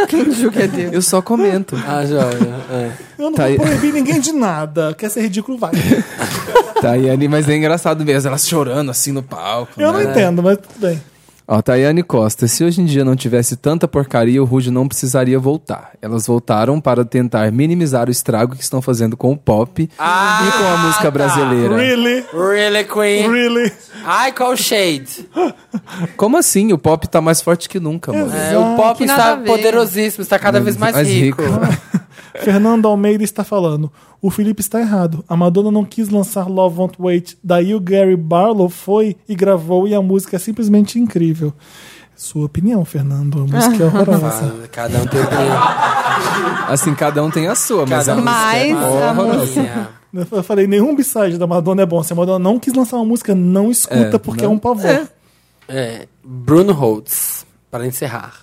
Speaker 5: tudo julga é Deus.
Speaker 6: Eu só comento.
Speaker 4: Ah, joia. É.
Speaker 3: Eu não
Speaker 6: Tá aí.
Speaker 3: vou proibir ninguém de nada. Quer ser ridículo, vai.
Speaker 6: Tayane, mas é engraçado mesmo, elas chorando assim no palco.
Speaker 3: Eu
Speaker 6: né?
Speaker 3: não entendo, mas tudo bem.
Speaker 6: Ó, Tayane Costa, se hoje em dia não tivesse tanta porcaria, o Rude não precisaria voltar. Elas voltaram para tentar minimizar o estrago que estão fazendo com o pop
Speaker 4: Ah,
Speaker 6: e com a
Speaker 4: tá.
Speaker 6: música brasileira.
Speaker 3: Really?
Speaker 4: Really, Queen?
Speaker 3: Really?
Speaker 4: I call shade.
Speaker 6: Como assim? O pop tá mais forte que nunca, mano.
Speaker 4: É, o pop
Speaker 5: que nada a
Speaker 4: está
Speaker 5: ver.
Speaker 4: poderosíssimo, está cada vez mais,
Speaker 6: Mais
Speaker 4: rico.
Speaker 6: rico.
Speaker 3: Fernando Almeida está falando. O Felipe está errado. A Madonna não quis lançar Love Won't Wait. Daí o Gary Barlow foi e gravou e a música é simplesmente incrível. Sua opinião, Fernando. A música é horrorosa.
Speaker 4: Ah, Cada um tem opinião.
Speaker 6: Assim, cada um tem a sua, mas a
Speaker 4: Cada um
Speaker 5: Mas
Speaker 4: tem
Speaker 5: a
Speaker 4: opinião.
Speaker 3: Eu falei, nenhum b-side da Madonna é bom. Se a Madonna não quis lançar uma música, não escuta,
Speaker 6: É,
Speaker 3: porque
Speaker 6: não-
Speaker 3: é um pavor.
Speaker 4: É, Bruno Holtz, para encerrar.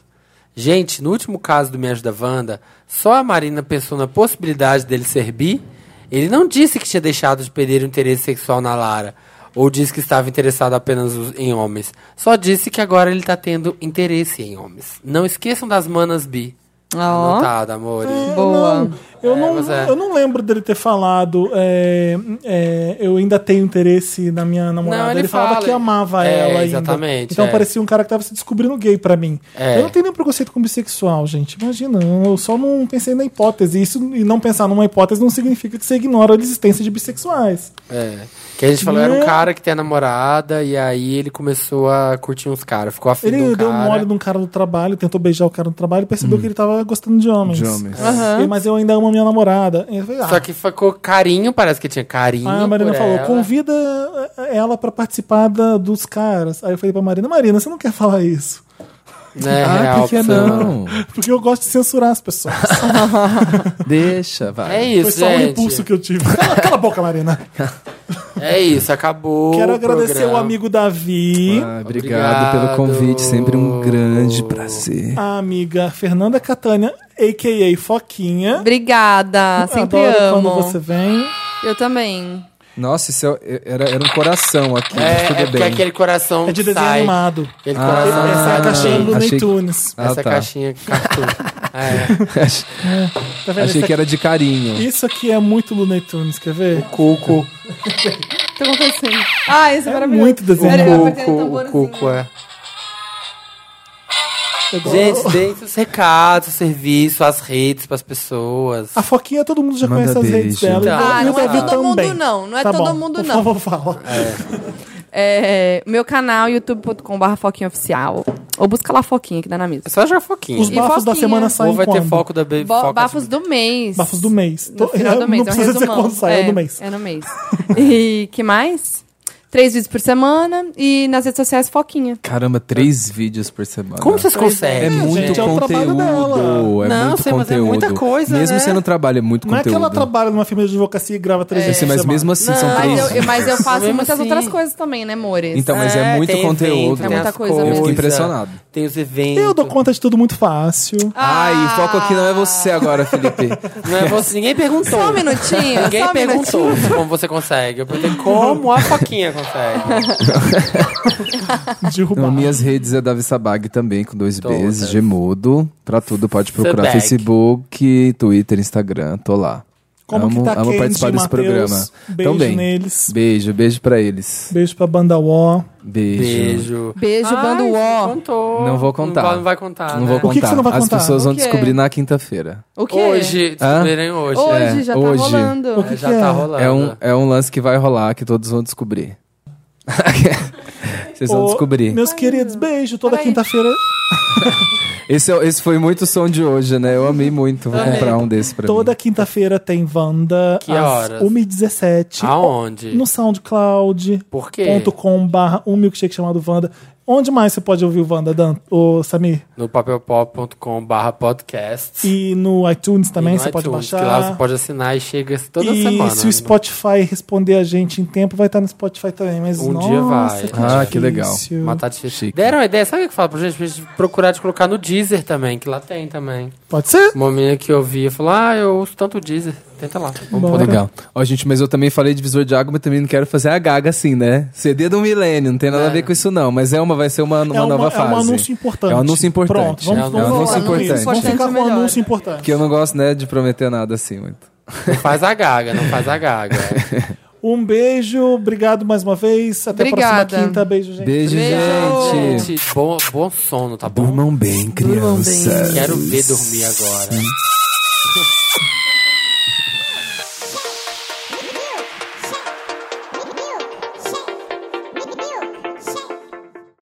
Speaker 4: Gente, no último caso do Me Ajuda Wanda, só a Marina pensou na possibilidade dele ser bi. Ele não disse que tinha deixado de perder o interesse sexual na Lara, ou disse que estava interessado apenas os- em homens. Só disse que agora ele está tendo interesse em homens. Não esqueçam das manas bi.
Speaker 5: Ó.
Speaker 4: Anotado, amores.
Speaker 3: Hum.
Speaker 5: Boa.
Speaker 3: Eu,
Speaker 4: É, mas
Speaker 3: não,
Speaker 4: é.
Speaker 3: eu não lembro dele ter falado é, é, eu ainda tenho interesse na minha namorada.
Speaker 4: Não,
Speaker 3: ele
Speaker 4: ele
Speaker 3: falava
Speaker 4: fala.
Speaker 3: que amava
Speaker 4: É,
Speaker 3: ela ainda.
Speaker 4: exatamente,
Speaker 3: Então
Speaker 4: é.
Speaker 3: parecia um cara que tava se descobrindo gay pra mim.
Speaker 4: É.
Speaker 3: Eu não tenho nenhum preconceito com bissexual, gente. Imagina, eu só não pensei na hipótese. Isso, e não pensar numa hipótese não significa que você ignora a existência de bissexuais.
Speaker 4: É. Que a gente falou, era um
Speaker 3: Né?
Speaker 4: cara que tem a namorada, e aí ele começou a curtir uns caras, ficou afim
Speaker 3: Ele
Speaker 4: de um
Speaker 3: deu
Speaker 4: cara. Hum.
Speaker 3: mole de um cara do trabalho, tentou beijar o cara do trabalho e percebeu que ele tava gostando de homens.
Speaker 6: De homens.
Speaker 3: E, Mas eu ainda amo a minha namorada. E eu falei, ah,
Speaker 4: Só que ficou carinho, parece que tinha carinho.
Speaker 3: Aí Ah, a Marina
Speaker 4: por
Speaker 3: falou:
Speaker 4: ela.
Speaker 3: convida eh, ela pra participar da- dos caras. Aí eu falei pra Marina: Marina, você não quer falar isso?
Speaker 4: Né,
Speaker 6: Ah,
Speaker 4: real,
Speaker 6: por que
Speaker 4: opção.
Speaker 6: não?
Speaker 3: Porque eu gosto de censurar as pessoas.
Speaker 6: Deixa,
Speaker 4: É
Speaker 6: vai.
Speaker 3: Foi
Speaker 4: isso,
Speaker 3: só um
Speaker 4: gente.
Speaker 3: impulso que eu tive. Cala, cala a boca, Marina.
Speaker 4: É isso, acabou.
Speaker 3: Quero
Speaker 4: o
Speaker 3: agradecer
Speaker 4: programa.
Speaker 3: o amigo Davi,
Speaker 6: Ah, obrigado pelo
Speaker 4: Obrigado.
Speaker 6: convite, sempre um grande prazer.
Speaker 3: a amiga Fernanda Catânia, a.k.a. Foquinha.
Speaker 5: Obrigada, Ah, sempre
Speaker 3: Adoro quando
Speaker 5: amo.
Speaker 3: você vem.
Speaker 5: Eu também.
Speaker 6: Nossa, isso é- era, era um coração aqui, mas
Speaker 4: É,
Speaker 6: tudo
Speaker 4: é
Speaker 6: bem.
Speaker 4: porque aquele coração
Speaker 3: É de desenho
Speaker 4: sai.
Speaker 3: animado.
Speaker 4: Aquele
Speaker 6: Ah,
Speaker 4: coração
Speaker 3: Essa é
Speaker 4: sai
Speaker 3: a
Speaker 4: do-
Speaker 3: caixinha do Looney
Speaker 6: achei-
Speaker 3: Tunes.
Speaker 6: Ah,
Speaker 4: Essa
Speaker 6: tá.
Speaker 4: caixinha cartoon. É.
Speaker 3: Tá vendo?
Speaker 6: Achei
Speaker 3: Isso
Speaker 6: que
Speaker 3: aqui-
Speaker 6: era de carinho.
Speaker 3: Isso aqui é muito Looney Tunes, quer ver?
Speaker 4: Cuco.
Speaker 5: O que tá acontecendo? Ah, isso é, maravilhoso.
Speaker 3: muito desenho.
Speaker 5: Peraí, eu um
Speaker 4: O
Speaker 5: apertei no
Speaker 4: cuco, o
Speaker 5: tamborzinho.
Speaker 4: cuco,
Speaker 3: assim.
Speaker 4: é. Gente, deem os recados, o serviço, as redes pras pessoas.
Speaker 3: A Foquinha todo mundo já
Speaker 6: Manda
Speaker 3: conhece as redes
Speaker 6: beijo.
Speaker 3: dela.
Speaker 4: Então,
Speaker 3: e o
Speaker 4: Ah, não é
Speaker 3: Davi
Speaker 4: todo
Speaker 3: também.
Speaker 5: mundo não, não é
Speaker 3: Tá
Speaker 5: todo
Speaker 3: bom,
Speaker 5: mundo
Speaker 3: por
Speaker 5: não.
Speaker 3: favor, fala.
Speaker 5: É, meu canal, youtube.com.br Foquinha Oficial. Ou busca lá Foquinha, que dá na mesa.
Speaker 4: É só jogar foquinha.
Speaker 3: Os
Speaker 5: E
Speaker 3: bafos da
Speaker 5: foquinha?
Speaker 3: semana saem
Speaker 4: Ou vai ter
Speaker 3: quando?
Speaker 4: foco da Baby
Speaker 5: Bo-
Speaker 4: Foca.
Speaker 6: assim.
Speaker 5: bafos do mês.
Speaker 3: Bafos do mês.
Speaker 5: No final do mês,
Speaker 3: não
Speaker 5: é um
Speaker 3: precisa dizer
Speaker 5: resumão.
Speaker 3: quando sai, é do mês.
Speaker 5: É no mês. e que mais? Três vídeos por semana e nas redes sociais Foquinha.
Speaker 6: Caramba, três vídeos por semana.
Speaker 4: Como vocês conseguem?
Speaker 6: É muito
Speaker 3: gente, é o trabalho
Speaker 6: conteúdo.
Speaker 3: dela.
Speaker 6: É
Speaker 4: Não,
Speaker 6: muito
Speaker 4: sei, mas é
Speaker 6: conteúdo.
Speaker 4: muita coisa,
Speaker 6: Mesmo
Speaker 4: né?
Speaker 6: sendo trabalho, é muito
Speaker 3: Não é que
Speaker 6: conteúdo.
Speaker 3: ela trabalha numa firma de advocacia e grava três
Speaker 6: Eu
Speaker 3: vezes
Speaker 6: sei,
Speaker 3: por
Speaker 6: mas
Speaker 3: semana.
Speaker 6: mesmo assim são
Speaker 4: Não,
Speaker 6: três.
Speaker 5: Ah, Mas eu, eu- mas eu faço
Speaker 4: Mesmo
Speaker 5: muitas
Speaker 4: assim.
Speaker 5: outras coisas também, né, Mores?
Speaker 6: Então, mas é, muito
Speaker 4: tem
Speaker 6: conteúdo.
Speaker 4: evento,
Speaker 5: É muita
Speaker 4: tem as
Speaker 5: coisa
Speaker 4: coisas.
Speaker 5: mesmo.
Speaker 6: Fiquei impressionado.
Speaker 4: Tem os eventos.
Speaker 3: Eu dou conta de tudo muito fácil.
Speaker 5: Ah,
Speaker 6: Ai, o foco aqui não é você
Speaker 4: Ah.
Speaker 6: agora, Felipe.
Speaker 4: Não é você, ninguém perguntou.
Speaker 5: Só um minutinho,
Speaker 4: Ninguém
Speaker 5: só um
Speaker 4: perguntou como você consegue. Eu perguntei como a Foquinha consegue.
Speaker 3: Derrubar.
Speaker 6: Não, minhas redes é Davi Sabag também, com dois
Speaker 4: Todas.
Speaker 6: Bs, Gemudo. Pra tudo, pode procurar
Speaker 4: Sabag.
Speaker 6: Facebook, Twitter, Instagram, tô lá.
Speaker 3: Como
Speaker 6: amo
Speaker 3: que tá
Speaker 6: amo
Speaker 3: Candy,
Speaker 6: participar desse
Speaker 3: Mateus?
Speaker 6: programa.
Speaker 3: Beijo
Speaker 6: também.
Speaker 3: neles.
Speaker 6: Beijo, beijo pra eles.
Speaker 3: Beijo pra banda UO.
Speaker 6: Beijo.
Speaker 4: Beijo.
Speaker 5: Beijo, bando
Speaker 4: Não
Speaker 5: UO.
Speaker 4: Contou.
Speaker 6: Não vou contar.
Speaker 4: Não vai, não vai contar.
Speaker 6: Não
Speaker 4: né?
Speaker 6: vou
Speaker 3: O
Speaker 6: contar.
Speaker 3: que que você não vai
Speaker 6: As
Speaker 3: contar?
Speaker 6: pessoas vão
Speaker 5: O quê?
Speaker 6: descobrir na quinta-feira.
Speaker 5: O quê?
Speaker 4: Hoje, descobrirem hoje.
Speaker 5: Hoje,
Speaker 6: é,
Speaker 5: já tá
Speaker 6: hoje.
Speaker 5: rolando.
Speaker 3: que
Speaker 4: já
Speaker 3: que
Speaker 4: tá
Speaker 3: é?
Speaker 4: rolando.
Speaker 6: É um, é um lance que vai rolar, que todos vão descobrir. Vocês vão
Speaker 3: Ô,
Speaker 6: descobrir.
Speaker 3: Meus queridos, beijo. Toda
Speaker 5: Peraí.
Speaker 3: quinta-feira.
Speaker 6: Esse, é- esse foi muito o som de hoje, né? Eu amei muito. Vou comprar um desse pra
Speaker 3: Toda
Speaker 6: mim.
Speaker 3: quinta-feira tem Wanda
Speaker 4: Que
Speaker 3: às
Speaker 4: horas?
Speaker 3: 1h17.
Speaker 4: Aonde?
Speaker 3: Tipo,
Speaker 6: É.
Speaker 3: No SoundCloud.
Speaker 4: Por quê?
Speaker 3: .com barra um milkshake chamado Wanda. Onde mais você pode ouvir o Wanda, Dan? Ô, Samir?
Speaker 4: No papelpop.com barra podcast.
Speaker 3: E no iTunes também,
Speaker 4: E no
Speaker 3: você pode
Speaker 4: iTunes,
Speaker 3: baixar.
Speaker 4: Que lá você pode assinar e chega toda
Speaker 3: e
Speaker 4: semana.
Speaker 6: né?
Speaker 3: se o Spotify responder a gente em tempo, vai estar no Spotify também. Mas
Speaker 4: Um
Speaker 3: nossa,
Speaker 4: dia vai.
Speaker 3: Que
Speaker 6: Ah, que
Speaker 3: difícil.
Speaker 6: legal.
Speaker 4: Matar de Chique.
Speaker 6: Chique.
Speaker 4: tá Deram uma ideia, sabe o que eu falo pra gente? Pra gente procurar de colocar no Deezer também, que lá tem também.
Speaker 3: Pode ser?
Speaker 4: Uma menina que ouvia falou: Ah, eu ouço tanto o Deezer. Tenta lá. Vamos
Speaker 3: Bora.
Speaker 4: poder.
Speaker 6: Legal. Ó, gente, mas eu também falei de visor de água, mas também não quero fazer a gaga assim, né? CD do milênio, não tem nada a ver com isso não, mas é uma, vai ser uma, uma, nova
Speaker 3: é
Speaker 6: fase.
Speaker 3: um anúncio importante.
Speaker 6: É um anúncio importante.
Speaker 3: Pronto,
Speaker 6: é
Speaker 3: vamos,
Speaker 6: um
Speaker 3: vamos,
Speaker 6: anúncio
Speaker 5: falar
Speaker 3: vamos,
Speaker 6: importante.
Speaker 5: anúncio
Speaker 3: vamos ficar com um
Speaker 5: Melhor.
Speaker 3: anúncio importante.
Speaker 6: Porque eu não gosto, né, de prometer nada assim muito.
Speaker 4: Não faz a gaga, não faz a gaga.
Speaker 3: Um beijo, obrigado mais uma vez. Até a próxima
Speaker 5: Obrigada.
Speaker 3: quinta. Beijo, gente.
Speaker 6: Beijo,
Speaker 5: Beijo.
Speaker 6: gente.
Speaker 4: Gente, bom, bom sono, tá bom?
Speaker 1: Durmam bem, crianças.
Speaker 4: Quero ver dormir agora.